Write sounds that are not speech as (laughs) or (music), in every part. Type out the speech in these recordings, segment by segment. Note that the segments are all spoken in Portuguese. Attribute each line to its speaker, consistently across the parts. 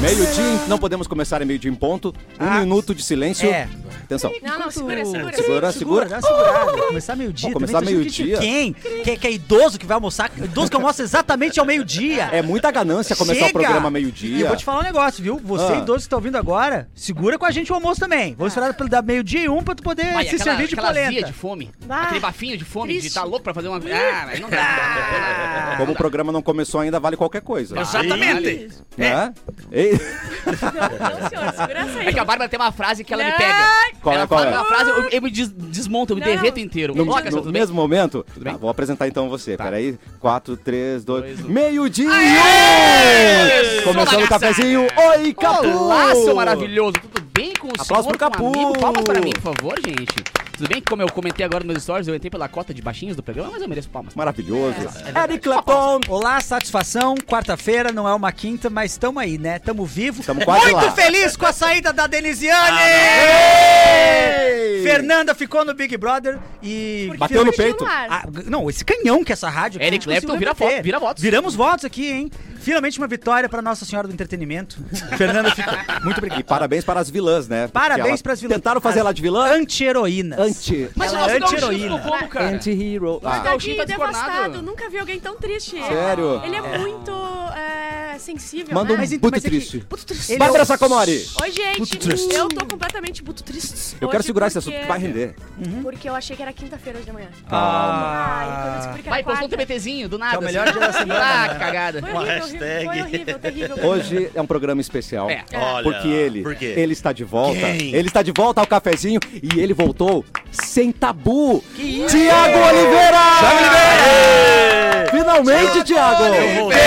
Speaker 1: Meio-dia, não podemos começar em meio-dia em ponto. Um
Speaker 2: Ah.
Speaker 1: minuto de silêncio.
Speaker 2: É.
Speaker 1: Atenção.
Speaker 3: Ah, Não, não, segura, segura.
Speaker 1: Segura, segura.
Speaker 2: dá uma segurada. Começar meio-dia.
Speaker 1: Pô, começar
Speaker 2: também, tem gente
Speaker 1: meio-dia.
Speaker 2: Quem? Quem que é idoso que vai almoçar? Idoso que almoça exatamente ao meio-dia.
Speaker 1: É muita ganância começar o
Speaker 2: Chega!
Speaker 1: programa
Speaker 2: E eu
Speaker 1: meio-dia.
Speaker 2: vou te falar um negócio, viu? Você
Speaker 1: Ah.
Speaker 2: idoso que tá ouvindo agora, segura com a gente o almoço também.
Speaker 3: Ah.
Speaker 2: Vou esperar pra ele dar meio-dia e um pra tu poder
Speaker 4: Vai,
Speaker 2: se
Speaker 4: aquela,
Speaker 2: servir de
Speaker 4: aquela azia
Speaker 2: polenta.
Speaker 4: de fome.
Speaker 3: Ah,
Speaker 4: aquele bafinho de fome, de
Speaker 3: triste.
Speaker 4: estar louco pra fazer uma. Ah, mas não dá.
Speaker 1: Como o programa não começou ainda, vale qualquer coisa.
Speaker 4: Exatamente.
Speaker 1: Né? Ei,
Speaker 3: Não, senhor, segurança aí.
Speaker 4: É que a Bárbara tem uma frase que ela me
Speaker 3: Não.
Speaker 4: pega.
Speaker 1: (laughs) Qual é,
Speaker 4: ela
Speaker 1: qual
Speaker 4: fala
Speaker 1: é?
Speaker 4: uma frase, eu, eu me des- desmonto, eu me
Speaker 3: Não.
Speaker 4: derreto inteiro.
Speaker 1: No,
Speaker 4: Coloca,
Speaker 1: no
Speaker 4: tudo bem?
Speaker 1: mesmo momento?
Speaker 4: bem?
Speaker 1: Tá, vou apresentar então você.
Speaker 4: Tá.
Speaker 1: Peraí. 4, 3, 2.
Speaker 4: Dois, um.
Speaker 1: Meio-dia! e um!
Speaker 4: Sou
Speaker 1: Começando o
Speaker 4: bagaçado.
Speaker 1: cafezinho. Oi, Capu!
Speaker 4: Olá, seu maravilhoso. Tudo bem com o
Speaker 1: Aplausos pro
Speaker 4: senhor, com o amigo?
Speaker 1: Capu.
Speaker 4: Palmas para mim, por favor, gente. Tudo bem que como eu comentei agora nos meus stories, eu entrei pela cota de baixinhos do programa, mas eu mereço palmas.
Speaker 1: Maravilhoso.
Speaker 4: é
Speaker 2: Eric Clapton. Olá, satisfação. Quarta-feira, não é uma quinta, mas tamo aí, né? Tamo vivo.
Speaker 1: Tamo quase
Speaker 2: Muito
Speaker 1: lá.
Speaker 2: feliz com a saída da Denisiane!
Speaker 1: Ei!
Speaker 2: Fernanda ficou no Big Brother e...
Speaker 3: Porque
Speaker 1: Bateu no
Speaker 3: fica
Speaker 1: peito.
Speaker 3: no ar.
Speaker 2: Ah, não, esse canhão que é essa rádio. aqui,
Speaker 4: Eric
Speaker 2: a gente conseguiu
Speaker 4: Clapton vira
Speaker 2: reverter.
Speaker 4: foto- vira votos.
Speaker 2: Viramos votos aqui, hein? Finalmente uma vitória pra Nossa Senhora do Entretenimento. (laughs) Fernanda ficou.
Speaker 1: E
Speaker 2: Muito obrigado.
Speaker 1: parabéns para as vilãs, né? Porque
Speaker 2: Parabéns
Speaker 1: elas
Speaker 2: pras vilãs.
Speaker 1: Tentaram fazer
Speaker 2: As-
Speaker 1: ela de vilã?
Speaker 2: Anti-heroínas.
Speaker 1: Anti.
Speaker 4: Mas
Speaker 2: Ela
Speaker 4: o
Speaker 2: é
Speaker 4: nosso gaúcho
Speaker 2: anti-heroína.
Speaker 4: ficou como,
Speaker 1: É
Speaker 4: cara?
Speaker 1: Anti-hero.
Speaker 4: Ah.
Speaker 1: Ah,
Speaker 4: Tá,
Speaker 3: Tá
Speaker 4: o Gil tá descornado.
Speaker 3: devastado, nunca vi alguém tão triste.
Speaker 1: Sério?
Speaker 3: Ele é muito é, sensível.
Speaker 1: Manda um
Speaker 3: né?
Speaker 2: Mas então,
Speaker 1: buto
Speaker 2: mas é que-
Speaker 1: triste.
Speaker 2: Puto triste. Ele
Speaker 1: Bárbara
Speaker 2: é o-
Speaker 1: Sacomori.
Speaker 3: Oi, gente,
Speaker 1: triste.
Speaker 3: eu tô completamente buto triste.
Speaker 1: Eu quero
Speaker 3: hoje
Speaker 1: segurar esse assunto
Speaker 3: porque-
Speaker 1: que vai
Speaker 2: (laughs)
Speaker 1: render.
Speaker 3: Porque eu achei que era quinta-feira hoje de manhã. Ai, quando eu
Speaker 2: Ah.
Speaker 3: descobri que era
Speaker 4: Vai, postou um
Speaker 3: quarta,
Speaker 4: TBTzinho do
Speaker 2: Que
Speaker 4: nada.
Speaker 2: é o melhor dia da semana,
Speaker 4: Ah,
Speaker 2: né?
Speaker 4: que cagada.
Speaker 3: Foi
Speaker 5: Uma
Speaker 3: horrível, horrível, foi
Speaker 5: hashtag.
Speaker 3: horrível, terrível.
Speaker 1: Hoje é um programa especial.
Speaker 4: É.
Speaker 5: Olha,
Speaker 1: Porque ele,
Speaker 5: por quê?
Speaker 1: ele está de volta.
Speaker 5: Quem?
Speaker 1: Ele está de volta ao cafezinho e ele voltou sem tabu. Tiago Oliveira! Finalmente, Tiago!
Speaker 5: Eu voltei.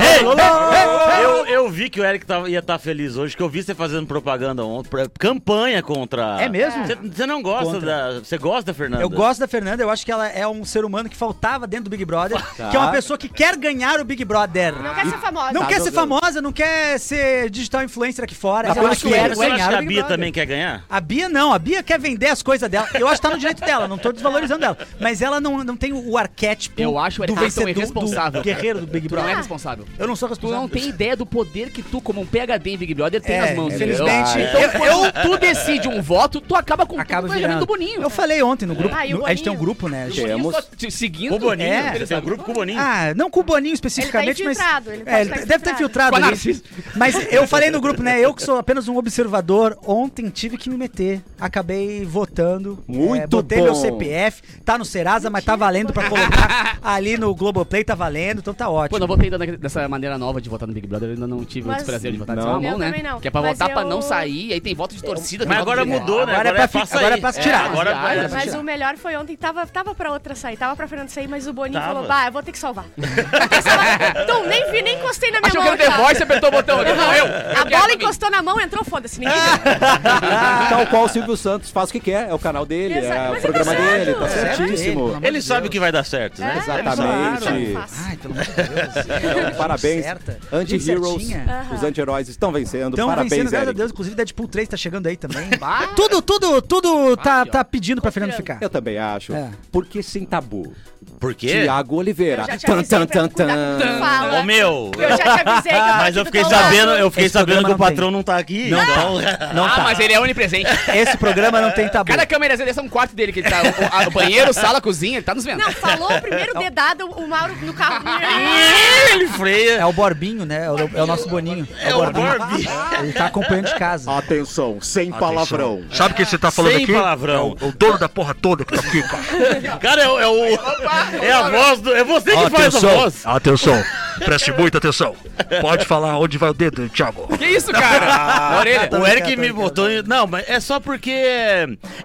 Speaker 5: Ei, Eu, eu vi que o Eric tava- ia estar feliz hoje, que eu vi você fazendo propaganda ontem, pra- campanha contra.
Speaker 2: É mesmo?
Speaker 5: Você- Você não gosta
Speaker 2: Contra.
Speaker 5: da. Você gosta, Fernando?
Speaker 2: Eu gosto da Fernanda, eu acho que ela é um ser humano que faltava dentro do Big
Speaker 1: (laughs)
Speaker 2: Brother, que é uma pessoa que quer ganhar o Big Brother.
Speaker 3: Não quer ser famosa.
Speaker 2: Não
Speaker 1: Tá
Speaker 2: quer ser
Speaker 1: jogando.
Speaker 2: famosa, não quer ser digital influencer aqui fora.
Speaker 1: Mas
Speaker 2: Ela
Speaker 1: eu
Speaker 2: acho
Speaker 1: acho que
Speaker 2: quer
Speaker 5: Você acha
Speaker 2: ganhar
Speaker 5: que
Speaker 2: o
Speaker 5: a
Speaker 2: Big
Speaker 5: Bia
Speaker 2: Brother.
Speaker 5: também quer ganhar?
Speaker 2: A Bia não, a Bia quer vender as coisas dela. Eu acho que tá no direito dela, não tô desvalorizando ela. Mas ela não, não tem o arquétipo
Speaker 4: Eu acho o
Speaker 2: do
Speaker 4: Eric Clapton
Speaker 2: vencedor,
Speaker 4: irresponsável.
Speaker 2: do guerreiro do Big
Speaker 4: Tu não
Speaker 3: Ah.
Speaker 4: é
Speaker 2: Brother.
Speaker 4: responsável.
Speaker 2: Eu não sou
Speaker 4: Tu
Speaker 2: responsável.
Speaker 4: não tem ideia do poder que tu, como um PHD em Big Brother, tem
Speaker 2: É,
Speaker 4: nas mãos.
Speaker 2: infelizmente,
Speaker 4: Então,
Speaker 2: eu-
Speaker 4: quando tu decide um voto, tu acaba com
Speaker 2: Acaba
Speaker 4: tudo o planejamento
Speaker 2: virando.
Speaker 4: do Boninho.
Speaker 2: Eu falei ontem no grupo.
Speaker 3: Ah, e o
Speaker 2: no- a gente tem um
Speaker 3: Boninho?
Speaker 2: grupo, né?
Speaker 4: O Boninho
Speaker 1: Temos.
Speaker 4: só te- seguindo.
Speaker 5: Com o Boninho.
Speaker 2: É.
Speaker 5: Você tem um grupo com o Boninho.
Speaker 2: Ah, não com o Boninho especificamente,
Speaker 3: Ele tá
Speaker 2: mas.
Speaker 3: infiltrado, ele pode
Speaker 2: é, ele
Speaker 3: estar
Speaker 2: deve ter filtrado.
Speaker 4: Com a
Speaker 2: ali.
Speaker 4: Narciso.
Speaker 2: Mas eu falei no grupo, né? Eu que sou apenas um observador, ontem tive que me meter. Acabei votando. é,
Speaker 1: Muito
Speaker 2: botei
Speaker 1: bom.
Speaker 2: meu CPF, tá no Serasa, mas tá valendo pra
Speaker 3: (laughs)
Speaker 2: colocar ali no Globoplay, tá valendo, então tá
Speaker 4: Pô,
Speaker 2: ótimo.
Speaker 4: não votei ainda na- dessa maneira nova de votar no Big Brother, eu ainda não tive
Speaker 3: Mas-
Speaker 4: o desprazer de votar
Speaker 1: Não.
Speaker 4: dessa
Speaker 3: Eu
Speaker 4: mão, né?
Speaker 3: também não.
Speaker 4: Que é pra
Speaker 3: Mas
Speaker 4: votar pra
Speaker 3: eu-
Speaker 4: não sair, aí tem voto de torcida.
Speaker 5: Mas
Speaker 4: tem
Speaker 5: agora
Speaker 4: voto de-
Speaker 5: mudou, né?
Speaker 2: Agora é pra fi-
Speaker 5: fácil aí.
Speaker 2: agora é pra se tirar.
Speaker 5: agora
Speaker 4: Agora
Speaker 5: é pra
Speaker 3: Mas
Speaker 5: tirar.
Speaker 3: o um- melhor foi ontem, tava, tava pra outra sair, tava pra Fernanda sair, mas o Boninho
Speaker 5: Tava.
Speaker 3: falou, bah, eu vou ter que salvar. (laughs) Vou ter que salvar. então nem vi, nem encostei na minha
Speaker 4: Achou que
Speaker 3: mão. tá-
Speaker 4: era The
Speaker 1: um
Speaker 3: cara.
Speaker 4: Voice, apertou
Speaker 3: (laughs)
Speaker 4: o botão. Eu, não, eu, eu
Speaker 3: A
Speaker 4: quero
Speaker 3: bola
Speaker 4: pra mim.
Speaker 3: encostou na mão, entrou, foda-se, ninguém viu.
Speaker 1: Tal qual o Silvio Santos faz o que quer, é o canal dele,
Speaker 3: Exato,
Speaker 1: é o
Speaker 3: mas
Speaker 1: programa
Speaker 3: é verdade.
Speaker 1: dele, tá
Speaker 2: É verdade,
Speaker 1: certíssimo.
Speaker 2: pelo amor
Speaker 5: Ele sabe que vai dar certo, né?
Speaker 1: Exatamente.
Speaker 3: Claro. Fácil.
Speaker 2: Ai, pelo amor de Deus.
Speaker 1: Então, parabéns.
Speaker 2: Certa.
Speaker 1: Anti-heroes,
Speaker 2: Gente certinha.
Speaker 1: os anti-heróis estão vencendo.
Speaker 2: Então,
Speaker 1: parabéns,
Speaker 2: vencendo, graças a
Speaker 1: Eric.
Speaker 2: Deus. Inclusive, Deadpool 3 tá chegando aí também.
Speaker 4: Bah.
Speaker 2: tudo, tudo, tudo tá,
Speaker 4: Aqui, ó.
Speaker 2: tá pedindo pra Fernando ficar.
Speaker 1: Eu também acho.
Speaker 2: É.
Speaker 1: Porque sem tabu.
Speaker 5: Por quê?
Speaker 1: Tiago Oliveira.
Speaker 3: Eu já te avisei pra cuidar com o que tu fala.
Speaker 5: Ô meu!
Speaker 3: Eu já te avisei que eu tô
Speaker 5: Ah, Mas
Speaker 3: aqui
Speaker 5: eu
Speaker 3: do
Speaker 5: fiquei
Speaker 3: teu lado.
Speaker 5: sabendo, eu fiquei
Speaker 2: Esse
Speaker 5: sabendo que
Speaker 2: programa
Speaker 5: o
Speaker 2: não tem.
Speaker 5: patrão não tá aqui. então- (laughs)
Speaker 2: Não
Speaker 4: Ah,
Speaker 2: tá.
Speaker 4: mas ele é onipresente.
Speaker 2: Esse programa não tem tabu.
Speaker 4: Cada câmera dele é um quarto dele que ele tá. O, a- o banheiro, sala, cozinha, ele tá nos vendo.
Speaker 3: Não, falou o primeiro dedado, o Mauro no carro.
Speaker 5: (laughs) Ah, Ele freia.
Speaker 2: É o Borbinho, né? É o, é o nosso Boninho.
Speaker 5: É o Barbie.
Speaker 2: Ele tá acompanhando de casa.
Speaker 1: Atenção, sem palavrão.
Speaker 6: Sabe quem você tá falando
Speaker 5: Sem
Speaker 6: aqui?
Speaker 5: palavrão.
Speaker 6: É o, é o dono da porra toda que tá aqui, cara.
Speaker 5: (laughs) Cara, é, o- é o. É a voz do. É você que faz a voz.
Speaker 6: atenção. Preste muita atenção. Pode falar onde vai o dedo, Thiago.
Speaker 4: Que isso, cara? Na orelha.
Speaker 5: O Eric me botou. em- Não, mas é só porque.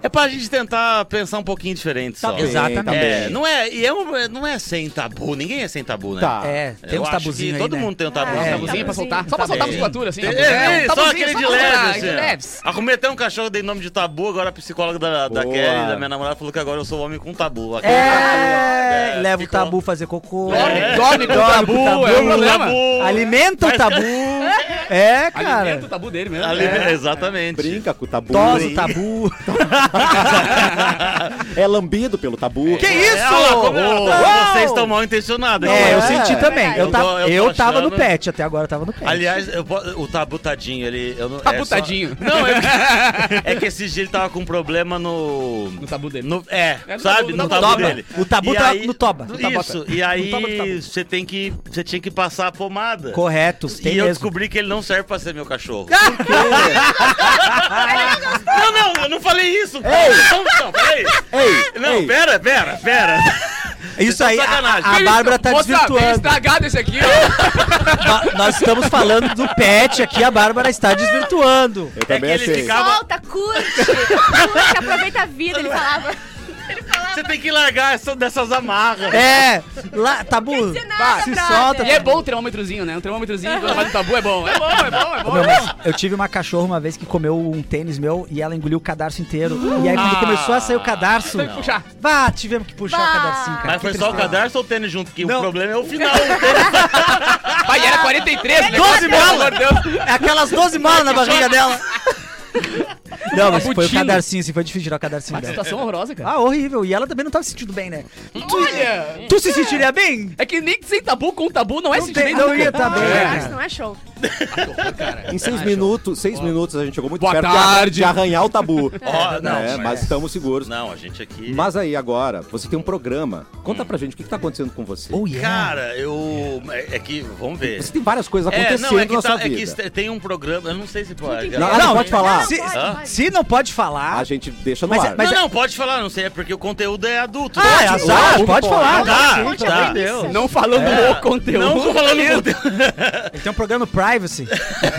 Speaker 5: É pra gente tentar pensar um pouquinho diferente. Só.
Speaker 1: bem, Exatamente. tá
Speaker 5: É,
Speaker 1: bem.
Speaker 5: não é, e é um- não é sem tabu, ninguém é sem tabu, né?
Speaker 1: Tá.
Speaker 2: É, tem
Speaker 5: Eu
Speaker 2: uns
Speaker 5: acho
Speaker 2: tabuzinhos
Speaker 5: que
Speaker 2: aí,
Speaker 5: Todo
Speaker 2: né?
Speaker 5: mundo tem um
Speaker 3: Ah,
Speaker 5: tabu. um
Speaker 3: é.
Speaker 5: tabuzinho.
Speaker 4: Tabuzinho pra soltar. tá Só pra
Speaker 3: Tá
Speaker 4: soltar a
Speaker 3: bem.
Speaker 4: musculatura, assim.
Speaker 5: É,
Speaker 4: É,
Speaker 5: é,
Speaker 4: um
Speaker 5: só
Speaker 4: tabuzinho,
Speaker 5: aquele de
Speaker 4: pra
Speaker 5: leve,
Speaker 4: soltar,
Speaker 5: assim,
Speaker 4: de
Speaker 5: ó.
Speaker 4: leves.
Speaker 5: Arrumei até um cachorro, dei nome de tabu, agora a psicóloga da, da
Speaker 1: Boa.
Speaker 5: Kelly, da minha namorada, falou que agora eu sou um homem com tabu. Aquele
Speaker 2: É,
Speaker 5: tabu,
Speaker 2: leva o
Speaker 5: ficou-
Speaker 2: tabu fazer cocô.
Speaker 4: Dorme,
Speaker 5: É.
Speaker 4: dorme com o
Speaker 2: Dorme
Speaker 4: tabu,
Speaker 2: com o tabu,
Speaker 4: é o
Speaker 2: com o
Speaker 4: problema.
Speaker 5: um tabu.
Speaker 2: Alimenta o
Speaker 5: Mas-
Speaker 2: tabu.
Speaker 5: (laughs)
Speaker 2: É,
Speaker 4: Alimenta o
Speaker 2: cara.
Speaker 4: tabu dele mesmo. É.
Speaker 5: Ali- É, Exatamente.
Speaker 1: Brinca com o tabu.
Speaker 2: Tosa o tabu.
Speaker 1: é lambido pelo tabu.
Speaker 2: Que isso?
Speaker 5: É, olha lá, como- como vocês estão mal intencionados. né?
Speaker 2: É, eu
Speaker 1: É.
Speaker 2: senti também. Eu,
Speaker 5: Eu
Speaker 2: tava,
Speaker 5: tô- eu
Speaker 2: eu,
Speaker 5: tô
Speaker 2: tava no
Speaker 5: achando-
Speaker 2: pet, até agora eu tava no pet.
Speaker 5: Aliás, eu po- o Tabutadinho, ele. Eu não, é
Speaker 4: Tabutadinho.
Speaker 5: só- Não, é que, é que esse dia ele tava com problema no.
Speaker 4: No tabu dele.
Speaker 5: no- é,
Speaker 4: É, no
Speaker 5: sabe?
Speaker 4: tabu-
Speaker 5: No,
Speaker 4: no
Speaker 5: tabu
Speaker 2: toba.
Speaker 5: dele.
Speaker 2: O tabu
Speaker 5: E
Speaker 2: tá no toba.
Speaker 5: do-
Speaker 2: No
Speaker 4: tabota.
Speaker 5: Isso, e
Speaker 2: tabu do
Speaker 5: aí
Speaker 2: tabu.
Speaker 5: você tem que. Você tinha que passar a pomada.
Speaker 2: Correto,
Speaker 5: e
Speaker 2: tem
Speaker 5: eu
Speaker 2: mesmo.
Speaker 5: descobri que ele não serve pra ser meu cachorro. (laughs) não, não, eu não falei isso. Ei. Não, não, peraí.
Speaker 1: Ei,
Speaker 5: Não,
Speaker 1: ei.
Speaker 5: pera, pera, pera.
Speaker 2: (laughs) Isso
Speaker 5: tá
Speaker 2: aí, a,
Speaker 5: sacanagem.
Speaker 2: a
Speaker 5: Ele-
Speaker 2: Bárbara tá
Speaker 4: Ô, Sam, bem
Speaker 2: desvirtuando.
Speaker 4: estragado esse aqui, ó.
Speaker 2: No- Nós estamos falando do pet aqui, a Bárbara está desvirtuando.
Speaker 1: Eu também
Speaker 5: é que ele
Speaker 1: achei.
Speaker 5: ficava-
Speaker 3: Volta, curte. curte, aproveita a vida, ele
Speaker 5: É.
Speaker 3: falava. Ele falava.
Speaker 5: Você tem que largar essa, dessas amarras.
Speaker 2: É, lá, tabu,
Speaker 3: dizer nada,
Speaker 2: se
Speaker 3: brother.
Speaker 2: solta.
Speaker 4: E é bom o termômetrozinho, né? Um termômetrozinho quando faz o tabu é bom. É bom, é bom, é bom.
Speaker 2: Meu, mas eu tive uma cachorra uma vez que comeu um tênis meu e ela engoliu o cadarço inteiro. E aí quando
Speaker 5: Ah.
Speaker 2: começou a sair o cadarço,
Speaker 4: Tem que puxar.
Speaker 2: vá, tivemos que puxar o
Speaker 3: Bah.
Speaker 2: cadarcinho, cara.
Speaker 5: Mas
Speaker 2: que
Speaker 5: foi só o
Speaker 2: tristeza.
Speaker 5: cadarço ou o tênis junto? Que
Speaker 2: Não.
Speaker 5: o problema é
Speaker 2: (laughs)
Speaker 5: o final. O tênis
Speaker 4: Pai, era 43, né?
Speaker 2: 12
Speaker 4: Pelo
Speaker 2: bala.
Speaker 4: amor de Deus.
Speaker 2: É Aquelas 12 malas na barriga dela. Não, mas foi o
Speaker 4: Abutinho.
Speaker 2: cadarcinho, assim, foi difícil tirar o cadarcinho
Speaker 4: Mas que
Speaker 2: dela.
Speaker 4: situação horrorosa, cara.
Speaker 2: Ah, horrível. E ela também não tava se sentindo bem, né?
Speaker 4: Olha!
Speaker 2: Tu se sentiria bem?
Speaker 4: É que nem sem tabu com tabu não é
Speaker 2: Não
Speaker 4: esse
Speaker 2: tem-
Speaker 4: direito,
Speaker 2: não
Speaker 4: né?
Speaker 2: ia tá
Speaker 3: Não,
Speaker 2: bem,
Speaker 4: É.
Speaker 2: cara.
Speaker 3: isso não é show.
Speaker 1: Em seis minutos, seis minutos a gente chegou muito
Speaker 4: Boa
Speaker 1: perto de arran-
Speaker 4: tarde.
Speaker 1: de arranhar o tabu.
Speaker 5: (laughs) Ó, não,
Speaker 1: É,
Speaker 5: mas-
Speaker 1: mas estamos seguros.
Speaker 5: Não, a gente aqui.
Speaker 1: Mas aí agora, você tem um programa.
Speaker 5: Hum.
Speaker 1: Conta pra gente o que, que tá acontecendo com você.
Speaker 2: Oh, yeah.
Speaker 5: Cara, eu. É, é que. Vamos ver.
Speaker 1: Você tem várias coisas
Speaker 5: É,
Speaker 1: acontecendo
Speaker 5: não, é que,
Speaker 1: na
Speaker 5: tá-
Speaker 1: sua
Speaker 5: é que
Speaker 1: vida.
Speaker 5: este- tem um programa. Eu não sei se pode.
Speaker 3: Não,
Speaker 1: Não, ah, não, pode falar.
Speaker 2: Se,
Speaker 5: Hã?
Speaker 3: pode.
Speaker 2: se não pode
Speaker 1: A
Speaker 2: falar...
Speaker 1: gente deixa no
Speaker 2: Mas é-
Speaker 1: ar.
Speaker 2: mas-
Speaker 5: não, não, pode falar, não sei. É porque o conteúdo é adulto.
Speaker 2: Ah, é
Speaker 5: Pode-
Speaker 2: azar,
Speaker 1: pode
Speaker 2: pode
Speaker 1: falar.
Speaker 2: falar.
Speaker 5: Tá, tá.
Speaker 3: Entendeu?
Speaker 4: Não falando o conteúdo.
Speaker 5: Não tô falando conteúdo.
Speaker 2: Ele tem um programa privacy.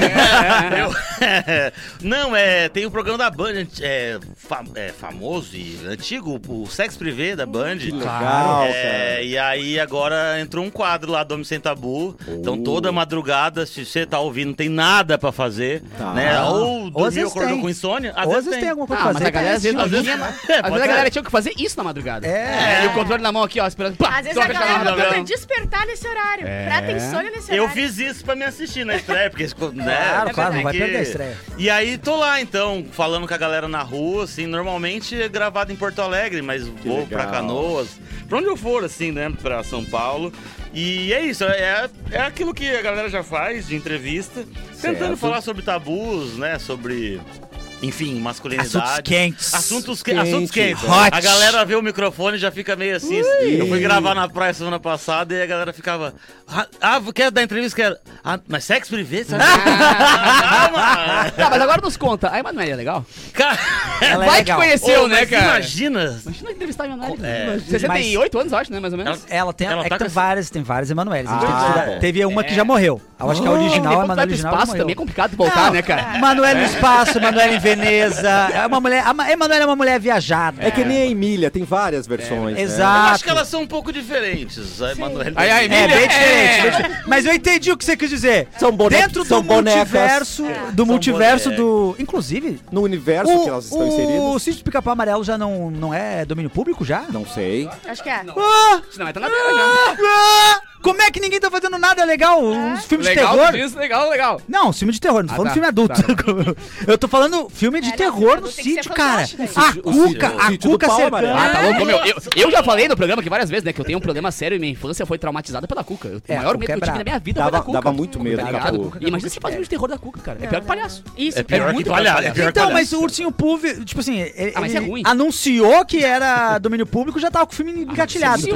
Speaker 4: É,
Speaker 5: Eu- (laughs) não, é. Tem o programa da Band, é, fa- é, famoso e antigo, o Sex Privé da Band.
Speaker 1: legal,
Speaker 5: É,
Speaker 1: cara.
Speaker 5: E aí agora entrou um quadro lá do Homem Sem Tabu.
Speaker 2: Oh.
Speaker 5: Então toda madrugada, se você tá ouvindo, não tem nada pra fazer.
Speaker 1: Tá.
Speaker 5: Né? Ou
Speaker 2: Ou às
Speaker 5: dormiu
Speaker 2: vezes
Speaker 5: acordou
Speaker 2: tem.
Speaker 5: com insônia.
Speaker 2: Ou às vezes tem alguma coisa
Speaker 4: Ah,
Speaker 2: pra
Speaker 4: mas
Speaker 2: fazer.
Speaker 4: a galera às vezes não
Speaker 5: Às vezes-
Speaker 4: vinha, mas-
Speaker 5: É,
Speaker 4: Às vezes
Speaker 5: pode
Speaker 4: a galera
Speaker 5: ser.
Speaker 4: tinha que fazer isso na madrugada.
Speaker 2: É.
Speaker 4: E o controle na mão aqui, ó, esperando.
Speaker 5: Tá,
Speaker 4: Pá,
Speaker 3: Às vezes a
Speaker 4: troca chave
Speaker 3: galera
Speaker 4: na mão.
Speaker 3: procura despertar nesse horário. Pra ter insônia nesse horário.
Speaker 5: Eu fiz isso pra me assistir na
Speaker 2: (laughs)
Speaker 5: estreia, porque... Né,
Speaker 2: Claro,
Speaker 5: você
Speaker 2: claro,
Speaker 5: tem
Speaker 2: não vai perder a estreia.
Speaker 5: E aí tô lá, então, falando com a galera na rua, assim, normalmente é gravado em Porto Alegre, mas vou
Speaker 1: legal.
Speaker 5: pra Canoas, pra onde eu for, assim, né, pra São Paulo. E é isso, é, é aquilo que a galera já faz de entrevista,
Speaker 1: Certo.
Speaker 5: tentando falar sobre tabus, né, sobre... Enfim, masculinidade.
Speaker 2: Assuntos quentes.
Speaker 5: Assuntos, que,
Speaker 1: Quente.
Speaker 5: assuntos quentes.
Speaker 2: Hot.
Speaker 5: né? A galera vê o microfone e já fica meio assim. Eu fui gravar na praia semana passada e a galera ficava. "Ah, Ah, quer dar entrevista? Quero. Ah, mas sexo privê? Sabe?
Speaker 3: Ah.
Speaker 5: Calma!
Speaker 4: Tá, mas agora nos conta. A Emanuele é legal?
Speaker 5: (laughs) Cara,
Speaker 2: Ela é
Speaker 4: Vai
Speaker 2: legal.
Speaker 4: que conheceu,
Speaker 5: ô,
Speaker 4: né,
Speaker 5: mas
Speaker 4: cara?
Speaker 5: Imagina.
Speaker 4: Imagina entrevistar a Emanuele.
Speaker 5: É.
Speaker 4: Imagina. 68 anos, eu acho, né, mais ou menos.
Speaker 5: Ela-
Speaker 2: Ela tem,
Speaker 5: Ela
Speaker 2: é
Speaker 5: tá
Speaker 2: que tem
Speaker 5: com-
Speaker 2: várias, tem várias Emanueles. A gente tem que
Speaker 1: Ah,
Speaker 2: estudar.
Speaker 1: bom.
Speaker 2: Teve uma que já morreu. Eu acho que a
Speaker 4: É que
Speaker 2: original, a
Speaker 4: depois vai pro
Speaker 2: Emanuele original, ela
Speaker 4: espaço
Speaker 2: morreu.
Speaker 4: também é complicado voltar,
Speaker 2: Não,
Speaker 4: né, cara?
Speaker 2: Emanuele no espaço, Emanuele em Veneza. É uma mulher, a Ma- Emanuele é uma mulher viajada.
Speaker 1: É que nem a Emília, tem várias versões. né?
Speaker 5: Eu
Speaker 2: Exato.
Speaker 5: acho que elas são um pouco diferentes. A Emanuele.
Speaker 4: Ai, ai,
Speaker 2: É, bem
Speaker 4: É.
Speaker 2: diferente, bem diferente. Mas eu entendi o que você quis dizer.
Speaker 1: São bone-
Speaker 2: Dentro
Speaker 1: são
Speaker 2: do
Speaker 1: bonecas.
Speaker 2: multiverso, do
Speaker 5: São
Speaker 2: multiverso do... Inclusive,
Speaker 1: No universo que elas estão
Speaker 2: o, o
Speaker 1: inseridas.
Speaker 2: sítio do pica-pau amarelo já não, não é domínio público já?
Speaker 1: Não Tá sei.
Speaker 3: Acho que é.
Speaker 2: Ah,
Speaker 4: Isso não é tão na beira, já.
Speaker 2: ah, como é que ninguém tá fazendo nada
Speaker 3: É.
Speaker 2: legal? Os filmes de
Speaker 4: Legal,
Speaker 2: terror?
Speaker 4: tu diz, legal, legal.
Speaker 2: Não, filme de terror, não tô
Speaker 4: Ah,
Speaker 2: falando
Speaker 4: tá.
Speaker 2: filme adulto. (laughs) eu tô falando filme de
Speaker 3: É, não,
Speaker 2: terror no
Speaker 3: adulto tem que ser
Speaker 2: sítio, cara.
Speaker 3: fantástico, né?
Speaker 2: A
Speaker 1: tá. O sítio-
Speaker 2: Cuca,
Speaker 1: o
Speaker 2: a
Speaker 1: sítio do
Speaker 2: Cuca
Speaker 1: pau
Speaker 2: cercando.
Speaker 1: amarelo.
Speaker 4: Ah, tá louco, meu. Eu, eu já falei no programa aqui várias vezes, né? Que eu tenho um problema sério e minha infância foi traumatizada pela Cuca. Eu-
Speaker 2: É,
Speaker 4: o maior
Speaker 2: a Cuca
Speaker 4: medo que
Speaker 2: é
Speaker 4: eu tive
Speaker 2: braba.
Speaker 4: na minha vida
Speaker 1: Dava,
Speaker 4: foi da Cuca.
Speaker 1: dava muito medo
Speaker 4: Tá
Speaker 1: da
Speaker 4: ligado?
Speaker 1: Cuca.
Speaker 4: E Imagina se você faz um de terror da Cuca, cara. É pior que palhaço.
Speaker 3: Isso.
Speaker 5: É pior que
Speaker 4: muito
Speaker 5: palhaço. É
Speaker 4: palhaço.
Speaker 5: pior que
Speaker 2: Então,
Speaker 5: palhaço.
Speaker 2: mas o Ursinho Puff, tipo assim, ele,
Speaker 4: Ah, mas
Speaker 2: ele
Speaker 4: é ruim. Ah,
Speaker 2: anunciou que era domínio público já tava com o filme engatilhado.
Speaker 4: sim,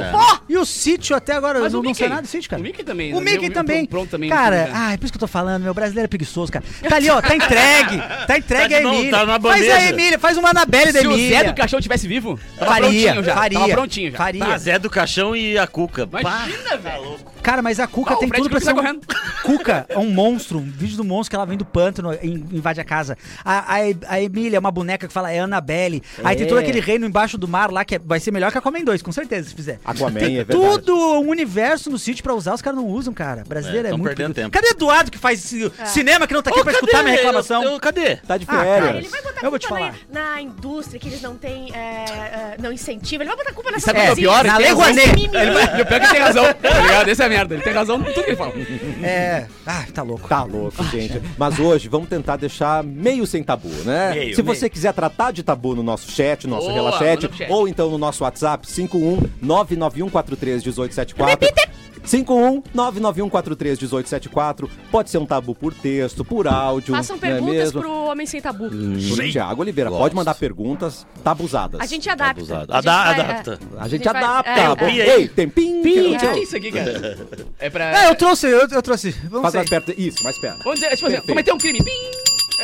Speaker 2: e o sítio até agora,
Speaker 4: Mas
Speaker 2: não,
Speaker 4: o
Speaker 2: não sei
Speaker 4: Mickey?
Speaker 2: nada do sítio, cara.
Speaker 4: O Mickey também,
Speaker 2: O
Speaker 4: né?
Speaker 2: Mickey
Speaker 4: O- o
Speaker 2: também.
Speaker 4: Prom- Prom também,
Speaker 2: Cara,
Speaker 4: né?
Speaker 2: ah, é por isso que eu tô falando, meu brasileiro é preguiçoso, cara. Tá ali, ó, tá entregue.
Speaker 5: (laughs)
Speaker 2: Tá entregue
Speaker 5: Tá
Speaker 2: a
Speaker 5: de mão,
Speaker 2: Emília.
Speaker 5: tá na
Speaker 2: faz a
Speaker 5: bandeja.
Speaker 2: Emília, faz uma Anabelle da
Speaker 4: Se o Zé do
Speaker 2: Emília.
Speaker 4: Caixão tivesse vivo, tava
Speaker 2: Faria,
Speaker 4: prontinho já. Tava
Speaker 2: faria,
Speaker 4: prontinho já.
Speaker 2: faria.
Speaker 5: Ah, Zé do Caixão e a Cuca. Pá.
Speaker 4: Imagina, velho.
Speaker 2: Cara, mas a Cuca
Speaker 4: Ah, o
Speaker 2: tem
Speaker 4: Fred
Speaker 2: tudo pra ser
Speaker 4: Krueger
Speaker 2: um...
Speaker 4: tá
Speaker 2: (laughs) Cuca é um monstro, um vídeo do monstro que ela vem do pântano e invade a casa. A, a, a Emília é uma boneca que fala, é Annabelle. Aí tem todo aquele reino embaixo do mar lá que é- vai ser melhor que a Comem 2, com certeza, se fizer.
Speaker 1: Aquaman,
Speaker 2: tem
Speaker 1: é verdade.
Speaker 2: tudo um universo no sítio pra usar, os caras não usam, cara. Brasileiro
Speaker 5: É,
Speaker 2: é,
Speaker 5: tão
Speaker 2: muito...
Speaker 5: perdendo tempo.
Speaker 2: Cadê Eduardo que faz ci- cinema que não tá aqui pra escutar minha reclamação?
Speaker 5: É. Eu- eu- cadê?
Speaker 1: Tá de
Speaker 2: Ah, cara,
Speaker 3: Ele
Speaker 1: férias.
Speaker 3: vai botar
Speaker 2: Eu vou te
Speaker 3: culpa na,
Speaker 2: falar.
Speaker 3: na indústria que eles não têm, é, é, não incentivo. Ele vai botar culpa nessa
Speaker 4: sabe o que é o
Speaker 3: coisinha.
Speaker 4: pior?
Speaker 2: Na
Speaker 4: Ele tem
Speaker 2: Lei
Speaker 4: razão.
Speaker 2: Rouanet.
Speaker 3: Mimimi.
Speaker 4: E o pior é que tem razão, tá ligado? Essa é a merda. Ele tem razão em tudo que ele fala.
Speaker 2: É. Ah, tá louco.
Speaker 1: Tá louco, gente. Mas hoje vamos tentar deixar meio sem tabu, né?
Speaker 5: Meio,
Speaker 1: Se você quiser tratar de tabu no nosso chat, no nosso
Speaker 4: Boa,
Speaker 1: relachete,
Speaker 4: manda pro chat.
Speaker 1: ou então no nosso WhatsApp, 51991431874. 51991431874. Pode ser um tabu por texto, por áudio.
Speaker 3: Façam
Speaker 1: não é
Speaker 3: perguntas
Speaker 1: mesmo?
Speaker 3: pro Homem Sem Tabu.
Speaker 1: Por Tiago Oliveira, pode mandar perguntas tabuzadas.
Speaker 3: A gente adapta.
Speaker 5: abusado.
Speaker 3: A gente
Speaker 5: Ada-
Speaker 3: vai-
Speaker 1: A
Speaker 3: é.
Speaker 5: adapta.
Speaker 1: gente
Speaker 3: a gente
Speaker 1: adapta.
Speaker 3: vai- é,
Speaker 1: bom.
Speaker 5: é.
Speaker 1: Ei, tempinho.
Speaker 4: Pi,
Speaker 1: tchau.
Speaker 4: que isso aqui, cara? É pra.
Speaker 2: É, eu trouxe, eu, eu trouxe. Vamos
Speaker 1: Faz
Speaker 2: ver.
Speaker 1: mais perto. Isso, mais perto.
Speaker 4: Vamos dizer, tipo assim,
Speaker 1: Perfeito.
Speaker 4: cometeu um crime. Pim!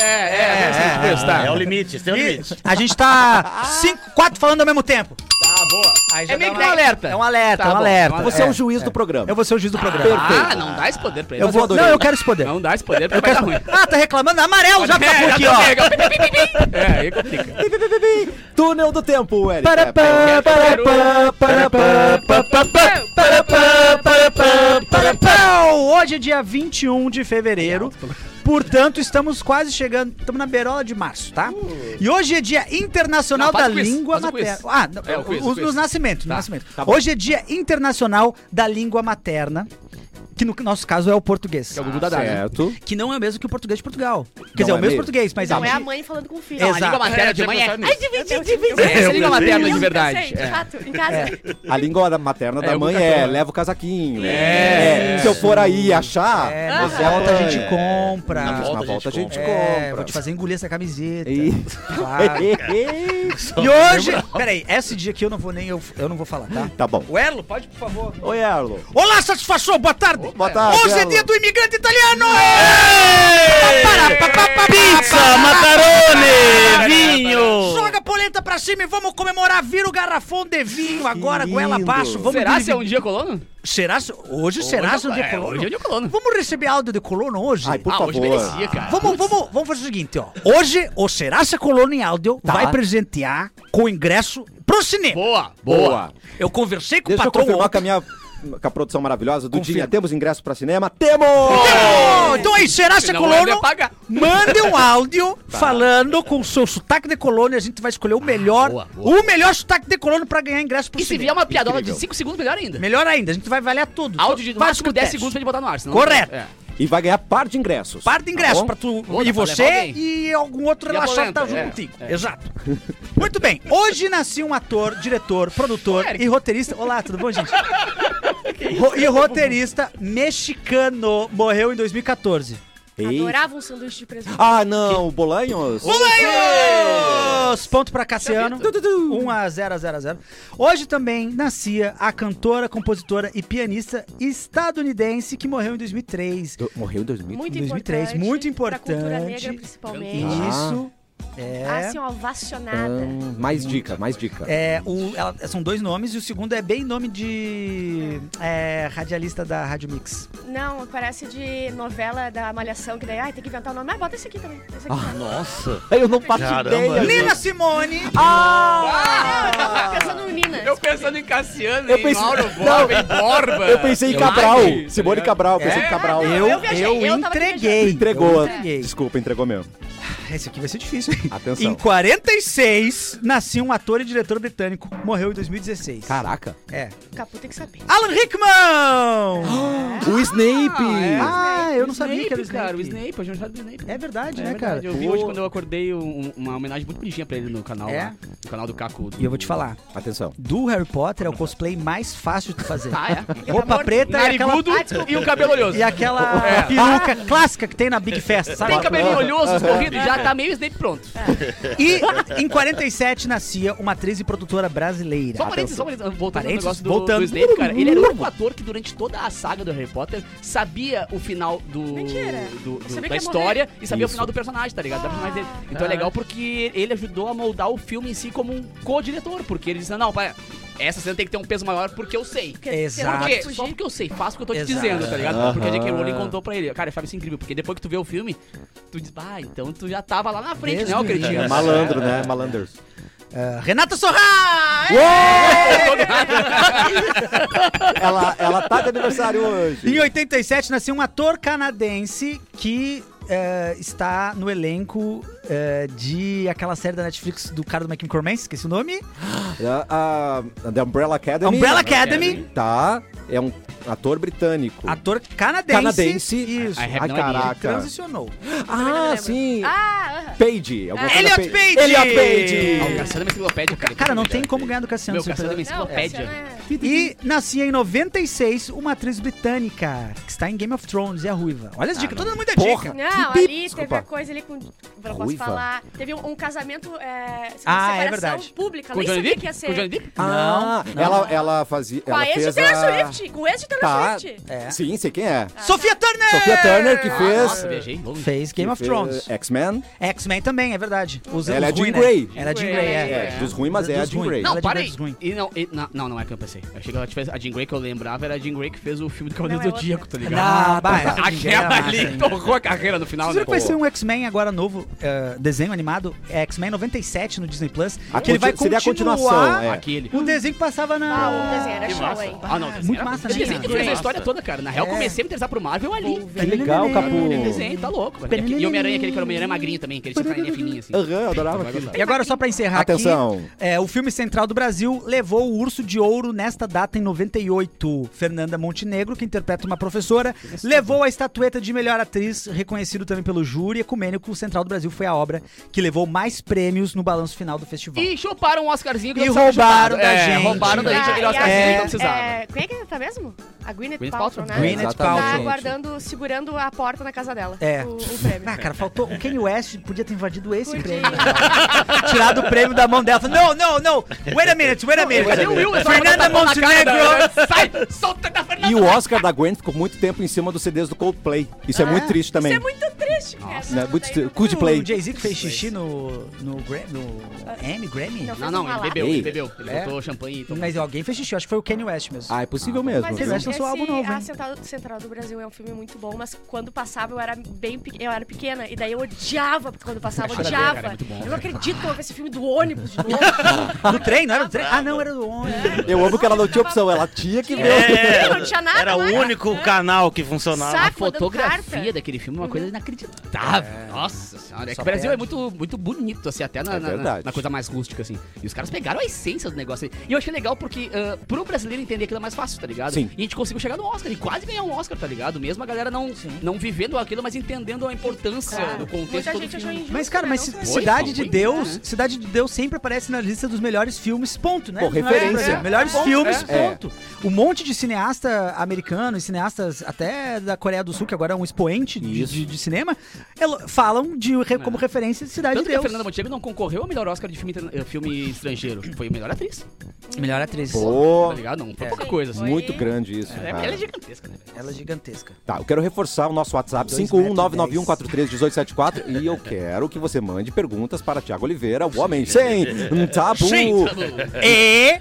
Speaker 4: É, é, é, assim, tipo isso, tá.
Speaker 5: É o limite, esse tem o limite.
Speaker 2: A gente tá cinco, quatro falando ao mesmo tempo.
Speaker 4: Tá, boa.
Speaker 2: Aí já
Speaker 4: É
Speaker 2: dá
Speaker 4: meio que
Speaker 2: uma-
Speaker 4: um alerta.
Speaker 2: É um alerta,
Speaker 4: Tá
Speaker 2: é um
Speaker 4: bom,
Speaker 2: alerta.
Speaker 4: é um
Speaker 1: Você é, o
Speaker 4: É,
Speaker 1: juiz do programa.
Speaker 2: Eu vou ser o juiz do programa.
Speaker 4: Ah, não dá esse poder pra ele.
Speaker 2: eu
Speaker 4: Mas
Speaker 2: vou,
Speaker 1: adorei.
Speaker 2: não, eu quero esse poder.
Speaker 4: Não dá esse poder porque vai dar ruim.
Speaker 2: Ah, tá reclamando? Amarelo já acabou aqui, ó.
Speaker 4: ó. É, aí complica.
Speaker 1: Túnel do tempo,
Speaker 4: é
Speaker 1: Eric. É,
Speaker 2: Para, pá,
Speaker 4: quero-
Speaker 2: para,
Speaker 4: quero-
Speaker 2: pá, para, pá, pá, pá, pá, para, pá, para, pá, para, pá. Hoje é dia 21 de fevereiro. Portanto, estamos quase chegando. Estamos na beirola de março, tá? E hoje é dia internacional
Speaker 4: Uh. Não,
Speaker 2: da
Speaker 4: faz o quiz,
Speaker 2: língua
Speaker 4: faz o
Speaker 2: materna.
Speaker 4: quiz.
Speaker 2: Ah, não,
Speaker 4: É, o quiz, o
Speaker 2: os,
Speaker 4: quiz.
Speaker 2: nos nascimentos,
Speaker 4: Tá,
Speaker 2: nascimento.
Speaker 1: tá bom.
Speaker 2: hoje é dia internacional da língua materna, que no nosso caso é o português.
Speaker 4: Que é o Gugu Dadá, né?
Speaker 1: Certo.
Speaker 2: Que não é o mesmo que o português de Portugal. Quer
Speaker 1: é
Speaker 2: dizer, é o mesmo
Speaker 1: mesmo.
Speaker 2: português, mas
Speaker 3: Não é
Speaker 2: a-
Speaker 3: a mãe falando com o filho.
Speaker 2: Não,
Speaker 4: A língua materna de
Speaker 5: tinha
Speaker 4: mãe é.
Speaker 5: pensado nisso.
Speaker 3: Ai, dividir, dividir.
Speaker 4: Essa é a língua
Speaker 5: pensei
Speaker 4: materna de
Speaker 5: nisso.
Speaker 4: verdade.
Speaker 3: Sei,
Speaker 4: É.
Speaker 3: chato, em casa.
Speaker 1: A língua materna da
Speaker 4: É, o
Speaker 1: mãe
Speaker 4: Gugu
Speaker 1: é
Speaker 4: Dadá.
Speaker 1: leva o casaquinho.
Speaker 4: É.
Speaker 1: Se eu for aí e achar,
Speaker 2: É,
Speaker 1: você
Speaker 2: na volta a gente
Speaker 1: apanha.
Speaker 2: compra.
Speaker 5: Na
Speaker 1: Na
Speaker 5: volta a
Speaker 1: volta a gente
Speaker 5: gente
Speaker 2: É, vou
Speaker 1: compra.
Speaker 2: te fazer engolir essa camiseta.
Speaker 1: Isso. (laughs)
Speaker 2: Claro. E hoje. Peraí, esse dia aqui eu não vou nem. Eu, eu não vou falar, tá?
Speaker 1: Tá bom.
Speaker 2: O Erlo, pode, por favor.
Speaker 1: Oi, Erlo.
Speaker 2: Olá, satisfação, boa tarde.
Speaker 1: Boa tarde,
Speaker 2: Hoje é
Speaker 1: Erlo.
Speaker 2: dia do imigrante italiano. É.
Speaker 5: Pizza, macarone, vinho.
Speaker 2: Joga a polenta pra cima e vamos comemorar. Vira o garrafão de vinho agora,
Speaker 1: lindo.
Speaker 2: goela abaixo. Vamos
Speaker 4: Será se é um
Speaker 2: dividir-
Speaker 4: dia colono?
Speaker 2: Será se... Hoje será se é um dia
Speaker 4: é,
Speaker 2: colono?
Speaker 4: hoje é dia colono.
Speaker 2: Vamos receber áudio de colono hoje?
Speaker 1: Ai, por
Speaker 4: ah, hoje
Speaker 1: favor.
Speaker 4: merecia, cara.
Speaker 2: Vamos, vamos, vamos fazer o seguinte, ó. Hoje, o Serasa Colonialdo
Speaker 1: Tá.
Speaker 2: vai presentear com ingresso pro cinema.
Speaker 4: Boa,
Speaker 1: Boa.
Speaker 4: boa.
Speaker 2: Eu conversei com
Speaker 1: Deixa
Speaker 2: o
Speaker 1: eu
Speaker 2: patrão
Speaker 1: confirmar com a
Speaker 2: ontem.
Speaker 1: minha com a produção maravilhosa do
Speaker 2: Confirma.
Speaker 1: Dinha. Temos ingresso pra cinema? Temos!
Speaker 2: Ô, Então aí, Serasa
Speaker 4: Senão o Hélio
Speaker 2: Colono,
Speaker 4: ia pagar.
Speaker 2: mande
Speaker 1: (laughs)
Speaker 2: um áudio
Speaker 1: Tá.
Speaker 2: falando com o seu sotaque de colono e a gente vai escolher o
Speaker 1: Ah,
Speaker 2: melhor,
Speaker 4: boa, boa.
Speaker 2: o melhor sotaque de colono pra ganhar ingresso pro
Speaker 4: E se
Speaker 2: cinema.
Speaker 4: vier uma piadola de 5 segundos, melhor ainda.
Speaker 2: Melhor ainda, a gente vai avaliar tudo. Então,
Speaker 4: Áudio de no
Speaker 2: Faz
Speaker 4: máximo
Speaker 2: o
Speaker 4: 10
Speaker 2: teste.
Speaker 4: segundos pra ele botar no ar. senão-
Speaker 2: Correto.
Speaker 4: É.
Speaker 1: E vai ganhar par de ingressos.
Speaker 2: Par de ingresso
Speaker 1: Tá bom?
Speaker 2: pra tu
Speaker 4: Boa,
Speaker 2: e
Speaker 4: pra levar
Speaker 2: você
Speaker 4: alguém.
Speaker 2: e algum outro
Speaker 4: E a
Speaker 2: relaxado que tá
Speaker 4: polenta,
Speaker 2: junto
Speaker 4: é,
Speaker 2: contigo.
Speaker 4: é.
Speaker 2: Exato. Muito bem. Hoje nasceu um ator, diretor, produtor
Speaker 4: Eric.
Speaker 2: e roteirista. Olá, tudo bom,
Speaker 4: (laughs)
Speaker 2: gente? Ro- e roteirista mexicano. Morreu em 2014.
Speaker 1: Tá Ei.
Speaker 3: Adorava um sanduíche de presunto.
Speaker 1: Ah, não, Bolanhos?
Speaker 2: Boleiros! Ponto pra Cassiano. 1 a 0 a 0 a 0. Hoje também nascia a cantora, compositora e pianista estadunidense que morreu em 2003.
Speaker 1: Morreu em
Speaker 4: Ah,
Speaker 1: 2000.
Speaker 3: Muito
Speaker 2: 2003,
Speaker 3: importante.
Speaker 2: muito
Speaker 3: Pra cultura
Speaker 2: importante.
Speaker 3: negra, principalmente.
Speaker 4: Ah.
Speaker 2: Isso. É.
Speaker 3: Assim, ó, ovacionada.
Speaker 1: Hum, mais dica, mais dica.
Speaker 2: É, o- ela- são dois nomes e o segundo é bem nome de é, radialista da Rádio Mix.
Speaker 4: Ah.
Speaker 3: Não, parece de novela da Malhação, que daí, ai, tem que inventar o nome. Ah, bota esse aqui também. Esse
Speaker 4: Ah,
Speaker 3: aqui. Ah, também.
Speaker 5: Nossa.
Speaker 1: Eu não faço
Speaker 5: Caramba.
Speaker 1: ideia.
Speaker 2: Nina Simone!
Speaker 3: Ah, eu tava pensando em Nina.
Speaker 4: Eu pensando em Cassiano,
Speaker 1: Eu
Speaker 4: em
Speaker 1: pensei-
Speaker 4: Mauro
Speaker 1: Não.
Speaker 4: Borba, em Borba.
Speaker 1: Eu pensei em Cabral.
Speaker 4: Magri, tá
Speaker 1: Simone
Speaker 4: ligado?
Speaker 1: Cabral, pensei
Speaker 4: É?
Speaker 1: em Cabral.
Speaker 3: Ah,
Speaker 2: eu
Speaker 3: eu viajei,
Speaker 2: eu
Speaker 3: eu tava
Speaker 2: entreguei.
Speaker 1: Entregou.
Speaker 2: Eu entreguei.
Speaker 1: Desculpa, entregou mesmo.
Speaker 2: Esse aqui vai ser difícil. hein?
Speaker 1: Atenção.
Speaker 2: Em 46, nasceu um ator e diretor britânico. Morreu em 2016.
Speaker 1: Caraca.
Speaker 2: É.
Speaker 3: Capu tem que saber.
Speaker 2: Alan Rickman!
Speaker 4: (gasps)
Speaker 1: O Snape!
Speaker 2: Ah, eu não
Speaker 4: O
Speaker 2: sabia que era o Snape.
Speaker 4: Cara, o Snape, a gente sabe do Snape.
Speaker 2: É verdade,
Speaker 4: É
Speaker 2: né,
Speaker 4: verdade,
Speaker 2: cara?
Speaker 4: Eu vi hoje quando eu acordei um- uma homenagem muito bonitinha pra ele no canal
Speaker 2: É?
Speaker 4: lá. No canal do Caco. do-
Speaker 2: E eu vou te falar.
Speaker 1: Atenção.
Speaker 2: Do Harry Potter é o cosplay mais fácil de
Speaker 4: (laughs)
Speaker 2: fazer.
Speaker 4: Ah, é?
Speaker 2: Roupa preta e aquela
Speaker 4: Narigudo e um o cabelo olhoso.
Speaker 2: E tá aquela
Speaker 4: (laughs) É.
Speaker 2: peruca clássica que tem na Big Festa, sabe?
Speaker 4: Tem cabelinho olhoso, escorrido, já tá meio Snape pronto.
Speaker 2: É. E em 47 nascia uma atriz e produtora brasileira.
Speaker 4: Só um parênteses, só um parênteses. Voltando ao
Speaker 2: Parênteses,
Speaker 4: negócio do,
Speaker 2: voltando.
Speaker 4: do Snape, cara. Ele era o único ator que durante toda a saga do Harry Potter sabia o final do,
Speaker 3: Mentira.
Speaker 4: do-
Speaker 3: Eu
Speaker 4: do-
Speaker 3: sabia que
Speaker 4: da
Speaker 3: ia
Speaker 4: história e sabia
Speaker 1: Isso.
Speaker 4: o final do personagem, tá ligado? Da personagem dele. Então é
Speaker 2: Ah.
Speaker 4: legal porque ele ajudou a moldar o filme em si como um co-diretor. Porque ele disse, não, pai, essa cena tem que ter um peso maior porque eu sei.
Speaker 3: Porque você
Speaker 2: Exato.
Speaker 3: não
Speaker 4: Por
Speaker 3: pode
Speaker 4: quê?
Speaker 3: fugir.
Speaker 4: Só porque eu sei, faço o que eu tô te
Speaker 2: Exato.
Speaker 4: dizendo, tá ligado? Porque a J.K.
Speaker 1: Aham.
Speaker 4: Rolling contou pra ele. Cara, eu achava isso incrível, porque depois que tu vê o filme, tu diz, ah, então tu já tava lá na frente,
Speaker 2: Desde
Speaker 4: né, ô
Speaker 2: o
Speaker 4: cretino?
Speaker 2: início.
Speaker 1: É malandro, né? Malanders.
Speaker 2: Ah, Renata Sorra!
Speaker 1: Ela, ela tá de aniversário
Speaker 2: Em
Speaker 1: hoje.
Speaker 2: 87 nasceu um ator canadense que eh, está no elenco eh, de aquela série da Netflix do cara do
Speaker 1: É
Speaker 2: McCormack, esqueci o nome.
Speaker 1: A, a- a The Umbrella Academy. né?
Speaker 2: Umbrella Academy.
Speaker 1: Tá. é um ator britânico.
Speaker 2: Ator canadense.
Speaker 1: Canadense.
Speaker 2: Isso.
Speaker 4: I have
Speaker 1: Ai,
Speaker 4: no idea.
Speaker 1: caraca.
Speaker 2: Transicionou.
Speaker 3: Também não
Speaker 1: Ah,
Speaker 3: lembro.
Speaker 1: sim.
Speaker 3: Ah, aham.
Speaker 1: Page. alguma coisa Page.
Speaker 2: Elliot Page!
Speaker 1: Elliot
Speaker 4: Ah, o
Speaker 1: Page.
Speaker 4: Cassiano é uma enciclopédia, cara.
Speaker 2: Cara, não tem como ganhar do Cassiano.
Speaker 4: Meu,
Speaker 2: sem
Speaker 4: Cassiano é uma
Speaker 2: perder.
Speaker 3: Não,
Speaker 4: enciclopédia.
Speaker 3: Cassiano é-
Speaker 2: E nascia em 96 uma atriz britânica que está em Game of Thrones, é a Ruiva. Olha as dicas,
Speaker 4: não.
Speaker 2: todo mundo é
Speaker 1: Ah, Porra.
Speaker 2: dica.
Speaker 3: Não,
Speaker 1: Que
Speaker 3: ali
Speaker 1: pi-
Speaker 3: teve
Speaker 1: Desculpa.
Speaker 3: a coisa ali com. Não posso
Speaker 1: Ruiva.
Speaker 3: falar. Teve um, um casamento. É, uma
Speaker 2: Ah, é
Speaker 3: separação
Speaker 2: verdade.
Speaker 3: pública.
Speaker 4: Com o
Speaker 3: nem
Speaker 4: Johnny
Speaker 3: sabia que
Speaker 4: Depp?
Speaker 3: ia
Speaker 4: Com o Johnny
Speaker 3: ser.
Speaker 4: Depp?
Speaker 1: Ah,
Speaker 2: Não, não.
Speaker 1: ela, ela fazia.
Speaker 3: Com
Speaker 1: Ela
Speaker 3: a ex de
Speaker 1: fez
Speaker 3: Ah, Taylor
Speaker 1: a...
Speaker 3: Swift. Com o ex de Taylor
Speaker 1: Tá.
Speaker 3: Swift.
Speaker 2: É.
Speaker 1: Sim, sei quem é.
Speaker 2: Sophia Turner! Ah.
Speaker 1: Sofia Turner que fez.
Speaker 4: Nossa, viajei louco.
Speaker 2: Fez Game of
Speaker 1: que fez
Speaker 2: Thrones.
Speaker 1: X-Men.
Speaker 2: X-Men também, é verdade. Os,
Speaker 1: Ela
Speaker 2: os
Speaker 1: é Jean
Speaker 2: ruim, né?
Speaker 1: Grey.
Speaker 2: Ela é Jean
Speaker 4: Jean
Speaker 2: Grey,
Speaker 4: Grey,
Speaker 2: é.
Speaker 1: É,
Speaker 4: É.
Speaker 1: dos ruins, mas é a
Speaker 2: Dos
Speaker 1: Jean
Speaker 2: ruins.
Speaker 1: Grey.
Speaker 2: Ela
Speaker 4: Não,
Speaker 2: é
Speaker 4: para
Speaker 2: de
Speaker 4: aí.
Speaker 2: Verdes Ruim.
Speaker 4: E não, e- não, não, não é que eu pensei. Eu achei que ela tivesse. A Jean Grey que eu lembrava era a Jean Grey que fez o filme do Cavaleiro
Speaker 3: Não, é
Speaker 4: do
Speaker 3: outra.
Speaker 4: Zodíaco, tá ligado?
Speaker 2: Ah, bah, essa Jean Grey era
Speaker 4: Aquela
Speaker 2: massa,
Speaker 4: ali
Speaker 2: hein?
Speaker 4: torrou a carreira no final,
Speaker 2: Vocês
Speaker 4: né?
Speaker 2: viram que vai ser um X-Men agora novo, eh, desenho animado, é X-Men 97 no Disney Plus,
Speaker 1: A
Speaker 2: que ele vai
Speaker 1: continu- seria
Speaker 2: continuar
Speaker 1: a continuação, é.
Speaker 4: Aquele.
Speaker 2: o desenho que passava na...
Speaker 3: Ah, o desenho era
Speaker 5: Que
Speaker 3: show,
Speaker 5: massa.
Speaker 3: hein?
Speaker 4: Ah, não, desenho
Speaker 2: muito
Speaker 4: era-
Speaker 2: massa,
Speaker 4: Eu
Speaker 2: né,
Speaker 4: desenho
Speaker 2: cara?
Speaker 4: que fez a
Speaker 5: Massa.
Speaker 4: história toda, cara. Na real,
Speaker 2: É.
Speaker 4: comecei a me interessar pro Marvel ali.
Speaker 1: Que legal,
Speaker 4: Aquele
Speaker 1: Capu.
Speaker 4: desenho, tá louco. velho. E aquele- E Homem-Aranha, aquele que era o Homem-Aranha magrinho também, que ele tinha perninha fininha, assim.
Speaker 1: Aham, eu adorava
Speaker 4: Vai
Speaker 1: aquilo.
Speaker 4: gostar.
Speaker 2: E agora, só pra encerrar
Speaker 1: Atenção.
Speaker 2: aqui, é, o filme Central do Brasil levou o Urso de Ouro nesta data em 98. Fernanda Montenegro, que interpreta uma professora, levou a estatueta de melhor atriz, reconhecido também pelo júri ecumênico. O Central do Brasil foi a obra que levou mais prêmios no balanço final do festival.
Speaker 4: E chuparam um Oscarzinho que
Speaker 2: E
Speaker 4: não precisava
Speaker 2: roubaram
Speaker 4: chupar.
Speaker 2: da
Speaker 4: É,
Speaker 2: gente.
Speaker 4: Roubaram da gente
Speaker 3: Ah,
Speaker 4: aquele
Speaker 3: e
Speaker 4: Oscarzinho que
Speaker 3: a-
Speaker 4: não precisava.
Speaker 3: é, quem é que tá mesmo? A Gwyneth,
Speaker 4: então, Gwyneth
Speaker 3: Paltrow,
Speaker 4: Paltrow.
Speaker 3: né?
Speaker 1: Gwyneth
Speaker 3: Ela Tá
Speaker 1: Paltrow.
Speaker 3: aguardando, segurando a porta na casa dela.
Speaker 2: É.
Speaker 3: O, o prêmio.
Speaker 2: Ah, cara, faltou. O Kanye West podia ter invadido esse
Speaker 3: Podia.
Speaker 2: prêmio. (laughs) Tirado o prêmio da mão dela. Falou, Não, não, não. Wait a minute, wait a minute.
Speaker 4: Cadê o Will? É só botar
Speaker 2: Fernanda
Speaker 4: a mão na cara
Speaker 2: Montenegro.
Speaker 4: da- (laughs) Sai! Solta da Fernanda!
Speaker 1: E o Oscar da Gwen ficou muito tempo em cima dos CDs do Coldplay. Isso é muito triste também.
Speaker 3: Isso é muito triste, cara. tá
Speaker 1: Né, muito
Speaker 3: Daí
Speaker 1: tri-
Speaker 3: não-
Speaker 1: Coldplay.
Speaker 2: O Jay-Z que fez xixi no. no Grammy. No Emmy, Grammy?
Speaker 3: Não.
Speaker 4: Não, não, ele bebeu, ele bebeu. Ele
Speaker 2: É.
Speaker 4: botou champanhe e tomou.
Speaker 2: Mas alguém fez xixi, eu acho que foi o Kanye West mesmo.
Speaker 1: Ah, é possível mesmo.
Speaker 3: Mas
Speaker 2: Vocês
Speaker 1: viu?
Speaker 2: acham seu álbum novo,
Speaker 3: A
Speaker 2: hein?
Speaker 3: Central, Central do Brasil é um filme muito bom, mas quando passava eu era bem pe- eu era pequena. E daí eu odiava quando passava, eu
Speaker 4: Cara,
Speaker 3: odiava.
Speaker 4: cara, é muito bom,
Speaker 3: eu
Speaker 4: cara.
Speaker 3: não acredito que eu vou ver esse filme do ônibus de novo.
Speaker 2: Do trem, não era do trem? Ah, não, era do ônibus.
Speaker 1: Eu amo que ela não tinha opção, ela
Speaker 3: tá
Speaker 1: tinha que ver.
Speaker 5: É,
Speaker 3: Não tinha nada
Speaker 5: Era o
Speaker 3: mais.
Speaker 5: único canal que funcionava.
Speaker 4: A
Speaker 3: Saco mandando
Speaker 4: fotografia
Speaker 3: Tá carta. Uhum.
Speaker 4: daquele filme é uma coisa inacreditável. Nossa senhora. É que
Speaker 2: Só
Speaker 4: o Brasil
Speaker 2: perde.
Speaker 4: é muito, muito bonito, assim, até na,
Speaker 1: É
Speaker 4: na- na-
Speaker 1: verdade.
Speaker 4: na coisa mais rústica, assim. E os caras pegaram a essência do negócio ali. E eu achei legal porque, ah, pro brasileiro entender aquilo é mais fácil, tá ligado?
Speaker 1: Sim.
Speaker 4: E a gente conseguiu chegar no Oscar e quase ganhar um Oscar, tá ligado? Mesmo a galera não, não vivendo aquilo, mas entendendo a importância do contexto.
Speaker 3: Muita
Speaker 4: do
Speaker 3: gente achou
Speaker 4: filme.
Speaker 3: injusto.
Speaker 2: Mas, cara,
Speaker 3: né?
Speaker 2: mas
Speaker 3: Não
Speaker 2: Ci-
Speaker 3: sei.
Speaker 4: Oi,
Speaker 2: Cidade de
Speaker 4: Paulo,
Speaker 2: Deus,
Speaker 4: né?
Speaker 2: Cidade de Deus sempre aparece na lista dos melhores filmes, ponto, né?
Speaker 1: Pô,
Speaker 2: Não é
Speaker 1: referência.
Speaker 2: pra- Melhores filmes,
Speaker 1: É.
Speaker 2: ponto. Um monte de cineasta americano e cineastas até da Coreia do Sul, que agora é um expoente de,
Speaker 1: Isso.
Speaker 2: de- de cinema, elo- falam de, re- como referência de Cidade
Speaker 4: É. Tanto
Speaker 2: de
Speaker 4: que a
Speaker 2: Deus.
Speaker 4: Fernanda Montenegro não concorreu ao melhor Oscar de filme, interna- eh, filme estrangeiro. Foi a melhor atriz,
Speaker 2: Melhor atriz.
Speaker 1: Pô,
Speaker 4: tá ligado?
Speaker 3: É.
Speaker 4: Não, foi pouca coisa, assim.
Speaker 1: muito grande isso.
Speaker 4: É,
Speaker 1: cara.
Speaker 4: ela é gigantesca, né? velho?
Speaker 2: Ela é gigantesca.
Speaker 1: Tá, eu quero reforçar o nosso WhatsApp
Speaker 2: Dois
Speaker 1: 51991431874 e eu quero que você mande perguntas para Tiago Oliveira, o homem sem um tabu.
Speaker 2: Sem
Speaker 4: É.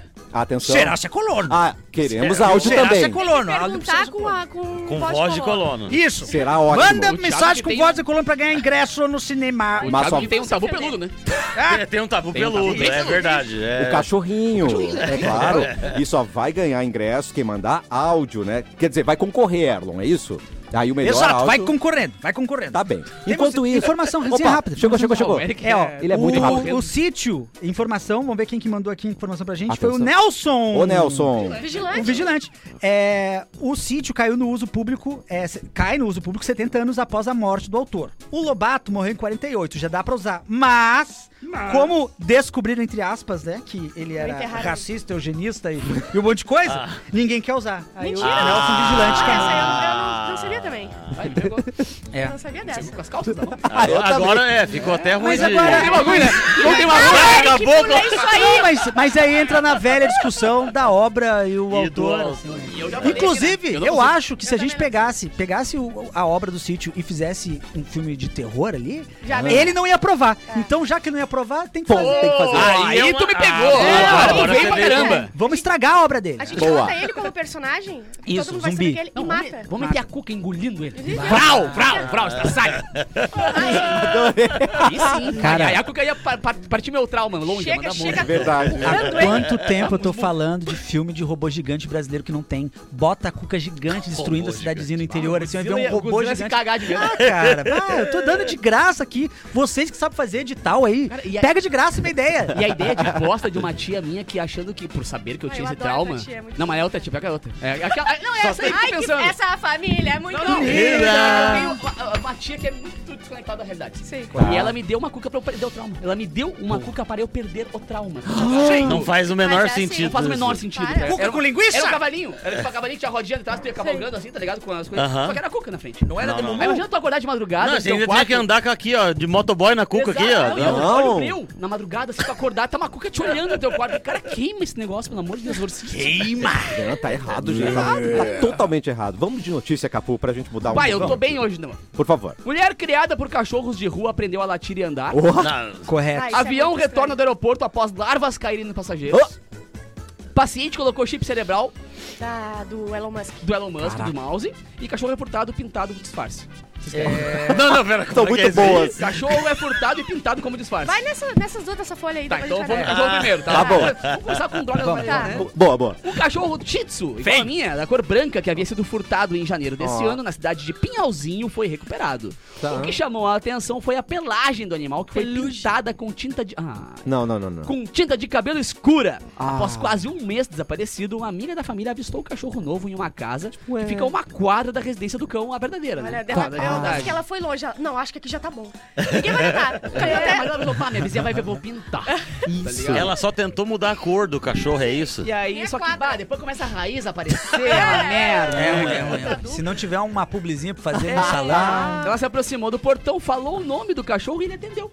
Speaker 2: E
Speaker 1: Atenção.
Speaker 2: será-se colono.
Speaker 1: Ah, queremos áudio
Speaker 2: Será-se
Speaker 1: também.
Speaker 2: colono. Algo que
Speaker 3: Perguntar
Speaker 2: será-se
Speaker 3: com,
Speaker 2: colono.
Speaker 3: a, com,
Speaker 5: Com voz de colono.
Speaker 2: Isso.
Speaker 1: Será ótimo.
Speaker 2: Manda
Speaker 4: O Thiago
Speaker 2: mensagem
Speaker 4: que
Speaker 2: com
Speaker 4: tem
Speaker 2: voz
Speaker 4: um-
Speaker 2: de colono pra ganhar ingresso no cinema.
Speaker 4: O
Speaker 1: Mas
Speaker 4: Thiago
Speaker 1: só-
Speaker 4: que tem um tabu peludo, né?
Speaker 5: (laughs) É, Tem um tabu
Speaker 4: Tem um tabu
Speaker 5: peludo,
Speaker 4: peludo.
Speaker 5: é verdade. É.
Speaker 1: O cachorrinho, é claro. E só vai ganhar ingresso quem mandar áudio, né? Quer dizer, vai concorrer, Erlon, é isso? Aí o melhor
Speaker 2: Exato,
Speaker 1: áudio...
Speaker 2: vai concorrendo, vai concorrendo.
Speaker 1: Tá bem. Enquanto isso...
Speaker 2: informação
Speaker 1: Opa,
Speaker 2: assim, rápida.
Speaker 1: Chegou, chegou,
Speaker 4: Ó,
Speaker 1: chegou.
Speaker 4: o Eric
Speaker 2: É, ó,
Speaker 1: Ele é muito
Speaker 2: o,
Speaker 1: rápido.
Speaker 2: O sítio, informação, vamos ver quem que mandou aqui informação pra gente. Foi o
Speaker 1: Atenção.
Speaker 2: Nelson.
Speaker 1: Ô, Nelson.
Speaker 3: Vigilante.
Speaker 2: O vigilante. É, o sítio caiu no uso público, é, se- cai no uso público 70 anos após a morte do autor. O Lobato morreu em 48, já dá pra usar. Mas, como descobriram, entre aspas, né, que ele era
Speaker 3: enterraram.
Speaker 2: racista, eugenista e, e um monte de coisa, ninguém quer usar. Aí
Speaker 3: Mentira.
Speaker 2: o Nelson Vigilante
Speaker 3: Ah,
Speaker 2: caiu.
Speaker 3: essa eu não- eu não, não sabia também.
Speaker 4: Vai, pegou.
Speaker 2: É.
Speaker 3: Não sabia dessa.
Speaker 4: Com as calças na mão.
Speaker 5: Agora, Ah,
Speaker 4: tá
Speaker 5: agora é, ficou até ruim.
Speaker 2: Mas
Speaker 5: de-
Speaker 2: agora-
Speaker 4: Tem bagulho, né? Não tem bagulho.
Speaker 5: Acabou
Speaker 3: É
Speaker 5: com-
Speaker 2: Não, mas, mas aí entra na velha discussão da obra e o
Speaker 5: E do
Speaker 2: autor.
Speaker 5: autor.
Speaker 2: assim, né?
Speaker 4: E eu já falei
Speaker 2: Inclusive,
Speaker 4: aqui, né?
Speaker 2: eu,
Speaker 4: não consigo-
Speaker 2: acho que se
Speaker 3: Eu
Speaker 2: a gente
Speaker 3: também
Speaker 2: pegasse, pegasse o- a obra do sítio e fizesse um filme de terror ali,
Speaker 3: Já
Speaker 2: ah,
Speaker 3: vem.
Speaker 2: ele não ia aprovar. Então, já que não ia aprovar, tem que
Speaker 1: Pô,
Speaker 2: fazer.
Speaker 1: tem que fazer.
Speaker 5: Ah,
Speaker 4: Aí,
Speaker 5: é uma-
Speaker 4: tu me pegou.
Speaker 5: Ah,
Speaker 4: É,
Speaker 5: agora
Speaker 4: tu
Speaker 5: agora
Speaker 4: veio
Speaker 5: você
Speaker 4: pra
Speaker 5: veio
Speaker 4: caramba.
Speaker 2: é. Vamos estragar a obra dele.
Speaker 3: A gente
Speaker 1: Boa.
Speaker 3: bota ele como personagem,
Speaker 2: Isso,
Speaker 3: todo mundo vai
Speaker 2: zumbi.
Speaker 3: saber que ele e
Speaker 4: Não, vamos-
Speaker 3: mata.
Speaker 4: Vamos meter a cuca engolindo ele.
Speaker 3: Mata.
Speaker 4: Vral, vral, vral, está- sai. Aí sim,
Speaker 2: Cara.
Speaker 4: cara. Aí a cuca ia pa- pa- partir meu trauma, longe,
Speaker 3: Chega,
Speaker 4: manda
Speaker 3: chega.
Speaker 4: longe.
Speaker 1: Verdade.
Speaker 2: Há quanto tempo eu tô falando de filme de robô gigante brasileiro que não tem? Bota a cuca gigante destruindo a cidadezinha no interior. Assim, vai ver um
Speaker 4: Godzilla-
Speaker 2: robô
Speaker 4: Godzilla ia se
Speaker 2: gigante.
Speaker 4: cagar de medo.
Speaker 2: Ah, cara, ah, eu tô dando de graça aqui. Vocês que sabem fazer edital aí,
Speaker 4: e a-
Speaker 2: Pega de graça minha ideia.
Speaker 4: E a ideia é de bosta de uma tia minha que achando que, por saber que eu
Speaker 3: Ah,
Speaker 4: tinha
Speaker 3: eu
Speaker 4: esse
Speaker 3: adoro
Speaker 4: trauma.
Speaker 3: tua tia, é muito
Speaker 4: não, mas é outra tia, pega outra. É, aquela, não, é essa aí que eu
Speaker 3: Ai,
Speaker 4: tô
Speaker 3: que
Speaker 4: pensando.
Speaker 3: essa família é muito
Speaker 4: Não, não, não.
Speaker 3: unida.
Speaker 4: Eu tenho uma- Uma tia que é muito desconectada da realidade.
Speaker 3: Sim.
Speaker 4: E ela me deu uma cuca pra eu perder o trauma. Ela me deu uma cuca para eu perder o trauma.
Speaker 5: Não faz o menor
Speaker 3: Mas é assim.
Speaker 5: sentido.
Speaker 4: Não faz o menor
Speaker 5: isso.
Speaker 4: sentido,
Speaker 3: Para.
Speaker 4: cara.
Speaker 2: Cuca
Speaker 4: Era-
Speaker 2: com linguiça?
Speaker 4: Era um cavalinho. Era tipo um cavalinho, tinha a rodinha de trás, tu ia cavalgando assim, tá ligado? Com as coisas.
Speaker 5: Aham.
Speaker 4: Só que era cuca na frente. Não
Speaker 5: era de Não, não.
Speaker 4: Aí imagina tu acordar de madrugada,
Speaker 5: Não,
Speaker 4: no
Speaker 5: você
Speaker 4: teu
Speaker 5: ainda tinha
Speaker 4: quarto.
Speaker 5: que andar com aqui, ó, de motoboy na cuca aqui, ó.
Speaker 4: Exato, e eu
Speaker 5: Não.
Speaker 1: Não.
Speaker 4: olho meu, na madrugada, assim, pra acordar, tá uma cuca te olhando no teu quarto. Cara, queima esse negócio, pelo amor de Deus, Orsinho.
Speaker 1: Não, tá errado, gente. Tá, tá totalmente errado. Vamos de notícia, Capu, pra gente mudar o
Speaker 4: Pai, eu tô bem hoje, não.
Speaker 1: Por favor.
Speaker 4: Mulher criada por cachorros de rua aprendeu a latir e andar.
Speaker 1: Oh,
Speaker 5: Não.
Speaker 2: Correto.
Speaker 3: Ai, isso é
Speaker 4: Avião
Speaker 3: muito
Speaker 4: retorna
Speaker 3: estranho.
Speaker 4: do aeroporto após larvas caírem no passageiro. Paciente colocou chip cerebral
Speaker 3: Da, Tá, do Elon Musk.
Speaker 4: do Elon Musk, do mouse, e cachorro é furtado pintado como disfarce.
Speaker 5: não, não, pera.
Speaker 1: Estão
Speaker 5: como é que é
Speaker 1: muito
Speaker 5: isso aí?
Speaker 1: boas.
Speaker 4: Cachorro é furtado e pintado como disfarce.
Speaker 3: Vai nessa, nessas duas dessa folha aí.
Speaker 4: Tá,
Speaker 3: depois
Speaker 4: então
Speaker 3: a gente
Speaker 4: vamos no
Speaker 3: vai-
Speaker 4: cachorro primeiro, tá?
Speaker 1: Tá bom.
Speaker 4: Vamos começar com droga
Speaker 2: Vamos,
Speaker 4: tá.
Speaker 3: vamos,
Speaker 4: né?
Speaker 1: Boa, boa.
Speaker 4: O cachorro Shih Tzu, igual a minha, da cor branca, que havia sido furtado em janeiro desse
Speaker 1: Ó.
Speaker 4: ano na cidade de Pinhalzinho, foi recuperado.
Speaker 1: Tá.
Speaker 4: O que chamou a atenção foi a pelagem do animal, que foi pintada com tinta de... Ah,
Speaker 1: Não, não, não, não.
Speaker 4: com tinta de cabelo escura.
Speaker 5: Ah.
Speaker 4: Após quase um mês desaparecido, uma amiga da família avistou o cachorro novo em uma casa que fica a uma quadra da residência do cão, a verdadeira, né?
Speaker 3: Olha, dela,
Speaker 4: Tá,
Speaker 3: eu acho que ela foi longe. ela- Não, acho que aqui já tá bom. Ninguém
Speaker 1: (laughs)
Speaker 3: vai notar.
Speaker 4: É,
Speaker 3: Caiu
Speaker 4: mas
Speaker 3: até-
Speaker 4: ela falou, pá, minha vizinha vai ver, vou pintar. Isso.
Speaker 5: Ela só tentou mudar a cor do cachorro, é
Speaker 4: (laughs)
Speaker 5: isso?
Speaker 4: E aí,
Speaker 3: Minha
Speaker 4: só que,
Speaker 3: quadra.
Speaker 4: bah, depois começa a raiz a aparecer, é
Speaker 2: É,
Speaker 4: uma merda.
Speaker 2: Se não tiver uma publizinha pra
Speaker 3: (laughs)
Speaker 2: fazer no salão.
Speaker 4: (laughs) Ela se aproximou do portão, falou o nome do cachorro e ele atendeu.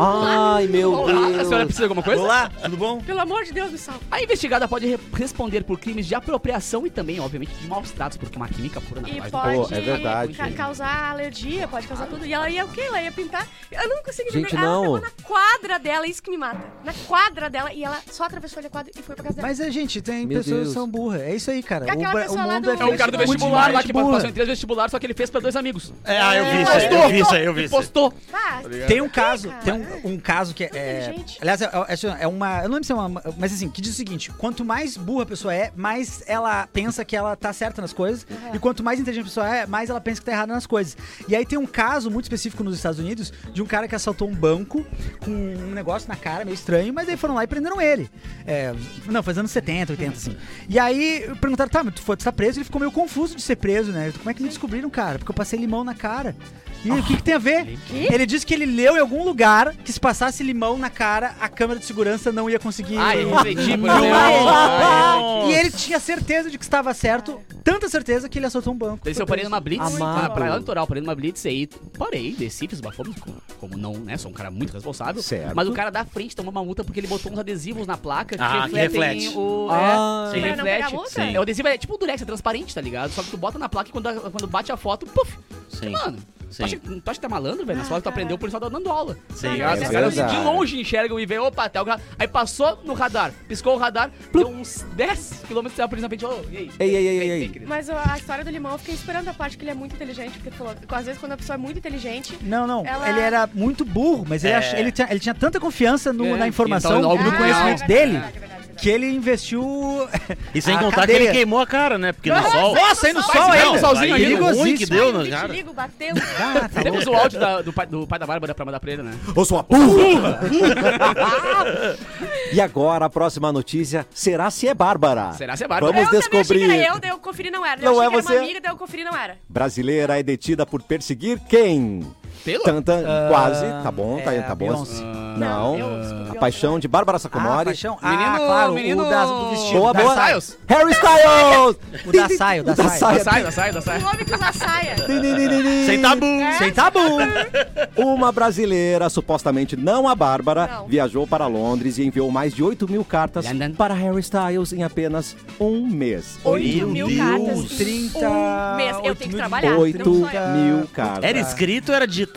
Speaker 1: Ai, meu
Speaker 4: Olá, a senhora é
Speaker 1: Deus.
Speaker 4: precisa de alguma coisa?
Speaker 2: Olá, tudo bom?
Speaker 3: Ah, Pelo amor de Deus, me salva.
Speaker 4: A investigada pode re- responder por crimes de apropriação e também, obviamente, de maus tratos, porque uma química pura na
Speaker 3: E
Speaker 4: base do
Speaker 3: pode
Speaker 1: Pô, é verdade.
Speaker 3: ca- causar alergia, pode causar tudo. E ela ia o quê? Ela ia pintar. Eu não consigo entender.
Speaker 1: Gente,
Speaker 3: Ela
Speaker 1: não.
Speaker 3: pegou na quadra dela, isso que me mata. Na quadra dela, e ela só atravessou ali a quadra e foi pra casa dela.
Speaker 2: Mas, é, gente, tem
Speaker 1: Meu
Speaker 2: pessoas
Speaker 1: Deus.
Speaker 2: que são burras. É isso aí, cara.
Speaker 3: Que aquela
Speaker 2: ba-
Speaker 3: pessoa lá do-
Speaker 4: É o cara do
Speaker 3: Muito
Speaker 4: vestibular lá
Speaker 2: demais tipo,
Speaker 4: que
Speaker 2: burra.
Speaker 4: passou em três vestibular, só que ele fez pra dois amigos.
Speaker 5: É, ah, eu vi isso aí,
Speaker 4: Postou,
Speaker 5: eu vi isso aí, eu vi
Speaker 4: e
Speaker 5: isso aí.
Speaker 4: postou.
Speaker 3: Tá,
Speaker 4: É.
Speaker 2: Tem um caso,
Speaker 3: cara?
Speaker 2: tem um, um caso que é.
Speaker 3: inteligente.
Speaker 2: Aliás, é, é assim, é uma. Eu não lembro se é uma. Mas assim, que diz o seguinte: quanto mais burra a pessoa é, mais ela pensa que ela tá certa nas coisas. E quanto mais inteligente a pessoa é, mais ela pensa que tá errada nas coisas. E aí tem um caso muito específico nos Estados Unidos de um cara que assaltou um banco com um negócio na cara meio estranho, mas aí foram lá e prenderam ele. É, não, foi nos anos 70, 80, assim. E aí perguntaram, tá, mas tu, foi, tu tá preso? Ele ficou meio confuso de ser preso, né? Como é que me descobriram, cara? Porque eu passei limão na cara. E o que, que tem a ver? Ele disse que ele leu em algum lugar que se passasse limão na cara, a câmera de segurança não ia conseguir.
Speaker 4: Ah, eu refleti, por
Speaker 2: Não.
Speaker 4: exemplo.
Speaker 5: Ah,
Speaker 2: (laughs) E ele tinha certeza de que estava certo, tanta certeza que ele assaltou um banco.
Speaker 4: Daí se eu parei numa blitz,
Speaker 1: Amado.
Speaker 4: pra, pra lá no litoral, parei numa blitz, aí parei, desci, fiz bafome, como, como não, né, sou um cara muito responsável.
Speaker 1: Certo.
Speaker 4: Mas o cara da frente tomou uma multa porque ele botou uns adesivos na placa que
Speaker 5: Ah, que
Speaker 4: refletem
Speaker 5: reflete.
Speaker 4: o...
Speaker 1: Ah.
Speaker 4: é,
Speaker 5: Sim.
Speaker 4: que
Speaker 3: Pra não pegar
Speaker 4: reflete.
Speaker 3: multa?
Speaker 4: É, o adesivo é tipo um durex, é transparente, tá ligado? Só que tu bota na placa e quando, quando bate a foto, puf,
Speaker 5: Sim.
Speaker 4: mano... Tu
Speaker 5: Sim. Ah,
Speaker 4: acha, tu acha que tá malandro, velho? Na sua hora que tu aprendeu, o policial tá dando aula.
Speaker 5: Sim,
Speaker 4: tá ligado?
Speaker 1: é
Speaker 4: Os caras
Speaker 1: verdade.
Speaker 4: de longe enxergam e vê, opa, até o cara. Aí passou no radar, piscou o radar, deu uns 10 km da polícia na frente. Ô, e aí?
Speaker 1: Ei, ei, ei, ei,
Speaker 4: Ei, ei,
Speaker 1: ei.
Speaker 4: querido.
Speaker 3: Mas a a história do limão, eu fiquei esperando a parte que ele é muito inteligente, porque tu falou, às vezes quando a pessoa é muito inteligente,
Speaker 2: Não, não.
Speaker 3: Ela-
Speaker 2: Ele era muito burro, mas ele,
Speaker 5: É.
Speaker 2: ach- ele, tinha, ele tinha tanta confiança no-
Speaker 4: É,
Speaker 2: na informação,
Speaker 4: então, logo
Speaker 2: no
Speaker 4: no
Speaker 2: conhecimento
Speaker 4: final.
Speaker 2: dele,
Speaker 3: Ah, É, é verdade, é verdade.
Speaker 2: que ele investiu.
Speaker 5: E
Speaker 2: (laughs)
Speaker 5: sem
Speaker 2: a
Speaker 5: contar que
Speaker 2: cadeia.
Speaker 5: ele queimou a cara, né? Porque no sol.
Speaker 2: Nossa, aí no
Speaker 3: Mas
Speaker 2: sol,
Speaker 5: Não,
Speaker 2: aí
Speaker 5: aí
Speaker 2: no solzinho,
Speaker 5: o
Speaker 2: aí.
Speaker 5: ruim que deu,
Speaker 3: Ai,
Speaker 5: no
Speaker 3: o
Speaker 5: cara.
Speaker 3: vitiligo bateu.
Speaker 2: Ah, tá
Speaker 4: Temos o áudio da- do, pai, do pai da Bárbara pra mandar pra ele, né?
Speaker 1: Eu sou uma burra! (laughs) e agora a próxima notícia será se é Bárbara.
Speaker 4: Será se é Bárbara?
Speaker 1: Vamos
Speaker 3: eu também achei que
Speaker 1: descobrir.
Speaker 4: né?
Speaker 3: era eu, daí eu conferi não era.
Speaker 1: Não
Speaker 3: eu achei
Speaker 1: é
Speaker 3: que era
Speaker 1: você?
Speaker 3: uma amiga, daí eu conferi não era.
Speaker 1: Brasileira é detida por perseguir quem?
Speaker 4: Taylor?
Speaker 1: Tantan,
Speaker 2: Ah,
Speaker 1: quase, tá bom,
Speaker 2: é,
Speaker 1: tá, tá bom.
Speaker 2: Beyoncé.
Speaker 1: Não,
Speaker 3: eu descobri
Speaker 1: a paixão de Bárbara
Speaker 2: Ah,
Speaker 1: Sacomori.
Speaker 2: paixão. ah,
Speaker 4: Menino-
Speaker 2: claro,
Speaker 4: menino-
Speaker 2: o das, do vestido.
Speaker 1: Boa,
Speaker 2: da
Speaker 1: boa.
Speaker 2: saia.
Speaker 4: Styles?
Speaker 1: Harry Styles!
Speaker 2: (laughs) O da saia, o da
Speaker 1: O da
Speaker 2: saia.
Speaker 5: Ah, é
Speaker 1: saia.
Speaker 4: Da saia, da saia, da saia.
Speaker 3: O Um homem que usa saia.
Speaker 2: (laughs)
Speaker 5: Sem tabu.
Speaker 2: Sem tabu.
Speaker 1: Uma brasileira, supostamente não a Bárbara,
Speaker 3: Não.
Speaker 1: viajou para Londres e enviou mais de 8 mil cartas
Speaker 4: London.
Speaker 1: para Harry Styles em apenas um mês.
Speaker 3: 8 mil
Speaker 5: Deus.
Speaker 3: cartas. em
Speaker 2: 30,
Speaker 3: Um mês. Eu tenho que trabalhar.
Speaker 1: Oito
Speaker 3: não sou eu.
Speaker 1: mil cartas.
Speaker 5: Era escrito ou era digitada?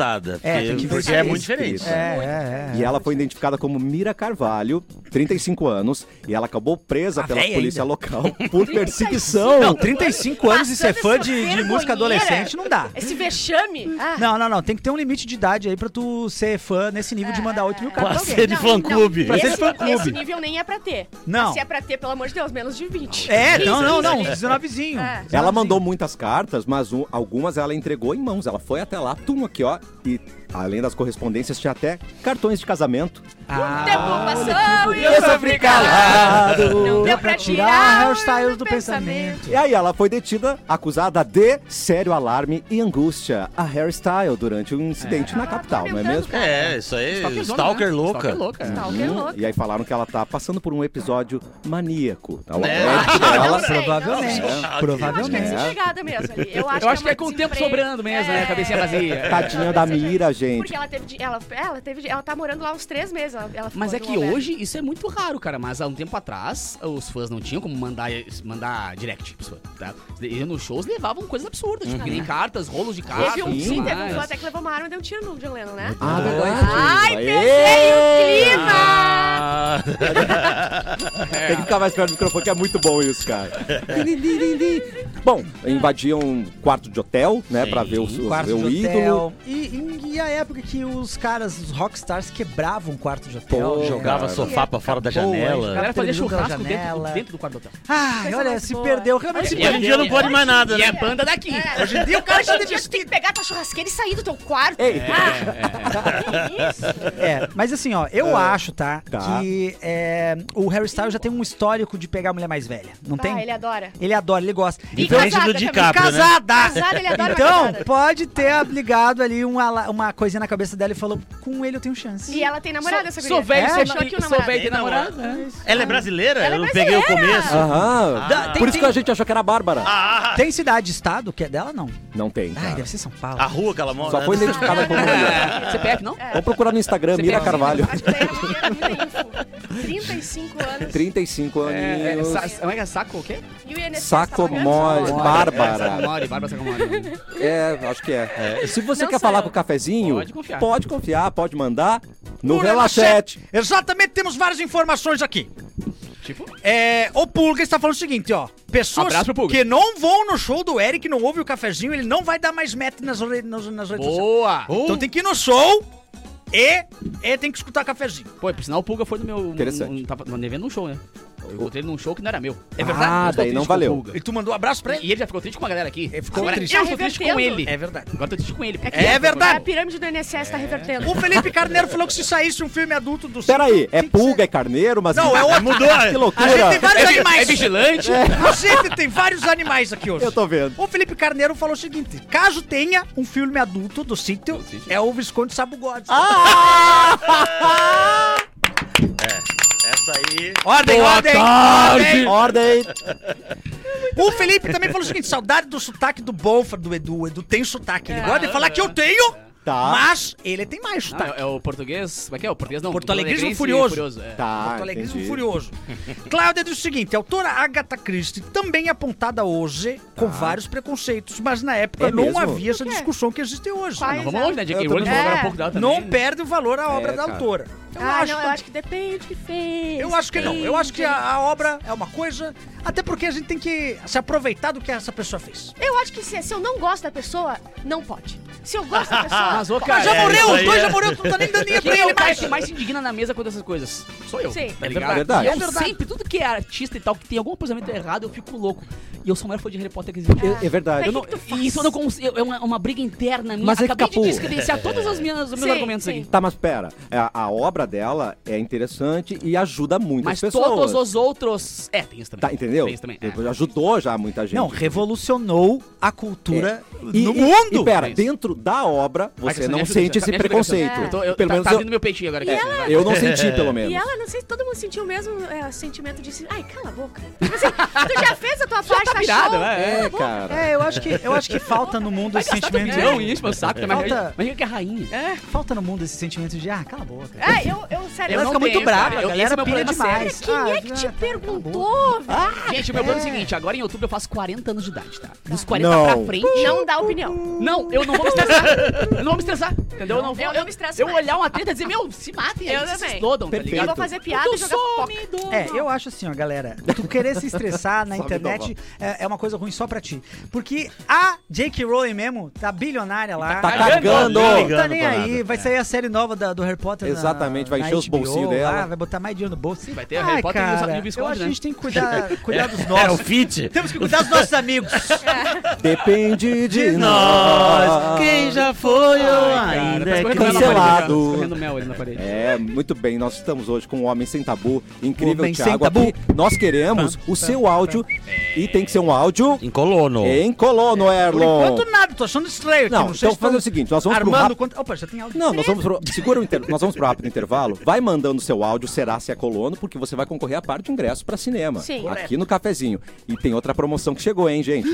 Speaker 2: É,
Speaker 5: Porque-
Speaker 2: tem que ver
Speaker 5: Porque
Speaker 2: se
Speaker 5: é
Speaker 2: é
Speaker 5: muito
Speaker 1: escrito.
Speaker 5: diferente.
Speaker 2: É, é, é.
Speaker 1: E ela foi identificada como Mira Carvalho, 35 anos, e ela acabou presa
Speaker 2: A
Speaker 1: pela
Speaker 2: véia
Speaker 1: polícia local por perseguição.
Speaker 2: Não, 35 anos e ser
Speaker 3: Passando
Speaker 2: fã
Speaker 3: essa
Speaker 2: de, de
Speaker 3: vergonheira.
Speaker 2: música adolescente não dá.
Speaker 3: Esse vexame. Ah.
Speaker 2: Não, não, não. Tem que ter um limite de idade aí pra tu ser fã nesse nível de mandar 8 mil
Speaker 3: Ah.
Speaker 5: Pra
Speaker 2: cartas. pra
Speaker 5: ser
Speaker 2: alguém.
Speaker 5: de fã-clube.
Speaker 2: Pra ser
Speaker 3: esse,
Speaker 2: fã-clube.
Speaker 3: esse nível nem é pra ter.
Speaker 2: Não.
Speaker 3: Se é pra ter, pelo amor de Deus, menos de 20.
Speaker 2: É, não, não, não.
Speaker 3: Isso, isso,
Speaker 2: 19zinho.
Speaker 3: É.
Speaker 1: Ela mandou muitas cartas, mas um- algumas ela entregou em mãos. Ela foi até lá, tum, aqui, ó. e além das correspondências, tinha até cartões de casamento.
Speaker 2: Ah,
Speaker 3: O um tempo passou e
Speaker 2: eu
Speaker 3: eu
Speaker 2: sofri
Speaker 3: sofri
Speaker 2: calado.
Speaker 3: calado. Não deu pra tirar
Speaker 2: hairstyles do
Speaker 3: do
Speaker 2: pensamento.
Speaker 3: pensamento.
Speaker 1: E aí ela foi detida, acusada de sério alarme e angústia a hairstyle durante um incidente na capital, não é mesmo?
Speaker 5: É, isso aí. Stalker,
Speaker 4: Stalkerzona, né?
Speaker 5: louca.
Speaker 4: Stalker louca. é.
Speaker 3: Stalker
Speaker 1: Hum,
Speaker 3: louca.
Speaker 1: E aí falaram que ela tá passando por um episódio maníaco. Tá? O
Speaker 2: (laughs)
Speaker 5: É.
Speaker 1: alérgico
Speaker 3: Ah,
Speaker 1: dela.
Speaker 3: não sei,
Speaker 2: provavelmente.
Speaker 3: não sei.
Speaker 5: É.
Speaker 3: Eu acho que é
Speaker 2: Provavelmente.
Speaker 3: desempregada mesmo ali. Eu acho,
Speaker 4: Eu acho que é
Speaker 3: uma
Speaker 4: com o tempo
Speaker 3: desemprego.
Speaker 4: sobrando mesmo, né?
Speaker 3: É.
Speaker 4: Cabecinha
Speaker 1: (laughs)
Speaker 4: vazia.
Speaker 1: Tadinha da Mira, gente.
Speaker 3: Porque ela teve, di- ela, ela teve, di- ela tá morando lá uns três meses. Ela, ela
Speaker 4: Mas
Speaker 3: ficou
Speaker 4: é
Speaker 3: no
Speaker 4: que
Speaker 3: albergue.
Speaker 4: hoje isso é muito raro, cara. Mas há um tempo atrás, os fãs não tinham como mandar, mandar direct pros fãs, tá? E nos shows levavam coisas absurdas,
Speaker 5: Uhum.
Speaker 4: tipo, que nem cartas, rolos de cartas.
Speaker 3: Teve um,
Speaker 1: sim,
Speaker 3: sim, teve um
Speaker 4: Ah, mas-
Speaker 3: fã até que levou uma arma e deu um tiro no John Lennon,
Speaker 4: (laughs)
Speaker 3: né?
Speaker 1: Ah, verdade.
Speaker 3: Ai,
Speaker 1: Aê!
Speaker 3: pensei o clima!
Speaker 5: Ah,
Speaker 1: Tem que ficar mais perto do microfone, que é muito bom isso, cara. bom, invadiam um quarto de hotel, né? Pra ver o,
Speaker 2: Quarto
Speaker 3: É um
Speaker 1: ver o
Speaker 2: de
Speaker 1: ídolo.
Speaker 2: hotel. E, e- e a época que os caras, os rockstars, quebravam o quarto de hotel.
Speaker 1: Pô,
Speaker 2: né?
Speaker 5: jogava
Speaker 1: Cara.
Speaker 5: sofá pra fora da
Speaker 2: Acabou,
Speaker 4: A
Speaker 5: janela.
Speaker 2: hein?
Speaker 4: galera fazia
Speaker 2: Televisão pela
Speaker 4: churrasco dentro,
Speaker 2: janela.
Speaker 4: dentro do quarto do hotel.
Speaker 2: Ai,
Speaker 3: Coisa
Speaker 2: olha,
Speaker 3: mais
Speaker 2: se
Speaker 3: boa.
Speaker 2: perdeu, realmente se
Speaker 3: Olha,
Speaker 5: Hoje em dia não pode mais nada,
Speaker 4: E
Speaker 5: né?
Speaker 4: é banda daqui.
Speaker 3: Hoje em dia o (laughs) cara diz que tem que pegar tua churrasqueira e sair do teu quarto.
Speaker 1: Ei.
Speaker 3: Ah, que isso?
Speaker 2: É, mas assim, ó, eu acho, tá,
Speaker 1: Tá.
Speaker 2: que é, o Harry Styles já tem um histórico de pegar a mulher mais velha, não tem?
Speaker 3: Ah, ele adora.
Speaker 2: Ele adora, ele gosta.
Speaker 3: E
Speaker 5: Diferente
Speaker 3: casada
Speaker 5: do
Speaker 3: também.
Speaker 5: DiCaprio, né?
Speaker 2: casada!
Speaker 3: Casada, ele adora uma
Speaker 2: Então,
Speaker 3: casada.
Speaker 2: pode ter ligado ali uma, la- uma coisinha na cabeça dela e falou, com ele eu tenho chance.
Speaker 3: E ela tem namorada, essa
Speaker 4: Sou,
Speaker 3: guria.
Speaker 4: sou velho,
Speaker 2: É,
Speaker 4: sou,
Speaker 3: achou que o
Speaker 4: sou
Speaker 3: namorado-
Speaker 4: velho de
Speaker 5: Tem
Speaker 4: namorado.
Speaker 5: Ela é brasileira?
Speaker 3: Ela é
Speaker 5: eu não peguei o
Speaker 3: brasileira.
Speaker 5: começo.
Speaker 1: Aham.
Speaker 5: Ah.
Speaker 1: Por isso que a gente achou que era a Bárbara.
Speaker 5: Ah,
Speaker 2: Tem cidade, estado, que é dela, não?
Speaker 1: Não tem,
Speaker 2: Ai,
Speaker 1: cara.
Speaker 2: deve ser São Paulo.
Speaker 4: Ah.
Speaker 5: a rua que ela mora.
Speaker 1: Só foi
Speaker 5: né? (laughs)
Speaker 1: identificada como
Speaker 4: (laughs)
Speaker 1: mulher.
Speaker 4: É. CPF, não?
Speaker 1: Vamos procurar no Instagram, Mira
Speaker 4: pega-
Speaker 1: Carvalho.
Speaker 3: Acho que daí é era muita- muita info.
Speaker 1: (laughs)
Speaker 3: 35 anos.
Speaker 1: 35
Speaker 4: É, é,
Speaker 1: aninhos.
Speaker 4: sa- como é que é? Saco o quê?
Speaker 3: E o INSS tá pagando
Speaker 1: Sacomore,
Speaker 3: só-
Speaker 4: É,
Speaker 1: Bárbara.
Speaker 4: Sacomori, Bárbara Sacomori.
Speaker 1: É, acho que é. Se você
Speaker 3: Não
Speaker 1: quer
Speaker 3: sou
Speaker 1: falar
Speaker 3: eu.
Speaker 1: com o cafezinho,
Speaker 4: Pode confiar.
Speaker 1: pode confiar, pode mandar no
Speaker 2: Pura
Speaker 1: Relaxete.
Speaker 2: Exatamente, temos várias informações aqui.
Speaker 4: Tipo?
Speaker 2: É, o Pulga está falando o seguinte, ó. Pessoas
Speaker 4: Abraço pro Pulga.
Speaker 2: que não vão no show do Eric, não ouvem o cafezinho, ele não vai dar mais meta nas, re- nas, nas redes sociais.
Speaker 4: Boa!
Speaker 5: Oh,
Speaker 2: Então tem que ir no show e, e tem que escutar cafezinho.
Speaker 4: Pô, por sinal, o Pulga foi no meu.
Speaker 1: Interessante.
Speaker 4: Um, um, tava no evento num show, né? Eu encontrei ele num show que não era meu.
Speaker 1: É verdade? Ah,
Speaker 4: Eu estou
Speaker 1: daí
Speaker 4: triste
Speaker 1: não
Speaker 4: com o
Speaker 1: valeu.
Speaker 4: Pulga.
Speaker 2: E tu mandou um abraço pra ele?
Speaker 4: E ele já ficou triste com a galera aqui.
Speaker 2: Ele ficou
Speaker 4: Agora
Speaker 2: triste.
Speaker 4: Eu
Speaker 3: Tá
Speaker 4: tô triste com
Speaker 3: revertendo.
Speaker 4: ele.
Speaker 2: É verdade.
Speaker 4: Agora eu tô triste com ele.
Speaker 3: que-
Speaker 2: É verdade.
Speaker 3: A pirâmide do INSS tá revertendo.
Speaker 2: O Felipe Carneiro falou que se saísse um filme adulto do
Speaker 1: Peraí, é
Speaker 2: tem que ser-
Speaker 1: pulga, é carneiro, mas. (laughs)
Speaker 2: Não, é outro.
Speaker 5: Mudou.
Speaker 1: Que
Speaker 2: A gente tem
Speaker 1: loucura!
Speaker 2: vários
Speaker 4: É, vi- é
Speaker 2: animais. É.
Speaker 4: vigilante.
Speaker 2: A gente tem vários animais aqui hoje.
Speaker 1: Eu tô vendo.
Speaker 2: O Felipe Carneiro falou o seguinte: caso tenha um filme adulto do sítio, é o Visconde Sabugodes.
Speaker 1: Ah!
Speaker 5: Essa aí.
Speaker 2: Ordem, ordem,
Speaker 1: (laughs)
Speaker 2: ordem!
Speaker 1: Ordem!
Speaker 2: O Felipe também falou o seguinte: saudade do sotaque do Bonfa, do Edu. O Edu tem sotaque. Ele gosta de falar que eu tenho,
Speaker 1: Tá.
Speaker 2: mas ele tem mais
Speaker 4: (laughs) Não,
Speaker 2: sotaque.
Speaker 4: é, é o português. Como é que é? O português não.
Speaker 2: Porto
Speaker 4: o
Speaker 2: Alegrismo
Speaker 4: alegrense
Speaker 2: Furioso.
Speaker 4: é.
Speaker 1: Tá.
Speaker 2: Porto Alegrismo
Speaker 1: entendi. (laughs)
Speaker 2: Furioso. Cláudia diz o seguinte: a autora Agatha Christie também é apontada hoje com vários preconceitos, mas na época
Speaker 1: Ah. É
Speaker 2: não
Speaker 1: mesmo?
Speaker 2: havia essa
Speaker 3: Por quê?
Speaker 2: discussão que existe hoje.
Speaker 3: Quais?
Speaker 4: Não, vamos longe, né? J.K.
Speaker 1: Eu
Speaker 4: Rowling
Speaker 1: também-
Speaker 4: falou agora há
Speaker 3: É.
Speaker 4: pouco dela também.
Speaker 2: Não perde o valor à obra
Speaker 1: É,
Speaker 2: da
Speaker 1: cara.
Speaker 2: autora. Eu
Speaker 3: Ah,
Speaker 2: acho
Speaker 3: não, eu
Speaker 2: também.
Speaker 3: acho que depende que fez.
Speaker 2: Eu acho que não. Eu acho que a, a obra é uma coisa, até porque a gente tem que se aproveitar do que essa pessoa fez.
Speaker 3: Eu acho que se, se eu não gosto da pessoa, não pode. Se eu gosto
Speaker 2: (laughs)
Speaker 3: da pessoa.
Speaker 4: Ah, Mas, ô,
Speaker 3: pode.
Speaker 4: cara,
Speaker 2: já
Speaker 5: é,
Speaker 2: morreu,
Speaker 5: isso
Speaker 2: os
Speaker 5: aí
Speaker 2: dois
Speaker 5: é.
Speaker 2: já morreram, tu não tá nem
Speaker 1: (laughs)
Speaker 2: dando dinheiro pra
Speaker 4: Quem é
Speaker 2: ele
Speaker 4: o cara
Speaker 2: mais.
Speaker 4: que mais se indigna na mesa quando essas coisas? Sou eu.
Speaker 3: Sim.
Speaker 4: tá
Speaker 1: É
Speaker 4: ligado?
Speaker 1: verdade.
Speaker 4: E eu
Speaker 1: É
Speaker 2: verdade.
Speaker 4: sempre, tudo que é artista e tal, que tem algum posicionamento errado, eu fico louco. E eu sou o maior fã de Harry Potter que existe.
Speaker 1: É verdade.
Speaker 3: Mas
Speaker 1: Eu
Speaker 3: que
Speaker 1: não-
Speaker 3: que tu faz?
Speaker 4: E isso eu não consigo. É uma, uma briga interna minha.
Speaker 1: Mas é que
Speaker 4: Acabei
Speaker 1: Capu-
Speaker 4: de descredenciar todos os meus, os meus
Speaker 3: Sim,
Speaker 4: argumentos
Speaker 3: sim.
Speaker 4: aqui.
Speaker 1: Tá, mas pera. A, a obra dela é interessante e ajuda muitas
Speaker 4: Mas
Speaker 1: pessoas.
Speaker 4: todos os outros. É, tem isso também.
Speaker 1: Tá, entendeu?
Speaker 4: Tem isso também. é.
Speaker 1: Ajudou já muita gente.
Speaker 2: Não, revolucionou a cultura
Speaker 1: É. E-
Speaker 2: no
Speaker 1: e-
Speaker 2: mundo.
Speaker 1: E pera,
Speaker 4: Isso.
Speaker 1: dentro da obra, você
Speaker 4: Vai, Cassiano,
Speaker 1: não
Speaker 4: me ajuda,
Speaker 1: sente esse
Speaker 4: me
Speaker 2: tá
Speaker 4: ajuda, Cassiano.
Speaker 1: preconceito.
Speaker 4: Eu tô, eu,
Speaker 1: Pelo
Speaker 4: tá,
Speaker 1: menos
Speaker 4: tá
Speaker 1: eu-
Speaker 4: vindo meu peitinho agora.
Speaker 1: É,
Speaker 4: Cassiano,
Speaker 2: né?
Speaker 4: vai.
Speaker 1: eu não senti, pelo menos.
Speaker 3: (laughs) E ela, não sei se todo mundo sentiu o mesmo é, sentimento de assim, ai, cala a boca. Tipo assim, (laughs) tu já fez a tua parte,
Speaker 4: tá
Speaker 3: tá
Speaker 4: virado,
Speaker 3: show?
Speaker 4: vai,
Speaker 1: É,
Speaker 3: Cala a boca.
Speaker 1: cara.
Speaker 2: É, eu acho que eu acho que falta no mundo
Speaker 4: Vai
Speaker 2: esse
Speaker 4: gastar teu
Speaker 2: sentimento. né?
Speaker 4: milhão
Speaker 3: é.
Speaker 4: e enche meu saco. também.
Speaker 2: Falta-
Speaker 4: Imagina imagina que é a rainha.
Speaker 2: É, falta no mundo esse sentimento de ah, cala a boca.
Speaker 3: É, eu, eu, sério,
Speaker 2: Ela
Speaker 3: eu
Speaker 2: fica
Speaker 3: não
Speaker 2: muito
Speaker 3: tenho,
Speaker 2: brava,
Speaker 3: cara.
Speaker 2: a
Speaker 4: eu- esse é
Speaker 2: galera
Speaker 4: meu
Speaker 2: pilha
Speaker 4: problema sério.
Speaker 2: demais.
Speaker 3: Quem
Speaker 2: Ah,
Speaker 3: é que te
Speaker 2: já-
Speaker 3: perguntou, velho?
Speaker 4: Gente, o meu plano é o seguinte: agora em outubro eu faço 40 anos de idade, tá? Dos 40
Speaker 1: Não.
Speaker 4: pra frente.
Speaker 3: Não dá opinião.
Speaker 4: Não, eu não vou
Speaker 3: (laughs)
Speaker 4: me estressar. eu não vou me estressar. Entendeu? Eu não vou.
Speaker 3: Eu não me estresso
Speaker 4: Eu
Speaker 3: mais.
Speaker 4: olhar uma treta e dizer, meu, se matem aí,
Speaker 3: Eu
Speaker 4: vocês se
Speaker 3: também.
Speaker 4: explodam, tá
Speaker 1: Perfeito.
Speaker 4: ligado?
Speaker 3: Eu vou fazer piada
Speaker 4: Tu
Speaker 3: e jogar pipoca.
Speaker 4: some do-
Speaker 2: É, eu acho assim, ó, galera. Tu querer se estressar
Speaker 4: (laughs)
Speaker 2: na
Speaker 1: Sobe
Speaker 2: internet é, é uma coisa ruim só pra ti. Porque a Jake Rowling mesmo tá bilionária lá.
Speaker 1: Tá
Speaker 4: cagando,
Speaker 1: cagando!
Speaker 5: Não
Speaker 2: Não tá nem
Speaker 5: pra
Speaker 2: aí,
Speaker 5: nada.
Speaker 2: vai sair a série nova da- do Harry Potter. na-
Speaker 1: Exatamente, é. Exatamente, vai
Speaker 2: na
Speaker 1: encher os
Speaker 2: HBO,
Speaker 1: bolsinhos dela.
Speaker 2: ah, vai botar mais dinheiro no bolso.
Speaker 4: Vai ter o Harry Potter e o
Speaker 2: cara,
Speaker 4: Sa- e o
Speaker 2: Eu
Speaker 4: Visconde,
Speaker 2: acho que a
Speaker 4: né?
Speaker 2: gente tem que
Speaker 4: (laughs)
Speaker 2: cuidar, cuidar dos
Speaker 5: É o
Speaker 2: nossos.
Speaker 5: fit.
Speaker 2: Temos que cuidar dos nossos amigos.
Speaker 1: Depende de
Speaker 5: Nós,
Speaker 1: nós.
Speaker 5: quem já foi ou ainda é
Speaker 1: escorrendo na parede.
Speaker 5: quem-
Speaker 1: Cancelado.
Speaker 4: Correndo mel ali na parede.
Speaker 1: É, muito bem, nós estamos hoje com o Homem Sem Tabu, incrível
Speaker 2: Homem Sem
Speaker 1: Thiago
Speaker 2: Tabu.
Speaker 1: aqui. Nós queremos o seu áudio e tem que ser um áudio
Speaker 5: Em colono.
Speaker 1: em colono,
Speaker 2: É, Por
Speaker 1: Erlon.
Speaker 2: enquanto nada, tô achando estranho aqui.
Speaker 1: Não,
Speaker 2: sei
Speaker 1: então
Speaker 2: se
Speaker 1: fazer
Speaker 2: tão
Speaker 1: o seguinte, nós vamos pro
Speaker 2: Armando
Speaker 1: rápido-
Speaker 2: quanto... Opa, já tem áudio.
Speaker 1: Não, nós vamos pro, segura o inter- nós vamos pro rápido intervalo. Vai mandando seu áudio, será se é colono, porque você vai concorrer a parte de ingresso para cinema.
Speaker 3: Sim.
Speaker 1: Aqui no cafezinho. E tem outra promoção que chegou, hein, (gasps) gente?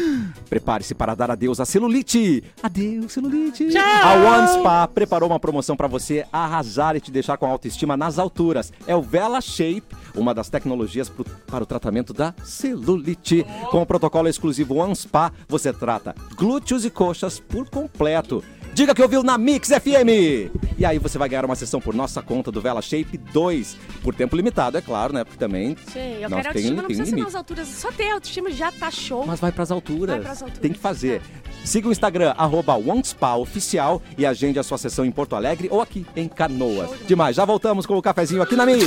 Speaker 1: Prepare-se para dar adeus à celulite. Adeus, celulite. A One Spa preparou uma promoção para você arrasar e te deixar com a autoestima nas alturas. É o Vela Shape, uma das tecnologias pro- para o tratamento da celulite. Com o protocolo exclusivo One Spa, você trata glúteos e coxas por completo. Diga que ouviu na Mix FM. E aí você vai ganhar uma sessão por nossa conta do Vela Shape 2. Por tempo limitado, é claro, né? Porque também.
Speaker 3: Sim, eu
Speaker 1: nós
Speaker 3: quero
Speaker 1: tem-
Speaker 2: um
Speaker 3: autoestima, não
Speaker 1: tem
Speaker 3: precisa ser
Speaker 1: limite.
Speaker 3: nas alturas. Só ter autoestima já tá show.
Speaker 1: Mas vai pras alturas.
Speaker 3: Vai pras alturas. é.
Speaker 1: Tem que fazer. Siga o Instagram, arroba OneSpa Oficial e agende a sua sessão em Porto Alegre ou aqui em Canoas. Demais, já voltamos com o cafezinho aqui na Mix.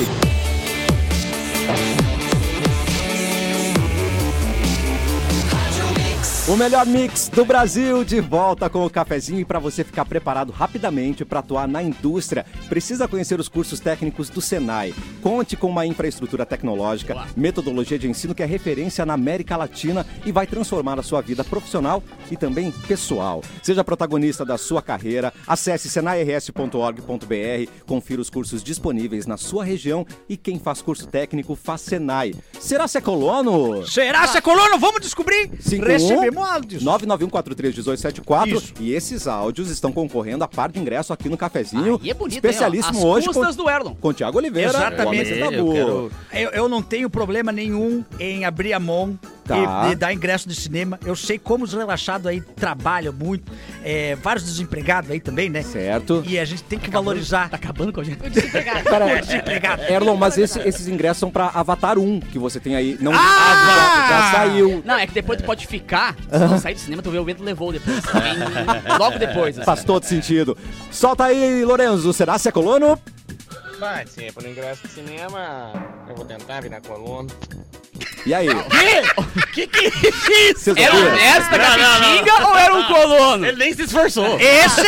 Speaker 1: O melhor mix do Brasil de volta com o cafezinho e para você ficar preparado rapidamente para atuar na indústria, precisa conhecer os cursos técnicos do Senai. Conte com uma infraestrutura tecnológica, metodologia de ensino que é referência na América Latina e vai transformar a sua vida profissional e também pessoal. Seja protagonista da sua carreira, acesse senairs.org.br, confira os cursos disponíveis na sua região e quem faz curso técnico faz Senai. Será se é colono?
Speaker 2: Será se é colono? Vamos descobrir.
Speaker 1: 51
Speaker 2: Recebemos áudios.
Speaker 1: 991431874.
Speaker 2: Isso.
Speaker 1: E esses áudios estão concorrendo a par de ingresso aqui no cafezinho.
Speaker 4: Aí é bonito, hein, ó.
Speaker 1: especialíssimo
Speaker 4: As
Speaker 1: hoje
Speaker 4: custas
Speaker 1: com,
Speaker 4: do Erlon.
Speaker 1: com Tiago Oliveira.
Speaker 2: Exatamente.
Speaker 1: o Homem Sem
Speaker 5: Eu
Speaker 1: Tabu.
Speaker 5: quero-
Speaker 2: Eu, eu não tenho problema nenhum em abrir a mão
Speaker 1: Tá.
Speaker 2: e, e dar ingresso de cinema. Eu sei como os relaxados aí trabalham muito. é, vários desempregados aí também, né?
Speaker 1: Certo.
Speaker 2: E a gente tem que valorizar.
Speaker 4: Tá acabando com a gente.
Speaker 3: O desempregado.
Speaker 1: Pera,
Speaker 2: Desempregado.
Speaker 1: Erlon, mas esse- esses ingressos são pra Avatar 1 que você tem aí. Não,
Speaker 2: Ah!
Speaker 1: já, já saiu.
Speaker 4: Não, é que depois tu pode ficar, se não sair do cinema, tu vê o vento levou depois. Bem- Logo depois. assim.
Speaker 1: Faz todo sentido. Solta aí, Lorenzo. Será se é colono?
Speaker 7: Participa no é ingresso de cinema. Eu vou tentar virar coluna.
Speaker 1: E aí?
Speaker 5: Que que é isso?
Speaker 1: Vocês
Speaker 4: Era o
Speaker 1: ouviram?
Speaker 4: Ernesto da
Speaker 5: Não, não, não.
Speaker 4: Capitinga ou era um colono?
Speaker 5: Ele nem se esforçou.
Speaker 2: Esse...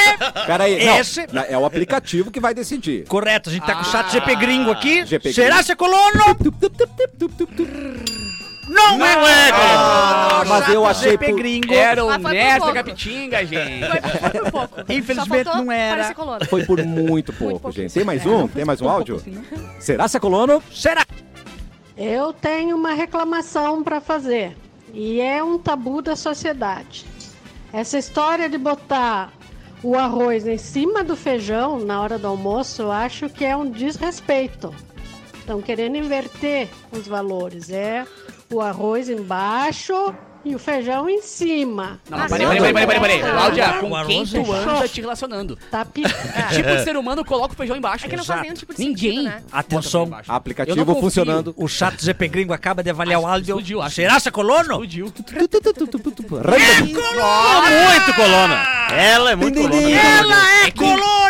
Speaker 1: Pera aí. não,
Speaker 2: Esse-
Speaker 1: na- é o aplicativo que vai decidir.
Speaker 2: Correto, a gente tá com o chat
Speaker 4: Ah,
Speaker 2: GP gringo aqui.
Speaker 1: GP gringo.
Speaker 2: Será se é colono? Não,
Speaker 5: Não
Speaker 2: é
Speaker 5: é,
Speaker 2: colono.
Speaker 1: Ah, mas eu
Speaker 2: Chato
Speaker 1: achei
Speaker 2: GP
Speaker 1: por-
Speaker 2: gringo.
Speaker 4: Era o
Speaker 3: Mas foi por
Speaker 4: Ernesto da
Speaker 3: pouco.
Speaker 4: Capitinga, gente.
Speaker 3: Foi por- foi
Speaker 1: (laughs)
Speaker 3: por pouco.
Speaker 2: Infelizmente
Speaker 3: Só faltou
Speaker 2: não era.
Speaker 3: parecer colônia.
Speaker 1: Foi por muito pouco,
Speaker 3: pouco.
Speaker 1: gente. Tem
Speaker 3: É,
Speaker 1: mais um? Tem mais um áudio? Será se é colono?
Speaker 4: um
Speaker 2: Será?
Speaker 8: Eu tenho uma reclamação para fazer e é um tabu da sociedade. Essa história de botar o arroz em cima do feijão na hora do almoço, eu acho que é um desrespeito. Estão querendo inverter os valores, é o arroz embaixo e o feijão em cima.
Speaker 4: Não,
Speaker 3: Ah,
Speaker 4: mas peraí,
Speaker 3: só
Speaker 4: peraí, peraí, peraí,
Speaker 3: não.
Speaker 4: peraí, peraí. Cláudia,
Speaker 2: O
Speaker 4: com
Speaker 2: arroz
Speaker 4: quem tu
Speaker 2: é
Speaker 4: anda te relacionando?
Speaker 8: Tá
Speaker 4: Que
Speaker 8: picado.
Speaker 4: tipo de ser humano coloca o feijão embaixo?
Speaker 3: É que não faz nenhum tipo de
Speaker 4: Ninguém.
Speaker 3: sentido, né?
Speaker 2: Atenção.
Speaker 4: Bota o feijão embaixo. Eu não
Speaker 1: Aplicativo
Speaker 2: (laughs)
Speaker 4: confio.
Speaker 1: funcionando.
Speaker 2: O chato GP gringo acaba de avaliar
Speaker 4: Acho
Speaker 2: o
Speaker 4: que
Speaker 2: áudio.
Speaker 4: explodiu, acho.
Speaker 2: Será se é colono?
Speaker 4: Explodiu.
Speaker 1: Random.
Speaker 5: Ela é muito colona. Ela é muito
Speaker 1: Din, din,
Speaker 5: colona.
Speaker 1: din.
Speaker 2: Ela é
Speaker 4: que-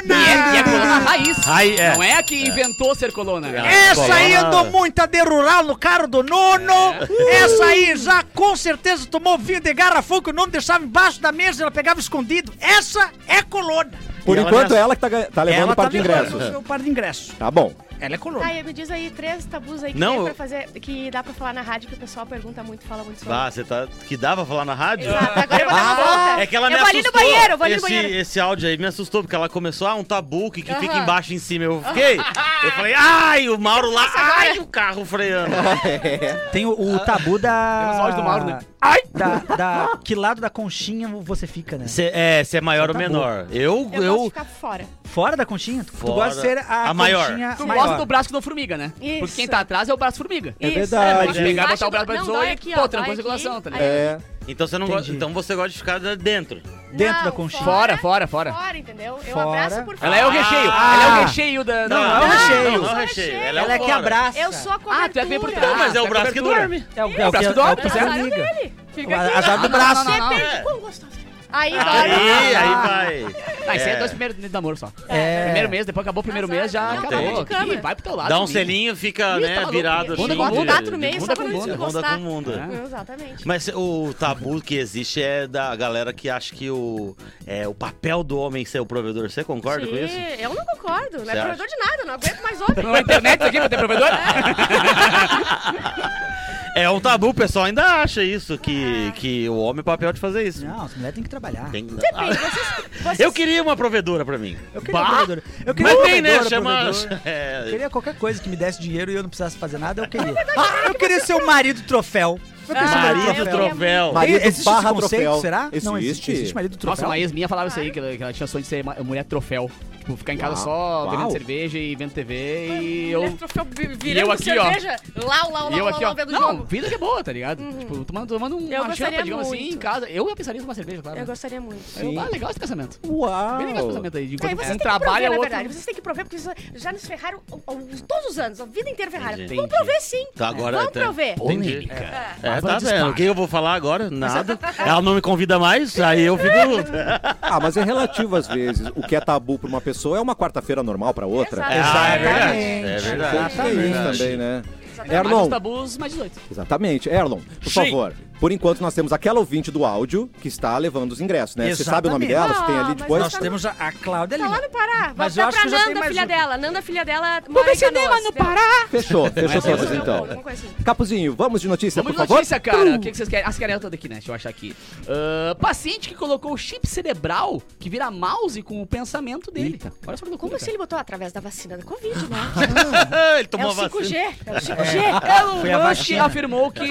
Speaker 4: E é, e é colona raiz.
Speaker 5: Ai, é.
Speaker 4: Não é a que inventou ser colona. né?
Speaker 2: Essa aí
Speaker 5: Colorado.
Speaker 2: andou muita de rural no carro do nono.
Speaker 4: É.
Speaker 2: Essa aí já com certeza tomou vinho de garrafão que o nono deixava embaixo da mesa e ela pegava escondido. Essa é colona.
Speaker 1: Por
Speaker 5: E ela
Speaker 1: enquanto,
Speaker 5: me-
Speaker 1: ela que tá, gan- tá levando
Speaker 2: ela
Speaker 1: o par de
Speaker 2: levando
Speaker 1: ingressos.
Speaker 2: o seu par de ingresso.
Speaker 1: Tá bom.
Speaker 2: Ela é
Speaker 3: Tá,
Speaker 2: colona.
Speaker 3: e me diz aí três tabus aí que,
Speaker 5: Não,
Speaker 3: tem
Speaker 5: eu-
Speaker 3: pra fazer, que dá pra falar na rádio, que o pessoal pergunta muito, fala muito sobre.
Speaker 5: Ah, você tá. Que dá pra falar na rádio?
Speaker 3: Exato, agora eu vou
Speaker 1: Ah!
Speaker 3: dar uma volta.
Speaker 5: É que ela
Speaker 3: eu
Speaker 5: me
Speaker 3: vou ali
Speaker 5: assustou.
Speaker 3: no banheiro, eu vou ali
Speaker 5: esse,
Speaker 3: no banheiro.
Speaker 5: esse áudio aí me assustou, porque ela começou, ah, um tabu que, que fica
Speaker 3: Aham.
Speaker 5: embaixo e em cima. Eu fiquei. Eu falei, ai, o Mauro lá, ai, o carro
Speaker 2: (laughs)
Speaker 5: freando.
Speaker 2: Tem o, o tabu da.
Speaker 4: Temos o áudio do Mauro, né?
Speaker 2: Ai! Da, da- Que lado da conchinha você fica, né?
Speaker 5: Se é, se é maior ou
Speaker 2: Tabu.
Speaker 5: menor. Eu,
Speaker 3: Eu,
Speaker 5: eu,
Speaker 3: gosto de ficar fora.
Speaker 1: É
Speaker 2: Fora da conchinha? Tu, tu
Speaker 5: Fora.
Speaker 2: gosta de ser a,
Speaker 5: A maior.
Speaker 2: conchinha
Speaker 4: Tu
Speaker 2: maior.
Speaker 4: gosta do braço que não formiga, né?
Speaker 3: Isso.
Speaker 4: Porque quem tá atrás é o braço formiga.
Speaker 1: É
Speaker 3: Isso.
Speaker 1: verdade.
Speaker 4: Pode pegar,
Speaker 3: Embaixo
Speaker 4: botar o braço pra
Speaker 3: não,
Speaker 4: pessoa
Speaker 3: dói
Speaker 4: e,
Speaker 3: aqui,
Speaker 4: pô,
Speaker 3: ó,
Speaker 4: trancou a
Speaker 3: dói
Speaker 4: circulação,
Speaker 3: aqui,
Speaker 4: tá
Speaker 3: aí-
Speaker 4: ligado?
Speaker 1: É.
Speaker 5: Então você não
Speaker 2: Entendi.
Speaker 5: gosta. Então você gosta de ficar dentro.
Speaker 2: Dentro
Speaker 3: Não,
Speaker 2: da conchinha.
Speaker 4: Fora, fora, fora.
Speaker 3: Fora, entendeu? Eu
Speaker 2: Fora.
Speaker 3: abraço por fora.
Speaker 4: Ela é o recheio.
Speaker 2: Ah.
Speaker 4: Ela é o recheio
Speaker 2: Não,
Speaker 4: da. da-
Speaker 2: não é o
Speaker 4: Ah,
Speaker 2: recheio.
Speaker 5: Não, não é
Speaker 3: Ela
Speaker 5: o
Speaker 3: é
Speaker 5: recheio.
Speaker 3: cheia.
Speaker 5: Ela é,
Speaker 2: Ela é
Speaker 5: o
Speaker 2: que
Speaker 5: fora.
Speaker 2: abraça.
Speaker 3: Eu sou a cobertura.
Speaker 4: Ah, tu é bem por
Speaker 5: Não,
Speaker 4: trás.
Speaker 5: mas é
Speaker 4: Ah,
Speaker 5: o
Speaker 4: tá
Speaker 5: braço que
Speaker 4: cobertura.
Speaker 5: dorme.
Speaker 2: É o,
Speaker 4: braço do
Speaker 2: é
Speaker 4: alto,
Speaker 2: o
Speaker 4: certo?
Speaker 2: formiga.
Speaker 3: Fica
Speaker 2: A-
Speaker 3: aqui.
Speaker 2: Azar do
Speaker 4: Ah,
Speaker 2: braço.
Speaker 4: Não, não, não, não.
Speaker 3: Depende de quão gostosa é. Aí
Speaker 5: Aí,
Speaker 3: vai.
Speaker 5: aí vai.
Speaker 4: Ah, isso aí é dois primeiros meses de namoro só.
Speaker 2: É.
Speaker 4: Primeiro mês, depois acabou o primeiro
Speaker 3: Azar,
Speaker 4: mês, já
Speaker 3: não,
Speaker 4: acabou.
Speaker 3: tá de cama.
Speaker 4: Ih, vai pro teu lado.
Speaker 5: Dá um
Speaker 4: menino.
Speaker 5: selinho, fica,
Speaker 4: Ih, tá
Speaker 5: né,
Speaker 4: louco.
Speaker 5: virado
Speaker 4: Bunda com
Speaker 5: assim. de-
Speaker 4: bunda.
Speaker 3: Mudar no
Speaker 5: de
Speaker 3: meio
Speaker 5: bunda
Speaker 3: só pra
Speaker 5: com
Speaker 3: não
Speaker 5: bunda, É. bunda
Speaker 3: desgostar.
Speaker 5: com bunda.
Speaker 3: Exatamente.
Speaker 5: Mas o tabu que existe é da galera que acha que o, é, o papel do homem ser o provedor. Você concorda com
Speaker 3: Sim,
Speaker 5: isso?
Speaker 3: Eu não concordo. Não
Speaker 5: Você
Speaker 3: é
Speaker 5: acha?
Speaker 3: provedor de nada, não aguento mais homem.
Speaker 4: Não é internet isso aqui pra ter provedor?
Speaker 5: É um tabu, o pessoal ainda acha isso,
Speaker 4: Ah.
Speaker 5: que, que o homem é papel de fazer isso.
Speaker 2: Não, as mulheres têm que trabalhar.
Speaker 5: Tem- ah,
Speaker 3: Depende, vocês, vocês-
Speaker 5: Eu queria uma provedora pra mim.
Speaker 2: Eu queria provedora. Eu queria
Speaker 5: Mas tem, né?
Speaker 2: provedora,
Speaker 5: Chama.
Speaker 2: provedora. Eu
Speaker 5: (laughs) É,
Speaker 2: queria qualquer coisa que me desse dinheiro e eu não precisasse fazer nada, eu (laughs) queria. Ah, eu queria ser o marido troféu.
Speaker 4: Ah,
Speaker 2: Eu queria ser o
Speaker 3: eu
Speaker 5: marido
Speaker 3: queria
Speaker 5: troféu.
Speaker 1: muito. Marido
Speaker 2: existe
Speaker 1: barra
Speaker 2: esse conceito,
Speaker 1: troféu.
Speaker 2: será? Não
Speaker 1: Existe.
Speaker 2: existe. Existe marido
Speaker 4: Nossa,
Speaker 2: troféu.
Speaker 4: uma ex minha falava isso aí, que ela, que ela tinha sonho de ser ma- mulher troféu. Tipo, ficar em casa
Speaker 1: Uau,
Speaker 4: só
Speaker 1: uau.
Speaker 4: bebendo cerveja e vendo TV e
Speaker 3: Mulher
Speaker 4: eu...
Speaker 3: troféu vi-
Speaker 4: E eu
Speaker 3: virando
Speaker 4: aqui, ó.
Speaker 3: cerveja. Lá, lá, lá,
Speaker 4: E eu
Speaker 3: lá,
Speaker 4: aqui,
Speaker 3: lá,
Speaker 4: ó.
Speaker 3: vendo
Speaker 4: Não,
Speaker 3: jogo. Uhum.
Speaker 4: vida que é boa, tá ligado? Tipo, tomando, tomando uma
Speaker 3: gostaria
Speaker 4: champa, digamos assim,
Speaker 3: muito.
Speaker 4: em casa. Eu ia pensar em tomar cerveja, claro.
Speaker 3: Eu gostaria muito.
Speaker 4: Eu- Ah, legal esse pensamento.
Speaker 1: Uau!
Speaker 4: Bem legal esse pensamento aí. De
Speaker 3: É,
Speaker 4: enquanto
Speaker 3: vocês têm
Speaker 4: um trabalha,
Speaker 3: que prover,
Speaker 4: o
Speaker 3: na
Speaker 4: outro...
Speaker 3: verdade. Vocês têm que prover, porque vocês já nos ferraram ao- ao- todos os anos, a vida inteira ferraram.
Speaker 5: Entendi.
Speaker 3: Vamos prover sim.
Speaker 5: Tá, agora
Speaker 3: Vamos
Speaker 5: tá-
Speaker 3: prover.
Speaker 5: Entendi.
Speaker 3: É.
Speaker 5: É, tá
Speaker 4: Avante
Speaker 5: vendo?
Speaker 4: Spark.
Speaker 5: O que eu vou falar agora?
Speaker 4: (laughs)
Speaker 5: Nada. Ela não me convida mais, aí eu fico.
Speaker 1: Ah, mas é relativo às vezes. O que é tabu pra uma pessoa é uma quarta-feira normal pra outra.
Speaker 3: Exato.
Speaker 5: Ah, é verdade. É
Speaker 2: Exatamente.
Speaker 1: Tem que
Speaker 5: verdade.
Speaker 1: ter isso também, né?
Speaker 4: Mais os
Speaker 1: Erlon,
Speaker 4: tabus, mais 18.
Speaker 1: exatamente. Erlon, por favor. Por enquanto, nós temos aquela ouvinte do áudio que está levando os ingressos, né? Você sabe o nome dela?
Speaker 3: Exatamente.
Speaker 1: Você tem ali
Speaker 3: Ah,
Speaker 1: depois?
Speaker 3: mas
Speaker 2: Nós temos a, a Cláudia
Speaker 3: Tá lá
Speaker 2: Lima.
Speaker 3: no Pará. Vai
Speaker 2: Mas eu
Speaker 3: dar
Speaker 2: acho
Speaker 3: pra
Speaker 2: que eu já tenho
Speaker 3: Nanda,
Speaker 2: mais
Speaker 3: filha
Speaker 2: um.
Speaker 3: dela. Nanda, filha dela,
Speaker 4: Vou
Speaker 3: mora
Speaker 4: ver
Speaker 3: em
Speaker 4: cinema
Speaker 3: Canoas.
Speaker 4: no Pará!
Speaker 1: Fechou, fechou
Speaker 5: Mas é
Speaker 1: todas
Speaker 5: isso.
Speaker 1: então.
Speaker 3: Alguma coisa assim.
Speaker 1: Capuzinho, vamos de notícia,
Speaker 4: Vamos de
Speaker 1: por favor?
Speaker 4: notícia, cara. O que que vocês querem? Ah, vocês querem ela toda aqui, né? Deixa eu achar aqui. Ah, paciente que colocou chip cerebral que vira mouse com o pensamento dele. Olha só que
Speaker 3: Como
Speaker 4: loucura.
Speaker 3: assim ele botou através da vacina da Covid, né? É
Speaker 5: Ele tomou
Speaker 3: o
Speaker 5: a vacina.
Speaker 3: 5G. É o
Speaker 2: (laughs)
Speaker 3: 5G.
Speaker 2: Foi
Speaker 4: Elon
Speaker 2: a
Speaker 4: Musk
Speaker 2: vacina.
Speaker 4: afirmou que.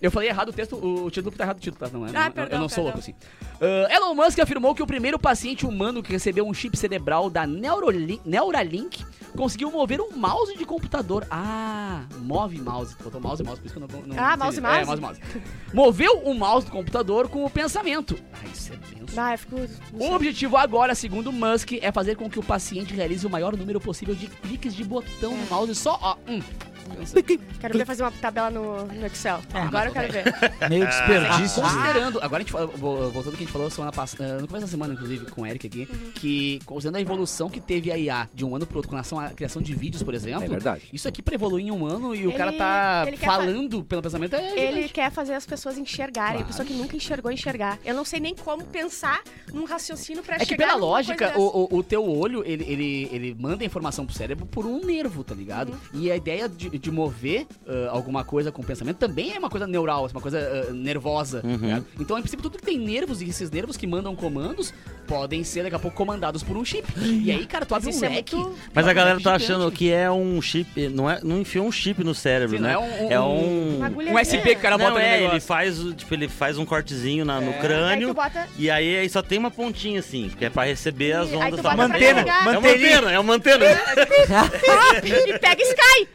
Speaker 4: Eu falei errado o texto, o título tá errado o título, tá? Não, é,
Speaker 3: Ah,
Speaker 4: eu- eu
Speaker 3: perdão,
Speaker 4: não
Speaker 3: perdão.
Speaker 4: sou louco assim. Ah, Elon Musk afirmou que o primeiro paciente humano que recebeu um chip cerebral da Neuroli- Neuralink conseguiu mover um mouse de computador. Ah, move mouse. Botou mouse mouse, por isso que eu não. não
Speaker 3: Ah,
Speaker 4: entendi.
Speaker 3: mouse,
Speaker 4: É,
Speaker 3: mouse.
Speaker 4: mouse mouse. Moveu o mouse do computador com o pensamento. Ah, isso (laughs) é tenso.
Speaker 3: Ah, eu fico...
Speaker 4: O objetivo agora, segundo Musk, é fazer com que o paciente realize o maior número possível de cliques de botão
Speaker 3: É.
Speaker 4: no mouse só, ó, um.
Speaker 3: Quero ver fazer uma tabela no, no Excel.
Speaker 4: É.
Speaker 3: Agora eu
Speaker 4: (laughs)
Speaker 3: quero ver.
Speaker 2: Meio desperdício.
Speaker 4: Ah, Considerando, agora a gente fala, vo- voltando ao que a gente falou semana passada, no começo da semana, inclusive, com o Eric aqui,
Speaker 3: Uhum.
Speaker 4: que considerando a evolução que teve a IA de um ano pro outro com relação à criação de vídeos, por exemplo,
Speaker 1: É verdade.
Speaker 4: isso aqui pra evoluir em um ano e o
Speaker 3: Ele-
Speaker 4: cara tá
Speaker 3: ele quer fa-
Speaker 4: falando pelo pensamento. É
Speaker 3: Ele
Speaker 4: gigante.
Speaker 3: quer fazer as pessoas enxergarem.
Speaker 4: Claro.
Speaker 3: A pessoa que nunca enxergou, enxergar. Eu não sei nem como pensar num raciocínio pra
Speaker 4: É que
Speaker 3: chegar
Speaker 4: pela
Speaker 3: numa
Speaker 4: lógica,
Speaker 3: coisa dessa.
Speaker 4: o, o, o teu olho, ele, ele, ele manda a informação pro cérebro por um nervo, tá ligado?
Speaker 3: Uhum.
Speaker 4: E a ideia de, de mover ah, alguma coisa com o pensamento também é uma coisa neural, uma coisa ah, nervosa.
Speaker 5: Uhum.
Speaker 4: tá ligado? Então, em princípio, tudo que tem nervos e esses nervos que mandam comandos podem ser daqui a pouco comandados por um chip. E aí, cara, tu abre
Speaker 3: Mas
Speaker 4: um
Speaker 3: isso é
Speaker 4: leque.
Speaker 3: muito-
Speaker 5: Mas
Speaker 4: tu abre
Speaker 5: a
Speaker 4: um
Speaker 5: galera
Speaker 4: leque
Speaker 5: tá
Speaker 4: gigante.
Speaker 5: achando que é um chip. Não, é, não enfiou um chip no cérebro,
Speaker 4: Sim, não
Speaker 5: né?
Speaker 4: é um- um-
Speaker 5: é um.
Speaker 3: Uma agulha-
Speaker 4: Um USB que o cara
Speaker 5: Não,
Speaker 4: bota no
Speaker 5: é, ele
Speaker 4: negócio. É.
Speaker 5: faz, o- tipo, ele faz um cortezinho na- no
Speaker 3: Aí tu
Speaker 4: (laughs)
Speaker 5: crânio.
Speaker 3: bota...
Speaker 5: E aí, aí só tem uma pontinha assim, que é pra receber as
Speaker 3: aí
Speaker 5: ondas
Speaker 3: tu
Speaker 5: da
Speaker 3: bota
Speaker 2: pra Mantena,
Speaker 5: É
Speaker 2: carregar.
Speaker 5: uma antena, é uma antena.
Speaker 3: e pega Sky!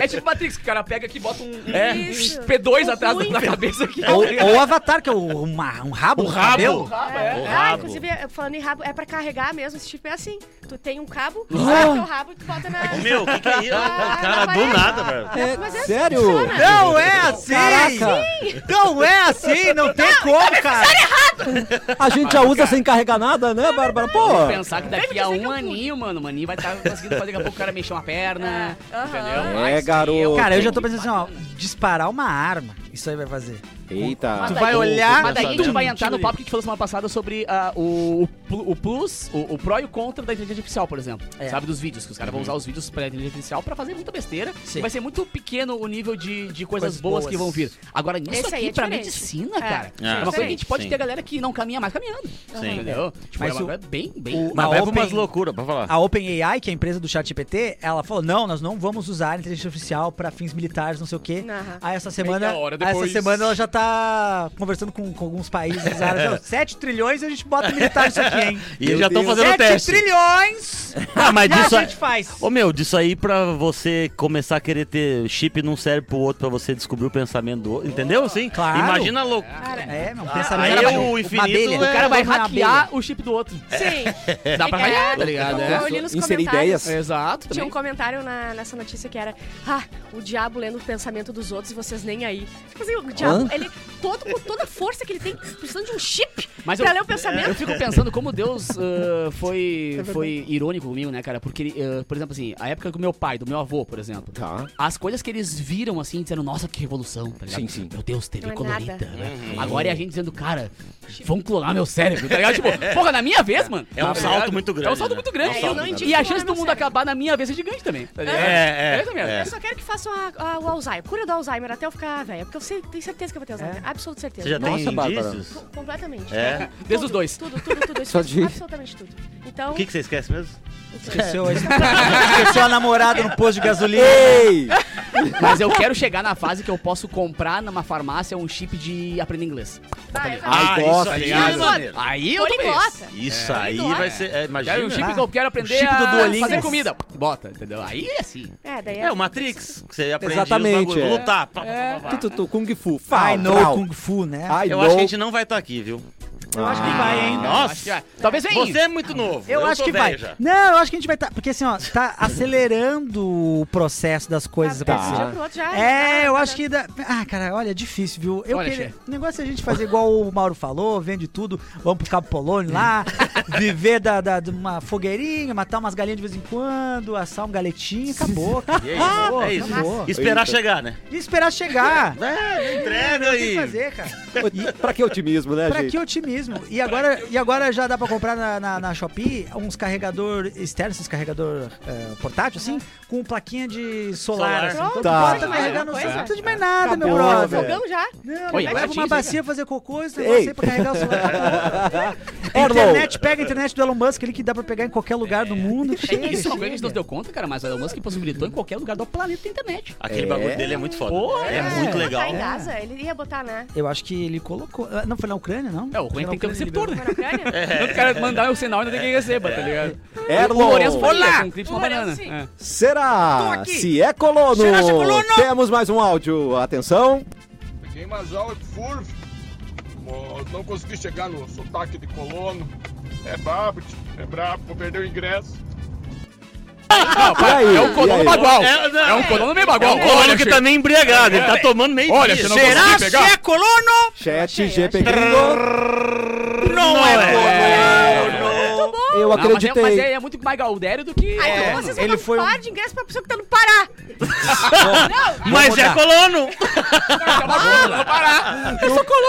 Speaker 4: É tipo Matrix, que o cara pega aqui e bota um, um-
Speaker 5: É.
Speaker 4: um
Speaker 3: Isso.
Speaker 4: P2
Speaker 3: Um
Speaker 4: atrás da-
Speaker 3: ruim.
Speaker 4: da cabeça aqui.
Speaker 2: Ou, ou Avatar, que é o- uma- um rabo.
Speaker 5: O
Speaker 2: no
Speaker 5: rabo.
Speaker 2: cabelo.
Speaker 5: O rabo, é. O
Speaker 3: Ah,
Speaker 5: rabo.
Speaker 3: inclusive, eu- falando em rabo, é pra carregar mesmo. Esse tipo é assim. Tu tem um
Speaker 4: Ah.
Speaker 3: cabo, sai teu rabo e tu bota na...
Speaker 5: Meu, o que, que é isso?
Speaker 3: Ah,
Speaker 5: cara,
Speaker 3: na
Speaker 5: do
Speaker 3: parede.
Speaker 5: nada, velho.
Speaker 1: É,
Speaker 3: Mas
Speaker 4: assim,
Speaker 3: é-
Speaker 1: sério?
Speaker 4: né?
Speaker 3: funciona.
Speaker 2: Não é assim!
Speaker 1: Caraca!
Speaker 2: Não é assim, não tem como, cara!
Speaker 1: A gente já usa sem carregar nada, né, Bárbara? Pô!
Speaker 4: Pensar que daqui
Speaker 2: é
Speaker 4: a
Speaker 3: Deve dizer que eu
Speaker 4: um aninho, mano, o maninho vai estar conseguindo fazer daqui a pouco o cara mexer uma perna,
Speaker 3: É, aham.
Speaker 4: entendeu?
Speaker 1: É,
Speaker 4: Mas
Speaker 1: garoto.
Speaker 2: Cara, Ah, eu já tô pensando assim, ó, disparar uma arma, isso aí vai fazer.
Speaker 1: Eita!
Speaker 2: Tu
Speaker 4: daí-
Speaker 2: vai olhar...
Speaker 4: Mas é daí a gente
Speaker 2: tum,
Speaker 4: vai entrar
Speaker 2: tiro
Speaker 4: no papo que a gente falou semana passada sobre ah, o, o plu- o plus, o, o pró e o contra da inteligência artificial, por exemplo.
Speaker 2: É.
Speaker 4: Sabe, dos vídeos, que os caras vão usar os vídeos pra inteligência artificial pra fazer muita besteira.
Speaker 2: Sim.
Speaker 4: E vai ser muito pequeno o nível de, de coisas,
Speaker 2: Coisas
Speaker 4: boas,
Speaker 2: boas.
Speaker 4: que vão vir. Agora, isso
Speaker 3: Esse aí
Speaker 4: aqui
Speaker 3: é
Speaker 4: pra
Speaker 3: diferente.
Speaker 4: medicina,
Speaker 3: É,
Speaker 4: cara,
Speaker 5: é
Speaker 4: é, uma coisa que a gente
Speaker 5: diferente,
Speaker 4: pode
Speaker 5: sim.
Speaker 4: ter galera que não caminha mais caminhando.
Speaker 5: Sim.
Speaker 4: Entendeu? Tipo,
Speaker 2: Mas
Speaker 4: é uma
Speaker 2: o-
Speaker 4: coisa bem, bem...
Speaker 2: o-
Speaker 5: Mas
Speaker 2: a
Speaker 5: vai pra
Speaker 2: Open-
Speaker 5: umas loucuras, pra falar.
Speaker 2: A OpenAI, que é a empresa do ChatGPT, ela falou: não, nós não vamos usar a inteligência artificial para fins militares, não sei o quê.
Speaker 3: Aham.
Speaker 2: Aí essa semana,
Speaker 4: Meia hora
Speaker 2: aí essa
Speaker 4: depois.
Speaker 2: semana ela já tá conversando com, com alguns países árabes. Não, 7 trilhões e a gente bota militar nisso aqui, hein?
Speaker 5: E
Speaker 1: Meu
Speaker 5: eles já estão
Speaker 1: Deus.
Speaker 5: fazendo
Speaker 2: 7
Speaker 5: teste.
Speaker 2: trilhões!
Speaker 5: Ah, mas
Speaker 2: e
Speaker 5: disso
Speaker 2: a
Speaker 5: aí.
Speaker 2: gente faz.
Speaker 5: Ô meu, disso aí pra você começar a querer ter chip num serve pro outro pra você descobrir o pensamento do outro, entendeu? Sim.
Speaker 2: Claro.
Speaker 5: Imagina louco.
Speaker 2: É, não,
Speaker 5: aí
Speaker 2: era
Speaker 5: é o
Speaker 2: uma
Speaker 5: infinito,
Speaker 2: abelha.
Speaker 5: é-
Speaker 2: O cara vai hackear.
Speaker 4: o chip do outro.
Speaker 3: Sim.
Speaker 4: É. Dá pra
Speaker 3: É,
Speaker 4: hackear, tá ligado?
Speaker 3: Eu
Speaker 4: É.
Speaker 3: olhei nos
Speaker 1: Inserir
Speaker 3: comentários.
Speaker 1: ideias.
Speaker 4: Exato.
Speaker 3: Tinha um
Speaker 4: também.
Speaker 3: comentário na- nessa notícia que era ah, o diabo lendo o pensamento dos outros e vocês nem aí. Tipo assim, o diabo, ele, todo, com toda a força que ele tem, precisando de um chip
Speaker 4: Mas
Speaker 3: Pra ler o pensamento?
Speaker 4: Eu fico pensando como Deus ah, foi, foi irônico comigo, né, cara? Porque, ele, ah, por exemplo, assim, a época do meu pai, do meu avô, por exemplo.
Speaker 1: Tá.
Speaker 4: As coisas que eles viram, assim, disseram, nossa, que revolução, tá ligado?
Speaker 1: Sim, sim.
Speaker 4: Meu Deus, TV
Speaker 3: Não é
Speaker 4: colorida.
Speaker 3: nada. Tipo,
Speaker 4: né? Agora é a gente dizendo, cara, vão clonar meu cérebro, tá ligado? Tipo, porra, na minha vez, mano.
Speaker 5: É um
Speaker 4: Tá
Speaker 5: salto
Speaker 4: ligado?
Speaker 5: muito
Speaker 4: É um
Speaker 5: grande,
Speaker 4: salto
Speaker 5: né?
Speaker 4: muito grande.
Speaker 3: É um salto, né?
Speaker 4: e a chance
Speaker 3: Eu não
Speaker 4: do mundo
Speaker 3: digo
Speaker 4: acabar na minha vez é gigante também, tá ligado?
Speaker 5: É, é,
Speaker 4: isso mesmo.
Speaker 5: é.
Speaker 3: Eu só quero que façam a- a- o Alzheimer, cura do Alzheimer até eu ficar velha, porque eu sei- tenho certeza que eu vou ter Alzheimer, absoluta certeza.
Speaker 5: É. Você já tem
Speaker 1: Nossa, Bárbara.
Speaker 5: indícios?
Speaker 3: Com- Completamente.
Speaker 5: É?
Speaker 3: Tudo,
Speaker 4: Desde os dois.
Speaker 3: Tudo, tudo, tudo.
Speaker 1: Só
Speaker 3: esquece
Speaker 1: de-
Speaker 3: Absolutamente tudo. Então,
Speaker 5: O que, que você esquece mesmo?
Speaker 2: Esqueceu, esqueceu a namorada no posto de gasolina.
Speaker 1: Ei!
Speaker 4: Mas eu quero chegar na fase que eu posso comprar numa farmácia um chip de aprender inglês.
Speaker 5: tá
Speaker 3: vai, vai.
Speaker 1: Ai,
Speaker 5: isso
Speaker 1: gosta,
Speaker 5: aí,
Speaker 1: ligado?
Speaker 5: é maneiro.
Speaker 4: Aí eu tô feliz.
Speaker 3: Poliglota.
Speaker 5: Isso aí
Speaker 3: Adoro.
Speaker 5: vai ser. é, imagina.
Speaker 4: Quero um chip
Speaker 2: Ah,
Speaker 4: que eu quero aprender
Speaker 2: chip do
Speaker 4: a
Speaker 2: Duolingo.
Speaker 4: fazer comida. Bota, entendeu? Aí é assim.
Speaker 3: É, daí é.
Speaker 5: É, o Matrix. que Você aprende
Speaker 1: Exatamente,
Speaker 5: os bagulho,
Speaker 1: é.
Speaker 5: lutar. pá, pá, pá, pá,
Speaker 1: Tu,
Speaker 5: pá.
Speaker 1: tu, tu, Kung Fu. Fala,
Speaker 2: I know Kung Fu, né?
Speaker 1: I
Speaker 5: Eu
Speaker 1: know.
Speaker 5: acho que a gente não vai estar aqui, viu?
Speaker 2: Eu acho que vai, hein?
Speaker 5: Nossa.
Speaker 4: Ah, Acho que vai. Talvez venha.
Speaker 5: Você é muito novo.
Speaker 2: Eu, acho
Speaker 5: sou
Speaker 2: que
Speaker 5: velho
Speaker 2: vai.
Speaker 5: Já.
Speaker 2: Não, eu acho que a gente vai estar. porque assim, ó, tá acelerando o processo das coisas
Speaker 1: Tá.
Speaker 3: Tá, desse
Speaker 2: acontecer.
Speaker 3: dia pro outro já- Tá,
Speaker 2: É,
Speaker 3: já-
Speaker 2: eu
Speaker 3: já-
Speaker 2: acho que. dá- Ah, cara, olha, difícil, viu? Eu
Speaker 4: Olha,
Speaker 2: queria-
Speaker 4: chefe.
Speaker 2: O negócio é a gente fazer igual o Mauro falou, vende tudo, vamos pro Cabo Polônio
Speaker 5: (laughs)
Speaker 2: lá, viver da, da- de uma fogueirinha, matar umas galinhas de vez em quando, assar um galetinho e acabou. cara.
Speaker 5: (laughs) E é isso,
Speaker 2: Acabou,
Speaker 5: é isso.
Speaker 2: acabou.
Speaker 5: Esperar
Speaker 1: Eita.
Speaker 5: chegar, né?
Speaker 2: E esperar chegar.
Speaker 5: É, entrega
Speaker 2: Não tem o que
Speaker 5: aí.
Speaker 2: fazer, cara.
Speaker 1: Pra que otimismo, né,
Speaker 2: Pra
Speaker 1: gente?
Speaker 2: que otimismo? E agora, e agora já dá pra comprar na, na, na Shopee uns carregador externos, esses carregador eh, portátil, assim, com plaquinha de solar.
Speaker 5: Solar.
Speaker 2: assim. Então,
Speaker 1: Tá.
Speaker 2: bota
Speaker 3: Mais
Speaker 4: É,
Speaker 2: carregar
Speaker 3: alguma
Speaker 2: no... Não
Speaker 3: coisa?
Speaker 2: precisa de mais nada, meu
Speaker 1: Acabou,
Speaker 2: brother.
Speaker 1: velho.
Speaker 3: Fogão Tá já?
Speaker 2: Não,
Speaker 4: Olha,
Speaker 2: leva
Speaker 4: vai
Speaker 2: uma
Speaker 4: disso,
Speaker 2: bacia fazer cocô, esse
Speaker 1: Ei. É,
Speaker 2: negócio aí pra carregar
Speaker 1: (laughs)
Speaker 2: o celular.
Speaker 1: Erlon.
Speaker 2: internet, pega a internet do Elon Musk ali que dá pra pegar em qualquer lugar do mundo. Chega,
Speaker 4: Isso é uma coisa que a gente não se
Speaker 2: chega.
Speaker 4: deu conta, cara, mas o Elon Musk possibilitou em qualquer lugar do planeta a internet.
Speaker 5: Aquele
Speaker 1: É.
Speaker 5: bagulho dele é muito foda.
Speaker 4: Porra,
Speaker 5: é,
Speaker 4: é.
Speaker 5: muito
Speaker 3: Ele ia botar
Speaker 5: legal.
Speaker 3: Tá, em Gaza, ele ia botar, né?
Speaker 2: Eu acho que ele colocou. Ah, Não, foi na Ucrânia, não?
Speaker 4: É, o ruim é que tem que ter um receptor,
Speaker 3: Foi
Speaker 4: né?
Speaker 3: na Ucrânia?
Speaker 4: Tanto o cara mandar o sinal ainda tem que receba, tá ligado?
Speaker 1: É.
Speaker 4: O
Speaker 1: Erlon,
Speaker 4: Lourenço Olá!
Speaker 2: Olá!
Speaker 4: com um clipe de uma
Speaker 3: O
Speaker 4: banana.
Speaker 3: Lourenço, sim.
Speaker 4: É.
Speaker 1: será?
Speaker 2: aqui.
Speaker 1: Se é colono.
Speaker 2: Será se é colono?
Speaker 1: Temos mais um áudio. Atenção.
Speaker 9: Peguei umas aulas de furf. Mo- Não consegui chegar no sotaque de colono. É brabo, tio. é brabo, vou perder o ingresso.
Speaker 4: Não, pá,
Speaker 1: aí?
Speaker 4: é um
Speaker 1: E
Speaker 4: colono
Speaker 1: aí?
Speaker 4: bagual.
Speaker 5: É, não,
Speaker 4: É um colono meio
Speaker 5: É
Speaker 4: bagual.
Speaker 5: um colono que tá meio embriagado. Ele tá tomando meio
Speaker 4: Olha,
Speaker 5: dia.
Speaker 4: se é não conseguir pegar...
Speaker 2: colono?
Speaker 1: Chat
Speaker 3: achei,
Speaker 1: GP
Speaker 3: achei.
Speaker 1: Gringo.
Speaker 5: Não é
Speaker 1: Eu
Speaker 4: Não, Ah, mas, é, mas
Speaker 1: acreditei.
Speaker 4: é, é muito mais Galdério do que.
Speaker 3: Ai,
Speaker 4: É.
Speaker 3: então vocês
Speaker 2: ele
Speaker 3: vão
Speaker 2: foi
Speaker 3: foi
Speaker 2: um-
Speaker 3: par de ingresso pra pessoa que tá no Pará.
Speaker 5: Mas é
Speaker 4: (laughs)
Speaker 5: colono.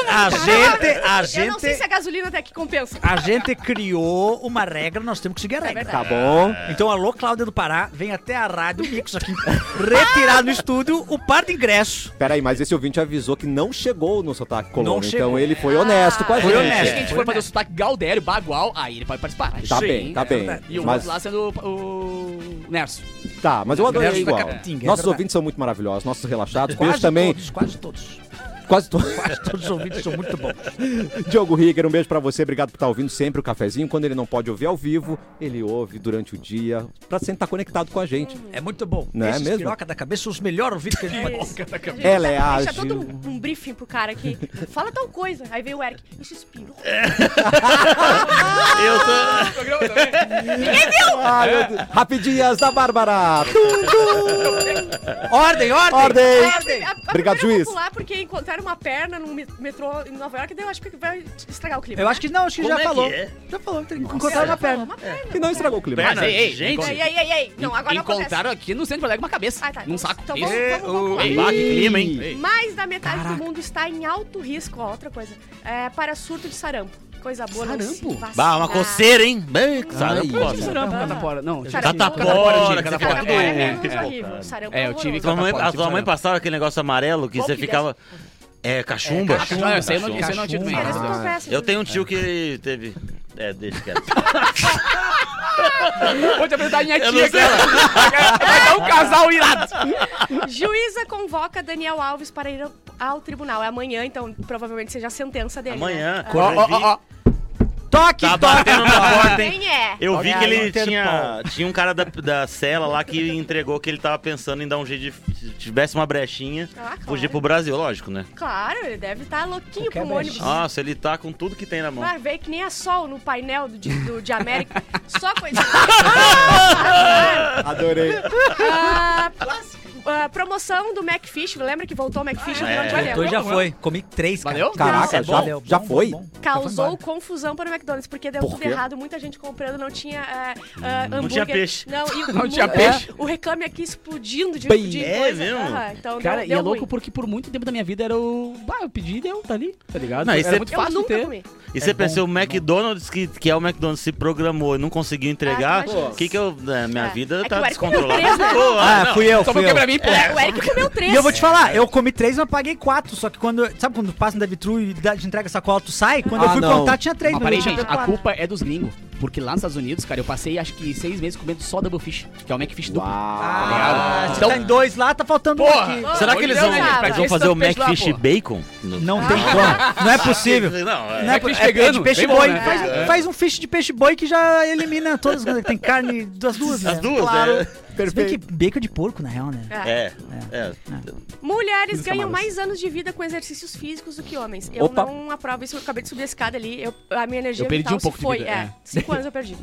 Speaker 2: A gente, a
Speaker 3: Eu não sei se é a
Speaker 2: gente,
Speaker 3: gasolina até que compensa.
Speaker 2: a gente criou uma regra, nós temos que seguir a regra.
Speaker 1: Tá bom.
Speaker 2: Então, alô, Cláudia do Pará, vem até a rádio Mix aqui retirar no estúdio o par de ingresso.
Speaker 1: Peraí, mas esse ouvinte avisou que não chegou no sotaque colono.
Speaker 2: Não
Speaker 1: então
Speaker 2: chegou.
Speaker 1: ele foi honesto com a
Speaker 3: Ah,
Speaker 1: gente.
Speaker 2: foi
Speaker 4: Se a
Speaker 2: honesto.
Speaker 4: gente for fazer o sotaque Galdério, bagual, aí ele pode participar.
Speaker 1: Tá
Speaker 4: Sim.
Speaker 1: bem, tá bem.
Speaker 4: E o
Speaker 1: mas,
Speaker 4: outro lá sendo o, o Nerso.
Speaker 1: tá, mas eu adorei
Speaker 2: Resto da
Speaker 1: igual.
Speaker 2: Capitinga, é
Speaker 1: nossos
Speaker 2: verdade.
Speaker 1: ouvintes são muito maravilhosos, nossos
Speaker 2: (laughs)
Speaker 1: relaxados. Beijo
Speaker 2: Quase
Speaker 1: Tá também.
Speaker 2: todos, quase todos.
Speaker 1: Quase todos.
Speaker 2: Quase todos os ouvintes são muito bons.
Speaker 1: (laughs) Diogo Rigger, um beijo pra você. Obrigado por estar ouvindo sempre o cafezinho. Quando ele não pode ouvir ao vivo, ele ouve durante o dia pra sempre estar conectado com a gente.
Speaker 2: É muito bom.
Speaker 1: Não é
Speaker 2: Esses
Speaker 1: mesmo?
Speaker 2: piroca da cabeça são os melhores ouvintes que a gente pode
Speaker 3: A gente
Speaker 1: Ela é
Speaker 3: já
Speaker 1: ágil.
Speaker 3: Deixa todo um, um briefing pro cara que fala tal coisa. Aí veio o Eric. Isso espirro.
Speaker 5: Eu tô...
Speaker 1: Ah, meu Deus. Rapidinhas da Bárbara.
Speaker 2: Ordem, ordem!
Speaker 1: Ordem.
Speaker 3: a, a
Speaker 1: Obrigado,
Speaker 3: primeira
Speaker 1: juiz.
Speaker 3: popular porque encontraram uma perna no met- metrô em Nova York. Daí eu acho que vai estragar o clima.
Speaker 2: Eu acho que não, acho que
Speaker 5: Como
Speaker 2: já
Speaker 5: é
Speaker 2: falou.
Speaker 5: que é?
Speaker 2: Já falou, tem que encontrar uma perna.
Speaker 3: Uma perna.
Speaker 1: Que não estragou o clima.
Speaker 5: Perna
Speaker 4: Mas, ei, ei,
Speaker 5: gente.
Speaker 3: Ei, ei, ei, ei. Não, então, agora acontece.
Speaker 4: Encontraram aqui no centro de Porto Alegre uma cabeça.
Speaker 3: Ah, tá.
Speaker 4: Num saco.
Speaker 3: Então
Speaker 4: Isso.
Speaker 3: vamos, vamos, vamos lá.
Speaker 4: Ei, bah, que clima, hein?
Speaker 1: Ei.
Speaker 3: Mais da metade do mundo está em alto risco, ó, outra coisa, é, para surto de sarampo. Coisa boa, não
Speaker 4: Sarampo?
Speaker 3: se vacinar.
Speaker 5: Bah, uma coceira, hein? Bem, sabe?
Speaker 1: Ai,
Speaker 5: posso.
Speaker 4: Sarampo, catapora.
Speaker 3: Tá
Speaker 4: Não,
Speaker 5: Catapora, catapora,
Speaker 3: Sarampo
Speaker 5: tudo.
Speaker 3: é
Speaker 5: É,
Speaker 3: menos horrível. Sarampo
Speaker 4: É, eu tive
Speaker 3: horroroso.
Speaker 5: Tua mãe,
Speaker 4: Catapora,
Speaker 5: a tua
Speaker 4: tipo,
Speaker 5: mãe
Speaker 4: sarampo.
Speaker 5: passava aquele negócio amarelo que
Speaker 3: Qual
Speaker 5: você
Speaker 3: que
Speaker 5: ficava. É, cachumba.
Speaker 4: Não, isso aí eu não- isso aí eu não tive
Speaker 3: Eles
Speaker 4: também.
Speaker 3: não conhecem.
Speaker 5: Eu tenho um tio que teve. É, deixa
Speaker 4: (laughs)
Speaker 5: quieto.
Speaker 4: Vou te apresentar a minha tia
Speaker 5: Eu não
Speaker 4: aqui.
Speaker 5: sei.
Speaker 4: Vai dar um casal irado.
Speaker 3: Juíza convoca Daniel Alves para ir ao- ao tribunal. É amanhã, então provavelmente seja a sentença dele.
Speaker 5: Amanhã.
Speaker 3: Né?
Speaker 5: eu
Speaker 4: Ó,
Speaker 5: vi-
Speaker 4: ó, ó.
Speaker 2: Toque,
Speaker 5: Tá
Speaker 2: toque!
Speaker 5: batendo na porta, hein?
Speaker 3: Quem é?
Speaker 5: Eu vi que ele
Speaker 2: Interpol.
Speaker 5: tinha. Tinha um cara da, da cela lá que entregou que ele tava pensando em dar um jeito de. Se tivesse uma brechinha,
Speaker 3: Ah, claro.
Speaker 5: fugir pro Brasil, lógico, né?
Speaker 3: Ah, Claro, ele deve estar louquinho
Speaker 2: Qualquer
Speaker 3: com um ônibus.
Speaker 5: Nossa, ele tá com tudo que tem na mão.
Speaker 3: Claro, veio que nem a sol no painel do, de, do- de América. Só coisa.
Speaker 1: Adorei.
Speaker 3: Ah, plástico. ah, promoção do McFish, lembra que voltou o McFish no final
Speaker 5: é?
Speaker 3: de
Speaker 5: Voltou
Speaker 2: Então
Speaker 3: janeiro?
Speaker 2: já foi. Comi três, cara. é
Speaker 4: Valeu?
Speaker 1: Caraca,
Speaker 2: Nossa,
Speaker 1: já-
Speaker 2: valeu.
Speaker 1: já foi?
Speaker 2: Já
Speaker 3: Causou
Speaker 2: foi
Speaker 3: confusão para o McDonald's, porque deu
Speaker 1: Por
Speaker 3: tudo
Speaker 1: quê?
Speaker 3: errado, muita gente comprando, não tinha ah, ah, hambúrguer.
Speaker 5: tinha peixe.
Speaker 3: Não, e
Speaker 4: Não
Speaker 3: o-
Speaker 4: tinha
Speaker 3: é,
Speaker 4: peixe.
Speaker 3: O reclame aqui explodindo de,
Speaker 1: Bem.
Speaker 3: de
Speaker 5: É
Speaker 3: coisa.
Speaker 5: mesmo?
Speaker 3: Aham, então deu-
Speaker 4: Cara,
Speaker 3: deu,
Speaker 4: e é louco
Speaker 3: ruim.
Speaker 4: porque por muito tempo da minha vida era o. Ah, eu pedi e deu, tá ali, tá ligado?
Speaker 5: Não, isso
Speaker 4: era
Speaker 5: é-
Speaker 4: muito
Speaker 3: Eu
Speaker 4: fácil de
Speaker 3: nunca
Speaker 4: ter.
Speaker 3: comi.
Speaker 5: E você pensou, o McDonald's, que, que é o McDonald's, se programou e não conseguiu entregar,
Speaker 3: Ah, imagina.
Speaker 5: o que que eu... é, minha
Speaker 3: É.
Speaker 5: vida
Speaker 3: É que o
Speaker 5: tá
Speaker 3: Eric comeu três,
Speaker 5: descontrolada.
Speaker 3: né?
Speaker 5: Pô, ah,
Speaker 2: Ah,
Speaker 5: não.
Speaker 2: fui eu,
Speaker 4: Só um
Speaker 2: fui
Speaker 4: porque
Speaker 2: eu.
Speaker 4: pra mim, pô.
Speaker 1: É.
Speaker 3: O Eric comeu três.
Speaker 2: E eu vou te falar, eu comi três, mas paguei quatro. Só que quando. Sabe quando tu passa no drive-thru e dá- te entrega sacola, tu sai? Quando eu
Speaker 1: Ah,
Speaker 2: fui
Speaker 1: não.
Speaker 2: contar, tinha três.
Speaker 4: Mas
Speaker 2: mas
Speaker 4: parei,
Speaker 2: não tinha.
Speaker 4: gente, a
Speaker 3: quatro.
Speaker 4: culpa é dos gringos. Porque lá nos Estados Unidos, cara, eu passei acho que seis meses comendo só Double Fish, que é o McFish duplo.
Speaker 2: Ah,
Speaker 4: Obrigado.
Speaker 2: se
Speaker 4: Então-
Speaker 2: tá em dois lá, tá faltando um aqui.
Speaker 3: Porra.
Speaker 5: Será que eles vão,
Speaker 3: Deus, cara, pra
Speaker 5: eles
Speaker 4: que
Speaker 5: vão fazer o
Speaker 4: esse tanto de peixe
Speaker 5: McFish
Speaker 4: lá, pô?
Speaker 5: bacon?
Speaker 2: Não tem como. Não é possível.
Speaker 5: Não, é.
Speaker 2: Não é,
Speaker 4: peixe
Speaker 2: é- é
Speaker 4: vegano,
Speaker 2: de peixe
Speaker 4: bem bom,
Speaker 2: boi.
Speaker 4: né?
Speaker 2: Faz, faz um fish de peixe boi que já elimina todas as coisas. Tem carne das duas.
Speaker 5: As
Speaker 2: né?
Speaker 5: duas,
Speaker 2: claro.
Speaker 3: Tá.
Speaker 5: né?
Speaker 3: um
Speaker 2: Se bem que bacon de porco, na real, né?
Speaker 3: É.
Speaker 5: É, é.
Speaker 3: Mulheres
Speaker 4: Isso é
Speaker 3: ganham
Speaker 4: maluco.
Speaker 3: mais anos de vida com exercícios físicos do que homens. Eu
Speaker 1: Opa.
Speaker 3: não aprovo isso, eu acabei de subir a escada ali, eu- a minha energia
Speaker 4: Eu perdi
Speaker 3: vital
Speaker 4: um pouco
Speaker 3: se
Speaker 4: de
Speaker 3: foi.
Speaker 4: vida,
Speaker 3: é,
Speaker 4: é.
Speaker 3: cinco anos eu perdi.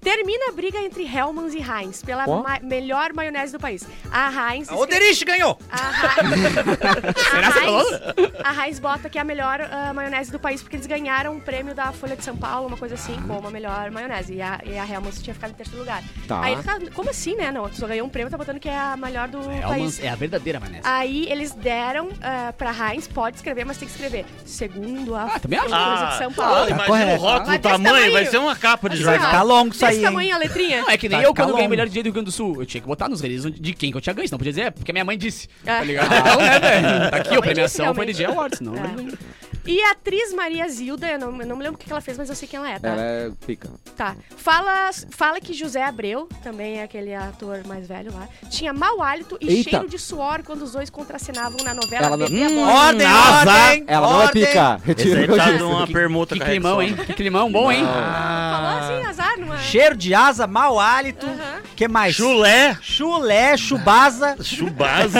Speaker 3: Termina a briga entre Hellmann's e Heinz pela
Speaker 1: Ó.
Speaker 3: ma- melhor maionese do país. A Heinz...
Speaker 2: O Derich ganhou!
Speaker 3: A Heinz-
Speaker 4: Será que tá
Speaker 3: a Heinz, a Heinz bota que é a melhor ah, maionese do país, porque eles ganharam um prêmio da Folha de São Paulo, uma coisa assim, como a melhor maionese. E a, e a Hellmann's tinha ficado em terceiro lugar.
Speaker 1: Tá.
Speaker 3: Aí, ele fala, como assim, né? Não, só ganhou um prêmio, tá botando que é a melhor do país.
Speaker 4: Hellmann's é a verdadeira manessa.
Speaker 3: Aí eles deram ah, pra Heinz, pode escrever, mas tem que escrever. Segundo a
Speaker 4: Ah, também acho.
Speaker 3: Folha de
Speaker 5: Ah,
Speaker 3: é São Paulo.
Speaker 5: imagina o
Speaker 2: correto.
Speaker 5: rótulo,
Speaker 3: Mas
Speaker 5: o
Speaker 3: desse
Speaker 5: tamanho, vai
Speaker 3: tamanho. é
Speaker 5: ser uma capa de
Speaker 2: Vai
Speaker 5: jornal.
Speaker 2: ficar longo isso aí.
Speaker 3: Desse
Speaker 2: hein?
Speaker 3: tamanho a letrinha.
Speaker 4: (laughs) Não, é que nem
Speaker 2: Tá
Speaker 4: eu,
Speaker 2: de
Speaker 4: quando eu ganhei
Speaker 2: calão.
Speaker 4: melhor dia do Rio Grande do Sul, eu tinha que botar nos reis de quem que eu tinha ganho, senão podia dizer, é porque minha mãe disse.
Speaker 3: É.
Speaker 4: Tá ligado? Então, né, velho? Tá aqui, a
Speaker 3: disse,
Speaker 4: premiação foi
Speaker 3: realmente.
Speaker 4: LG Awards, não.
Speaker 3: É. E a atriz Maria Zilda, eu não, eu não me lembro o que que ela fez, mas eu sei quem ela é, tá?
Speaker 1: Ela é pica.
Speaker 3: Tá. Fala, fala que José Abreu, também é aquele ator mais velho lá, tinha mau hálito e
Speaker 1: Eita.
Speaker 3: cheiro de suor quando os dois contracenavam na novela
Speaker 1: Ela não-
Speaker 3: Bebê a
Speaker 5: Hum,
Speaker 3: Bola.
Speaker 2: Ordem,
Speaker 5: Azar.
Speaker 2: ordem!
Speaker 1: Ela não é
Speaker 2: ordem.
Speaker 1: pica.
Speaker 5: Esse
Speaker 1: Retiro o
Speaker 5: aí
Speaker 1: que eu
Speaker 5: tá
Speaker 1: disse.
Speaker 5: numa permuta
Speaker 4: Que
Speaker 5: com a
Speaker 4: climão, hein?
Speaker 5: Rexona.
Speaker 4: Que climão bom, hein?
Speaker 3: Falou
Speaker 5: Ah.
Speaker 3: assim, azar, não é?
Speaker 2: Cheiro de asa, mau hálito.
Speaker 3: Aham.
Speaker 2: que mais?
Speaker 5: né? Chulé,
Speaker 2: Chulé, chubaza.
Speaker 5: chubazo.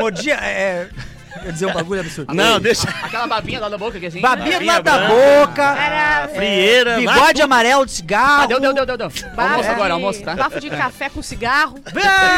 Speaker 2: Modia. É, eu dizer um bagulho absurdo.
Speaker 5: não, deixa.
Speaker 4: Aquela babinha lá na boca, que assim.
Speaker 2: Babinha do lado da
Speaker 5: Babinha
Speaker 2: boca.
Speaker 3: Era
Speaker 5: Frieira. vai
Speaker 2: Bigode amarelo de cigarro.
Speaker 4: Ah, deu, deu, deu, deu, deu.
Speaker 3: bafo
Speaker 4: Almoço
Speaker 3: de-
Speaker 4: agora, almoço, tá?
Speaker 3: Bafo de café com cigarro.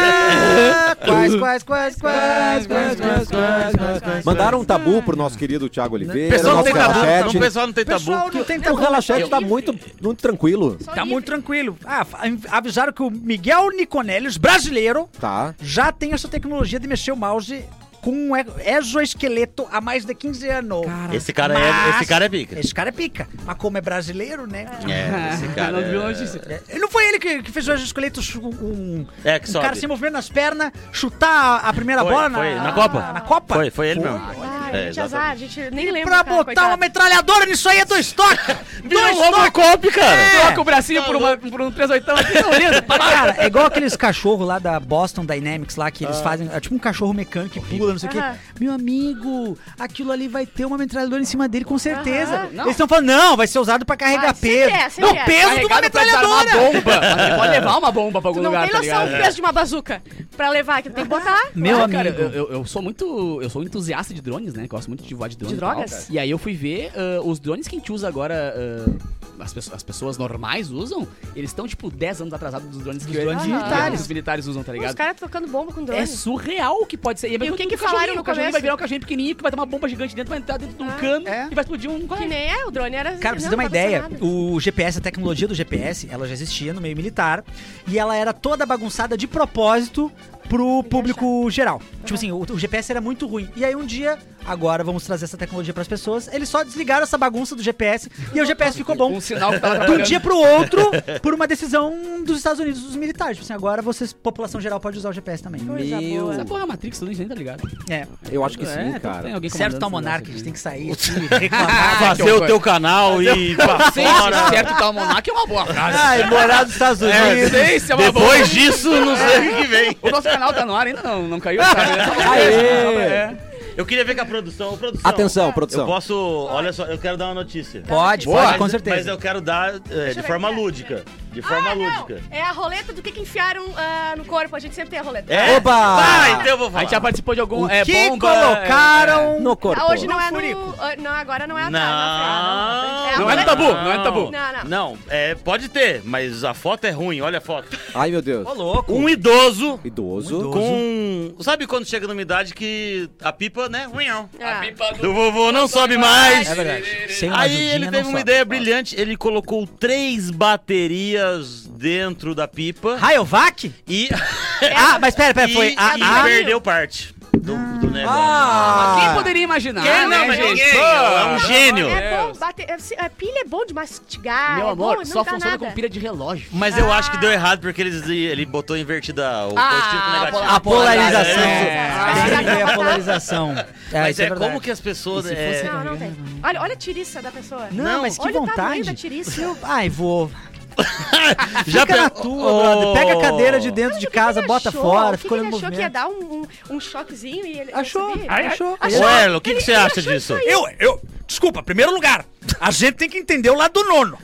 Speaker 2: Ah, Quais, quais, quais, quais, quais, quais, quais, quais.
Speaker 1: Mandaram um tabu pro nosso querido Thiago Oliveira,
Speaker 5: Pessoal não
Speaker 1: nosso
Speaker 5: tem tabu.
Speaker 1: Relaxete.
Speaker 5: O pessoal não tem tabu.
Speaker 2: Pessoal, não tem
Speaker 1: O
Speaker 2: tabu.
Speaker 1: Relaxete tá
Speaker 3: Livre.
Speaker 1: muito, muito tranquilo.
Speaker 3: Só
Speaker 2: Tá
Speaker 3: livre.
Speaker 2: muito tranquilo. Ah, fa- avisaram que o Miguel Niconelis, brasileiro,
Speaker 1: Tá.
Speaker 2: já tem essa tecnologia de mexer o mouse com um e- exoesqueleto há mais de 15 anos.
Speaker 5: Esse cara é,
Speaker 2: Mas-
Speaker 5: esse cara é pica.
Speaker 2: Esse cara é pica. Mas como é brasileiro, né?
Speaker 5: É,
Speaker 4: (laughs)
Speaker 5: esse cara.
Speaker 4: Ah, Não viu a
Speaker 5: É,
Speaker 4: notícia.
Speaker 2: É, Não foi ele que, que fez o exoesqueleto chu- um,
Speaker 5: É, que
Speaker 2: um
Speaker 5: sobe.
Speaker 2: cara se movendo nas pernas, chutar a a primeira
Speaker 5: Foi,
Speaker 2: bola
Speaker 5: foi,
Speaker 2: na,
Speaker 5: na Copa.
Speaker 2: Na Copa?
Speaker 5: Foi, foi ele
Speaker 2: Foi.
Speaker 5: mesmo.
Speaker 3: Ah,
Speaker 5: É,
Speaker 3: gente, azar, a gente nem lembra.
Speaker 2: Pra
Speaker 3: cara,
Speaker 2: botar
Speaker 3: coitado.
Speaker 2: uma metralhadora nisso aí é dois toques.
Speaker 5: (laughs) Virou
Speaker 2: dois
Speaker 5: um Robocop, cara.
Speaker 4: Troca o bracinho por, uma, por um 38 aqui, tá olhando.
Speaker 2: (laughs) Cara, é igual aqueles cachorros lá da Boston Dynamics lá que eles
Speaker 4: Ah.
Speaker 2: fazem. É tipo um cachorro mecânico que pula, não sei o quê.
Speaker 3: Aham.
Speaker 2: Meu amigo, aquilo ali vai ter uma metralhadora em cima dele, com certeza.
Speaker 3: Aham.
Speaker 4: Não.
Speaker 2: Eles estão falando, não, vai ser usado pra carregar
Speaker 3: Ah, sempre
Speaker 2: peso.
Speaker 3: é, sempre
Speaker 2: não,
Speaker 3: é.
Speaker 2: peso de uma
Speaker 4: Carregado pra desarmar
Speaker 2: metralhadora.
Speaker 4: bomba. Mas você pode levar uma bomba pra algum
Speaker 3: Tu não
Speaker 4: lugar,
Speaker 3: tem
Speaker 4: tá
Speaker 3: noção
Speaker 4: ligado?
Speaker 3: do peso de uma bazuca pra levar aqui. Tem que botar.
Speaker 2: Meu
Speaker 4: Ah,
Speaker 2: amigo.
Speaker 4: cara, eu, eu- eu sou muito. Eu sou um entusiasta de drones, né? Gosto muito de voar de drones.
Speaker 3: De
Speaker 4: e tal.
Speaker 3: drogas?
Speaker 4: E aí eu fui ver ah, os drones que a gente usa agora. ah, as, pessoas, as pessoas normais usam, eles estão, tipo, 10 anos atrasados dos drones que
Speaker 2: drones
Speaker 4: que
Speaker 2: militares.
Speaker 4: os militares usam, tá
Speaker 3: Os
Speaker 4: ligado?
Speaker 3: caras tocando bomba com drone.
Speaker 4: É surreal o que pode ser.
Speaker 3: E o que que
Speaker 4: cachorrinho,
Speaker 3: falaram no
Speaker 4: o cachorrinho
Speaker 3: começo?
Speaker 4: vai virar um cachorrinho pequenininho que vai ter uma bomba gigante dentro, vai entrar dentro de um
Speaker 3: Ah,
Speaker 4: cano
Speaker 2: é.
Speaker 4: e vai explodir um
Speaker 3: Que nem é, o drone era...
Speaker 2: Cara, pra você
Speaker 3: não,
Speaker 2: ter uma
Speaker 3: não tava
Speaker 2: ideia,
Speaker 3: sendo nada.
Speaker 2: o GPS, a tecnologia do GPS, ela já existia no meio militar e ela era toda bagunçada de propósito pro público geral.
Speaker 3: Uhum.
Speaker 2: Tipo assim, o, o GPS era muito ruim. E aí um dia, agora vamos trazer essa tecnologia pras pessoas, eles só desligaram essa bagunça do GPS e aí o GPS ficou bom.
Speaker 4: Um sinal que tava
Speaker 2: De um
Speaker 4: atrapalhando.
Speaker 2: dia pro outro, por uma decisão dos Estados Unidos, dos militares. Tipo assim, agora vocês, população geral, pode usar o GPS também.
Speaker 3: Coisa
Speaker 1: Meu.
Speaker 3: boa.
Speaker 5: né?
Speaker 4: Essa porra é a Matrix, tudo isso nem tá ligado.
Speaker 2: É.
Speaker 1: Eu acho que sim,
Speaker 4: tem- tem
Speaker 1: cara.
Speaker 4: alguém
Speaker 2: Certo tá,
Speaker 4: comandando
Speaker 2: tal
Speaker 4: esse
Speaker 2: monarca, a
Speaker 4: negócio
Speaker 2: gente tem que sair
Speaker 4: aqui.
Speaker 5: (laughs)
Speaker 2: aqui e reclamar.
Speaker 5: Fazer o teu canal e ir pra (laughs)
Speaker 4: Sim,
Speaker 5: fora.
Speaker 4: sim, certo tal monarca é uma boa frase. (laughs)
Speaker 2: Ai, morar dos Estados Unidos.
Speaker 4: Sei se é uma boa.
Speaker 5: Depois disso, não sei o que vem.
Speaker 4: (laughs) O nosso canal tá no ar ainda não, não caiu, sabe?
Speaker 1: Aê!
Speaker 5: Eu queria ver com a produção. Ô, produção.
Speaker 1: Atenção,
Speaker 5: é. Eu
Speaker 1: produção.
Speaker 5: posso. Olha só, eu quero dar uma notícia.
Speaker 10: Pode,
Speaker 3: Boa.
Speaker 10: pode, com
Speaker 5: Mas-
Speaker 10: certeza.
Speaker 5: Mas eu quero dar eh,
Speaker 3: eu
Speaker 5: de
Speaker 3: ver
Speaker 5: forma
Speaker 3: aqui,
Speaker 5: lúdica. De
Speaker 3: Ah,
Speaker 5: forma
Speaker 3: não.
Speaker 5: lúdica.
Speaker 3: É a roleta do que, que enfiaram ah, no corpo. A gente sempre tem a roleta.
Speaker 5: É?
Speaker 1: Oba!
Speaker 5: Ah, então eu vou
Speaker 4: A
Speaker 5: falar.
Speaker 4: gente já participou de algum.
Speaker 10: O
Speaker 4: é,
Speaker 10: que
Speaker 4: bomba,
Speaker 10: colocaram
Speaker 5: um
Speaker 1: No corpo.
Speaker 3: Ah, hoje não é
Speaker 10: Furico.
Speaker 3: no. ah, Não, agora não é atrás.
Speaker 5: Não.
Speaker 3: na frente.
Speaker 4: Não é no
Speaker 3: a
Speaker 4: tabu,
Speaker 3: roleta.
Speaker 4: não é no
Speaker 3: Não,
Speaker 4: tabu.
Speaker 3: não.
Speaker 5: Não, é, pode ter, mas a foto é ruim, olha a foto.
Speaker 1: Ai, meu Deus.
Speaker 10: Ô, louco.
Speaker 5: Um idoso
Speaker 1: Idoso.
Speaker 10: idoso.
Speaker 5: com. Sabe quando chega numa idade que a pipa, né? Ruim,
Speaker 3: Ah.
Speaker 5: Do vovô não sobe mais.
Speaker 10: É verdade. Sem uma
Speaker 5: Aí
Speaker 10: ajudinha,
Speaker 5: ele
Speaker 10: não
Speaker 5: teve uma
Speaker 10: sobe.
Speaker 5: ideia brilhante, ele colocou três baterias dentro da pipa
Speaker 10: Rayovac?
Speaker 5: e,
Speaker 10: Ah, mas pera, pera, foi
Speaker 5: e-
Speaker 10: a...
Speaker 5: e
Speaker 10: a-
Speaker 5: perdeu parte do, do negócio.
Speaker 1: Ah!
Speaker 4: é, Quem poderia imaginar?
Speaker 5: Quem não,
Speaker 4: né,
Speaker 5: mas
Speaker 4: gente?
Speaker 5: ninguém,
Speaker 4: Pô,
Speaker 5: é um gênio.
Speaker 3: É bom bater. é, se- A pilha é bom de mastigar.
Speaker 4: Meu
Speaker 3: é
Speaker 4: amor,
Speaker 3: bom,
Speaker 4: só
Speaker 2: tá
Speaker 3: não dá
Speaker 4: funciona
Speaker 3: nada.
Speaker 4: com pilha de relógio.
Speaker 5: Mas eu
Speaker 3: Ah.
Speaker 5: acho que deu errado porque eles, ele botou invertida o positivo com o negativo.
Speaker 10: Ah, A polarização.
Speaker 3: É.
Speaker 10: Tem que ver a polarização.
Speaker 5: Mas
Speaker 10: isso
Speaker 5: é,
Speaker 10: verdade.
Speaker 5: como que as pessoas.
Speaker 4: E se
Speaker 5: é,
Speaker 4: fosse-
Speaker 3: Não, não tem. Olha, olha a tiriça da pessoa.
Speaker 10: Não,
Speaker 5: Não,
Speaker 10: mas que
Speaker 3: olha o tamanho da
Speaker 10: vontade.
Speaker 3: tiriça.
Speaker 10: Eu- Ai, vou.
Speaker 5: (laughs) Já
Speaker 10: Fica na
Speaker 5: pe-
Speaker 10: tua, brother. Pega a cadeira de
Speaker 5: Oh.
Speaker 10: dentro de
Speaker 3: O que
Speaker 10: casa,
Speaker 3: que ele
Speaker 10: bota
Speaker 3: achou?
Speaker 10: fora,
Speaker 3: O que
Speaker 10: ficou
Speaker 3: que
Speaker 10: no
Speaker 3: ele achou que ia
Speaker 10: movimento.
Speaker 3: dar um, um- um choquezinho e ele ia
Speaker 10: Achou,
Speaker 3: subir?
Speaker 10: achou.
Speaker 5: Ô, Erlo, o que, que você acha disso?
Speaker 2: Eu, eu. Desculpa, primeiro lugar, a gente tem que entender o lado do nono.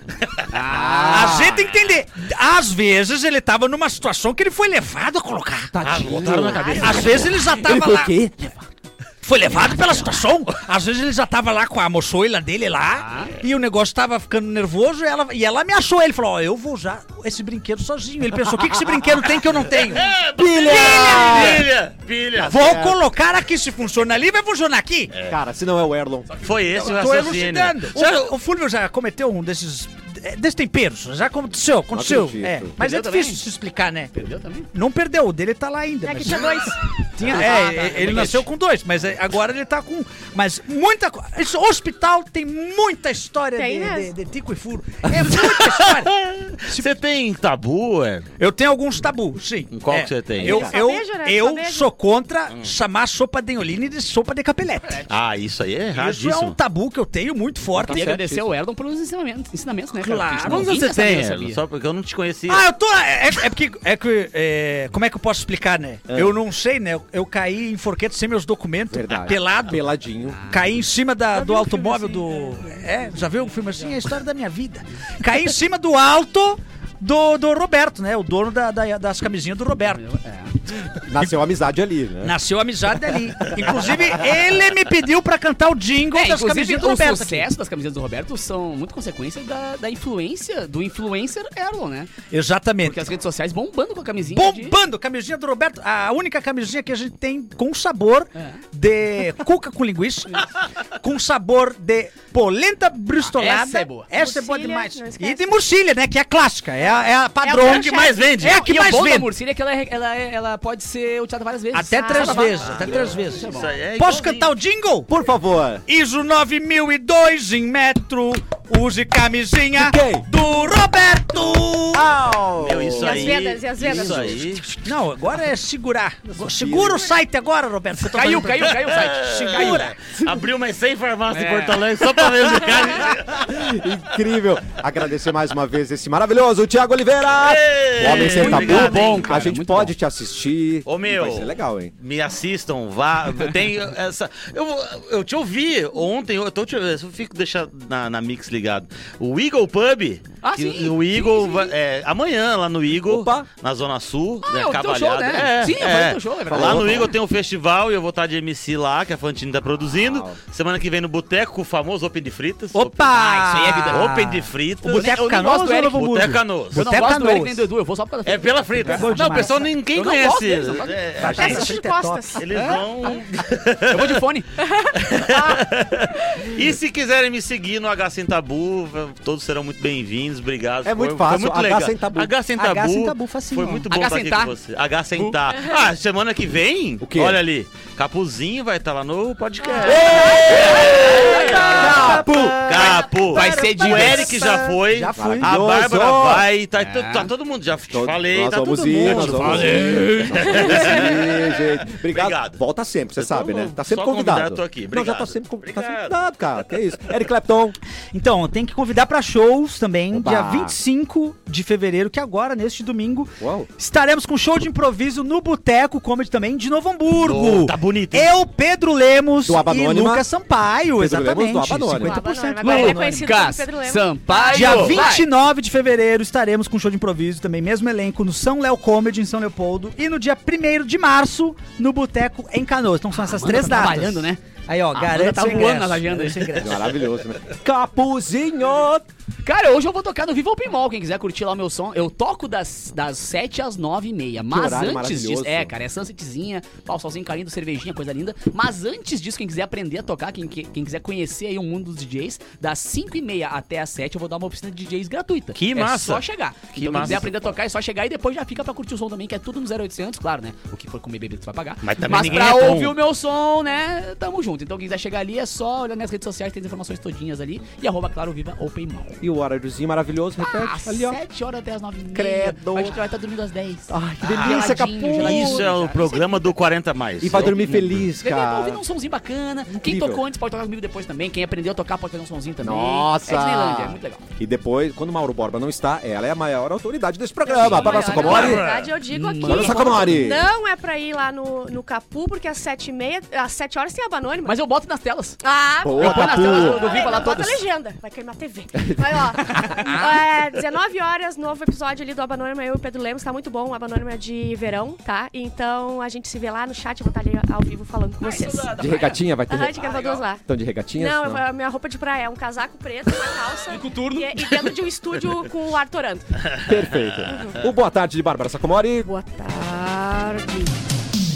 Speaker 2: A gente tem que entender. Às vezes ele tava numa situação que ele foi levado a colocar.
Speaker 5: botaram na cabeça.
Speaker 2: Às vezes ele já tava
Speaker 1: Ele foi
Speaker 2: lá.
Speaker 1: o quê?
Speaker 2: Foi levado pela situação. Às vezes ele já tava lá com a moçoila dele lá. E o negócio tava ficando nervoso e ela, e ela ameaçou ele. Falou: Ó, eu vou usar esse brinquedo sozinho. Ele pensou: o que, que esse brinquedo tem que eu não tenho?
Speaker 5: Pilha! Pilha!
Speaker 2: Vou colocar aqui. Se funciona ali, vai funcionar aqui.
Speaker 1: Cara, se não é o Erlon.
Speaker 5: Foi esse o
Speaker 2: Tô
Speaker 5: raciocínio.
Speaker 2: elucidando. O, o Fulvio já cometeu um desses. é, Desses temperos, já aconteceu, aconteceu.
Speaker 1: acredito.
Speaker 2: É, mas
Speaker 4: Perdeu
Speaker 2: é difícil
Speaker 4: também?
Speaker 2: de se explicar, né?
Speaker 4: Perdeu também? Ah, tá,
Speaker 2: Não perdeu, o dele tá lá ainda.
Speaker 3: É que
Speaker 2: mas-
Speaker 3: tinha dois.
Speaker 2: Tinha- é, ele nasceu com dois, mas é, agora ele tá com. Mas muita coisa. Esse hospital tem muita história
Speaker 3: Tem
Speaker 2: de, de,
Speaker 3: mesmo.
Speaker 2: de tico e furo. É muita
Speaker 5: (laughs)
Speaker 2: história.
Speaker 5: tá- Você tem tabu, é?
Speaker 2: Eu tenho alguns tabus, sim.
Speaker 5: Qual
Speaker 2: É,
Speaker 5: que você tem? Hum.
Speaker 2: Eu,
Speaker 3: Só
Speaker 2: eu,
Speaker 3: beijo, né? Só
Speaker 2: eu
Speaker 3: beijo.
Speaker 2: sou contra chamar sopa de Denholine de sopa de capelete.
Speaker 5: Ah, isso aí
Speaker 2: Isso
Speaker 5: é erradíssimo.
Speaker 2: é um tabu que eu tenho muito forte.
Speaker 5: Tá
Speaker 4: Queria agradecer
Speaker 1: certíssimo.
Speaker 4: ao Erlon pelos ensinamentos, ensinamentos É, né?
Speaker 2: Claro.
Speaker 4: Cara?
Speaker 5: Quantos anos
Speaker 4: Ninguém
Speaker 5: você
Speaker 4: sabia,
Speaker 5: tem,
Speaker 4: eu
Speaker 5: Erlo?
Speaker 4: sabia.
Speaker 5: é, Só porque eu não te conhecia.
Speaker 2: Ah, eu tô. É, é porque. É que, é, como é que eu posso explicar, né?
Speaker 4: É.
Speaker 2: Eu não sei, né? Eu, eu caí em forqueto sem meus documentos,
Speaker 1: Verdade.
Speaker 4: Ah,
Speaker 2: pelado.
Speaker 1: Peladinho.
Speaker 2: Caí em cima da- do automóvel do. É, já viu o filme assim? É a história da minha vida. Caí em cima do alto do, do Roberto, né? O dono da- da- das camisinhas do Roberto.
Speaker 1: Nasceu amizade ali, né?
Speaker 2: Nasceu amizade
Speaker 4: (laughs)
Speaker 2: ali. Inclusive, ele me pediu pra cantar o jingle
Speaker 4: É,
Speaker 2: das
Speaker 4: inclusive,
Speaker 2: camisinhas do
Speaker 4: o
Speaker 2: Roberto. aqui.
Speaker 4: sucesso das camisetas do Roberto são muito consequência da, da influência, do influencer Erlon, né? Porque
Speaker 2: Exatamente.
Speaker 4: as redes sociais bombando com a camisinha. de-
Speaker 2: Bombando, camisinha do Roberto. A única camisinha que a gente tem com sabor
Speaker 4: É.
Speaker 2: de cuca com
Speaker 4: (laughs)
Speaker 2: linguiça, com sabor de polenta bristolada.
Speaker 4: Ah, essa é boa.
Speaker 2: Essa é boa
Speaker 3: Murcilha,
Speaker 2: demais.
Speaker 3: não esquece.
Speaker 2: E de murcilha, né? Que é a clássica, é a, é a padrão.
Speaker 5: É a que mais vende.
Speaker 2: É a
Speaker 4: Não,
Speaker 2: que
Speaker 4: e
Speaker 2: mais
Speaker 4: o bom da
Speaker 2: vende.
Speaker 4: Murcilha é que ela, é- ela, é- ela pode ser utilizada várias vezes.
Speaker 2: Até
Speaker 4: Ah,
Speaker 2: três
Speaker 4: tá.
Speaker 2: vezes, até três vezes.
Speaker 5: Isso aí é
Speaker 2: Posso
Speaker 5: igualzinho.
Speaker 2: cantar o jingle?
Speaker 1: Por favor.
Speaker 2: ISO 9002 em metro, use camisinha
Speaker 1: De quem?
Speaker 2: do Roberto.
Speaker 4: Ah.
Speaker 5: Meu, isso
Speaker 3: E as
Speaker 5: aí.
Speaker 3: vendas, e as vendas?
Speaker 5: Isso aí.
Speaker 2: Não, agora é segurar. Segura o site agora, Roberto. que eu tô
Speaker 4: Caiu,
Speaker 2: fazendo-
Speaker 4: caiu, caiu o site.
Speaker 2: Segura.
Speaker 5: É, Abriu umas 100 farmácias em Porto Alegre só pra vender carne.
Speaker 1: Incrível. Agradecer mais uma vez esse maravilhoso Thiago Oliveira. O Homem Sem Tabu. é
Speaker 5: Obrigado,
Speaker 1: bom,
Speaker 5: hein?
Speaker 1: A gente pode te assistir.
Speaker 5: Ô, meu.
Speaker 1: Vai ser legal, hein?
Speaker 5: Me assistam, vá. Tem essa. Eu, eu te ouvi ontem, eu, tô te, eu fico deixando na, na Mix ligado. O Eagle Pub.
Speaker 4: Ah,
Speaker 5: que
Speaker 4: sim,
Speaker 5: O
Speaker 4: sim,
Speaker 5: Eagle
Speaker 4: sim.
Speaker 5: vai- é, amanhã lá no Eagle,
Speaker 1: Opa.
Speaker 5: na Zona Sul,
Speaker 4: Ah, é
Speaker 5: né,
Speaker 4: o teu
Speaker 5: Cavalhada.
Speaker 4: show, né?
Speaker 5: É,
Speaker 4: Sim, amanhã é o teu show, é verdade.
Speaker 5: Lá no
Speaker 4: Opa.
Speaker 5: Eagle tem um festival e eu vou estar de MC lá, que a Fantine tá produzindo.
Speaker 1: Uau.
Speaker 5: Semana que vem no Boteco, com o famoso Open de Fritas.
Speaker 2: Opa!
Speaker 5: Ah, isso aí é vida. Open de Fritas.
Speaker 2: Boteco
Speaker 4: Eu não
Speaker 2: Canoas
Speaker 4: gosto do
Speaker 2: ou
Speaker 4: Eric.
Speaker 2: Novo Hamburgo?
Speaker 5: Boteco Canoas.
Speaker 4: Eu não
Speaker 2: Boteca
Speaker 4: gosto do Eric
Speaker 2: Noas.
Speaker 4: nem do Edu, eu vou só por causa
Speaker 5: É pela frita.
Speaker 2: bom
Speaker 5: não, o
Speaker 2: demais.
Speaker 5: pessoal ninguém
Speaker 4: Eu não gosto
Speaker 5: conhece.
Speaker 4: deles, eu não gosto
Speaker 5: É,
Speaker 2: Tá, tá,
Speaker 3: Peça
Speaker 2: essa
Speaker 3: de
Speaker 2: fita é top.
Speaker 3: costas.
Speaker 5: eles vão.
Speaker 4: Eu vou de fone.
Speaker 5: E se quiserem me seguir no H Sem Tabu, v- todos serão muito bem-vindos. Obrigado.
Speaker 1: É muito
Speaker 5: Foi-
Speaker 1: fácil,
Speaker 5: Foi muito
Speaker 1: H
Speaker 5: legal.
Speaker 1: Sem Tabu. assim,
Speaker 5: H Sem Tabu.
Speaker 10: H sem tabu, facinho.
Speaker 5: Foi muito bom
Speaker 4: H
Speaker 5: estar
Speaker 4: Sem
Speaker 5: aqui
Speaker 4: Tá.
Speaker 5: com você. H Sem Tá. Ah, semana que vem,
Speaker 1: É. O quê? É.
Speaker 5: olha ali, Capuzinho vai estar lá no podcast.
Speaker 1: Tabu.
Speaker 5: Capu.
Speaker 4: Vai ser
Speaker 5: O
Speaker 4: divas.
Speaker 5: Eric já foi.
Speaker 10: Já fui.
Speaker 5: A
Speaker 1: Maravilhoso.
Speaker 5: Bárbara vai. Tá,
Speaker 4: É.
Speaker 5: tá todo mundo, já te
Speaker 1: Todo-
Speaker 5: falei.
Speaker 1: nós
Speaker 5: tá todo
Speaker 1: vamos ir,
Speaker 5: mundo.
Speaker 1: nós
Speaker 5: te
Speaker 1: vamos
Speaker 5: falei.
Speaker 1: ir. Nós
Speaker 5: (laughs)
Speaker 1: vamos ir, gente. Obrigado.
Speaker 5: Obrigado.
Speaker 1: Volta sempre, você
Speaker 5: Eu tô
Speaker 1: sabe, né? Tá sempre
Speaker 5: só convidado,
Speaker 1: convidado.
Speaker 5: tô aqui.
Speaker 1: Não, já
Speaker 5: Obrigado.
Speaker 1: tá sempre, conv- tá sempre
Speaker 5: Obrigado.
Speaker 1: convidado, cara. Que isso. Eric Clapton.
Speaker 10: Então, tem que convidar pra shows também.
Speaker 1: Opa.
Speaker 2: dia 25 de fevereiro, que agora, neste domingo,
Speaker 1: Uau.
Speaker 5: (laughs)
Speaker 2: estaremos com um show de improviso no Boteco Comedy também de Novo Hamburgo.
Speaker 5: Oh, tá bonito, hein?
Speaker 2: Eu, Pedro Lemos
Speaker 1: Do Aba
Speaker 2: e
Speaker 1: Anônima.
Speaker 2: Lucas Sampaio,
Speaker 1: Pedro
Speaker 2: exatamente.
Speaker 1: Lemos do Aba Anônima.
Speaker 3: Aba Anônima,
Speaker 2: 50%.
Speaker 3: agora ele é
Speaker 2: Não,
Speaker 3: conhecido
Speaker 4: Lucas
Speaker 3: como Pedro Lemos.
Speaker 4: Sampaio.
Speaker 2: Dia
Speaker 4: vai.
Speaker 2: 29 de fevereiro estaremos com um show de improviso também, mesmo elenco, no São Léo Comedy, em São Leopoldo. E no dia 1 de março, no Boteco em Canoas. Então são essas
Speaker 4: Amanda
Speaker 2: três
Speaker 4: tá
Speaker 2: datas.
Speaker 4: trabalhando, né?
Speaker 2: Aí, ó,
Speaker 4: Amanda
Speaker 2: garante
Speaker 4: tá
Speaker 2: seu
Speaker 4: voando
Speaker 2: ingresso.
Speaker 4: nas agendas.
Speaker 2: Garante seu ingresso.
Speaker 1: Maravilhoso, né? Capuzinho!
Speaker 4: Cara, hoje eu vou tocar no Viva Open Mall, quem quiser curtir lá o meu som. Eu toco das, das 7 às 9 e meia. Mas
Speaker 1: horário
Speaker 4: antes disso.
Speaker 1: maravilhoso.
Speaker 4: É, cara, é sunsetzinha, pau, solzinho caindo, cervejinha, coisa linda. Mas antes disso, quem quiser aprender a tocar, quem, que- quem quiser conhecer aí o mundo dos DJs, das 5 e meia até as 7 eu vou dar uma oficina de DJs gratuita.
Speaker 5: Que
Speaker 4: é
Speaker 5: massa.
Speaker 4: só chegar.
Speaker 5: Que
Speaker 4: então,
Speaker 5: massa.
Speaker 4: quem quiser aprender a tocar, é só chegar e depois já fica pra curtir o som também, que é tudo no 0800, claro, né? O que for comer bebida, tu vai pagar.
Speaker 5: Mas também
Speaker 4: Mas
Speaker 5: ninguém
Speaker 4: pra
Speaker 5: é tão-
Speaker 4: ouvir o meu som, né? Tamo junto. Então, quem quiser chegar ali é só olhar nas redes sociais, tem as informações todinhas ali. E arroba, claro, viva Open Mall.
Speaker 1: E o horáriozinho maravilhoso,
Speaker 4: Às
Speaker 1: repete ali, ó.
Speaker 4: 7 horas até as 9 h
Speaker 1: Credo.
Speaker 4: A gente vai estar dormindo às 10.
Speaker 1: Ai, que
Speaker 5: Ah,
Speaker 1: delícia,
Speaker 4: geladinho,
Speaker 1: Capu!
Speaker 4: geladinho.
Speaker 5: Isso é o
Speaker 4: cara.
Speaker 5: programa do 40 Mais.
Speaker 1: E vai dormir feliz,
Speaker 4: Bebê, pra ouvir
Speaker 1: cara.
Speaker 4: um somzinho bacana. Quem
Speaker 1: Incrível.
Speaker 4: tocou antes pode tocar comigo depois também. Quem aprendeu a tocar pode fazer um somzinho também.
Speaker 1: Nossa!
Speaker 4: É Disneylândia, é muito legal.
Speaker 1: E depois, quando o Mauro Borba não está, ela é a maior autoridade desse programa. Bárbara
Speaker 3: Maior, Na
Speaker 1: Sacomori!
Speaker 3: verdade, eu digo aqui.
Speaker 1: Bárbara Sacomori!
Speaker 3: Não é pra ir lá no, no Capu, porque às 7h30, às 7 horas tem a Banônima.
Speaker 4: Mas eu boto nas telas.
Speaker 3: Ah,
Speaker 1: Boa,
Speaker 3: eu vou
Speaker 1: Capu.
Speaker 3: na-
Speaker 4: Eu vi falar
Speaker 3: Bota
Speaker 4: todas.
Speaker 3: a legenda, vai queimar a TV. Vai, ó. é, 19 horas, novo episódio ali do Abanônima, eu e o Pedro Lemos, tá muito bom. O Abanônima é de verão, tá? Então a gente se vê lá no chat, eu vou estar ali ao vivo falando com vocês.
Speaker 1: De regatinha, vai ter.
Speaker 3: Aham, de
Speaker 1: re-
Speaker 3: gravadoras lá.
Speaker 1: Então, de regatinhas?
Speaker 3: Não, a minha roupa de praia é um casaco preto, uma calça. E
Speaker 4: coturno.
Speaker 3: E, dentro de um estúdio com o Arthurando. Uhum.
Speaker 1: Perfeito. O boa tarde de Bárbara Sacomori.
Speaker 3: Boa tarde.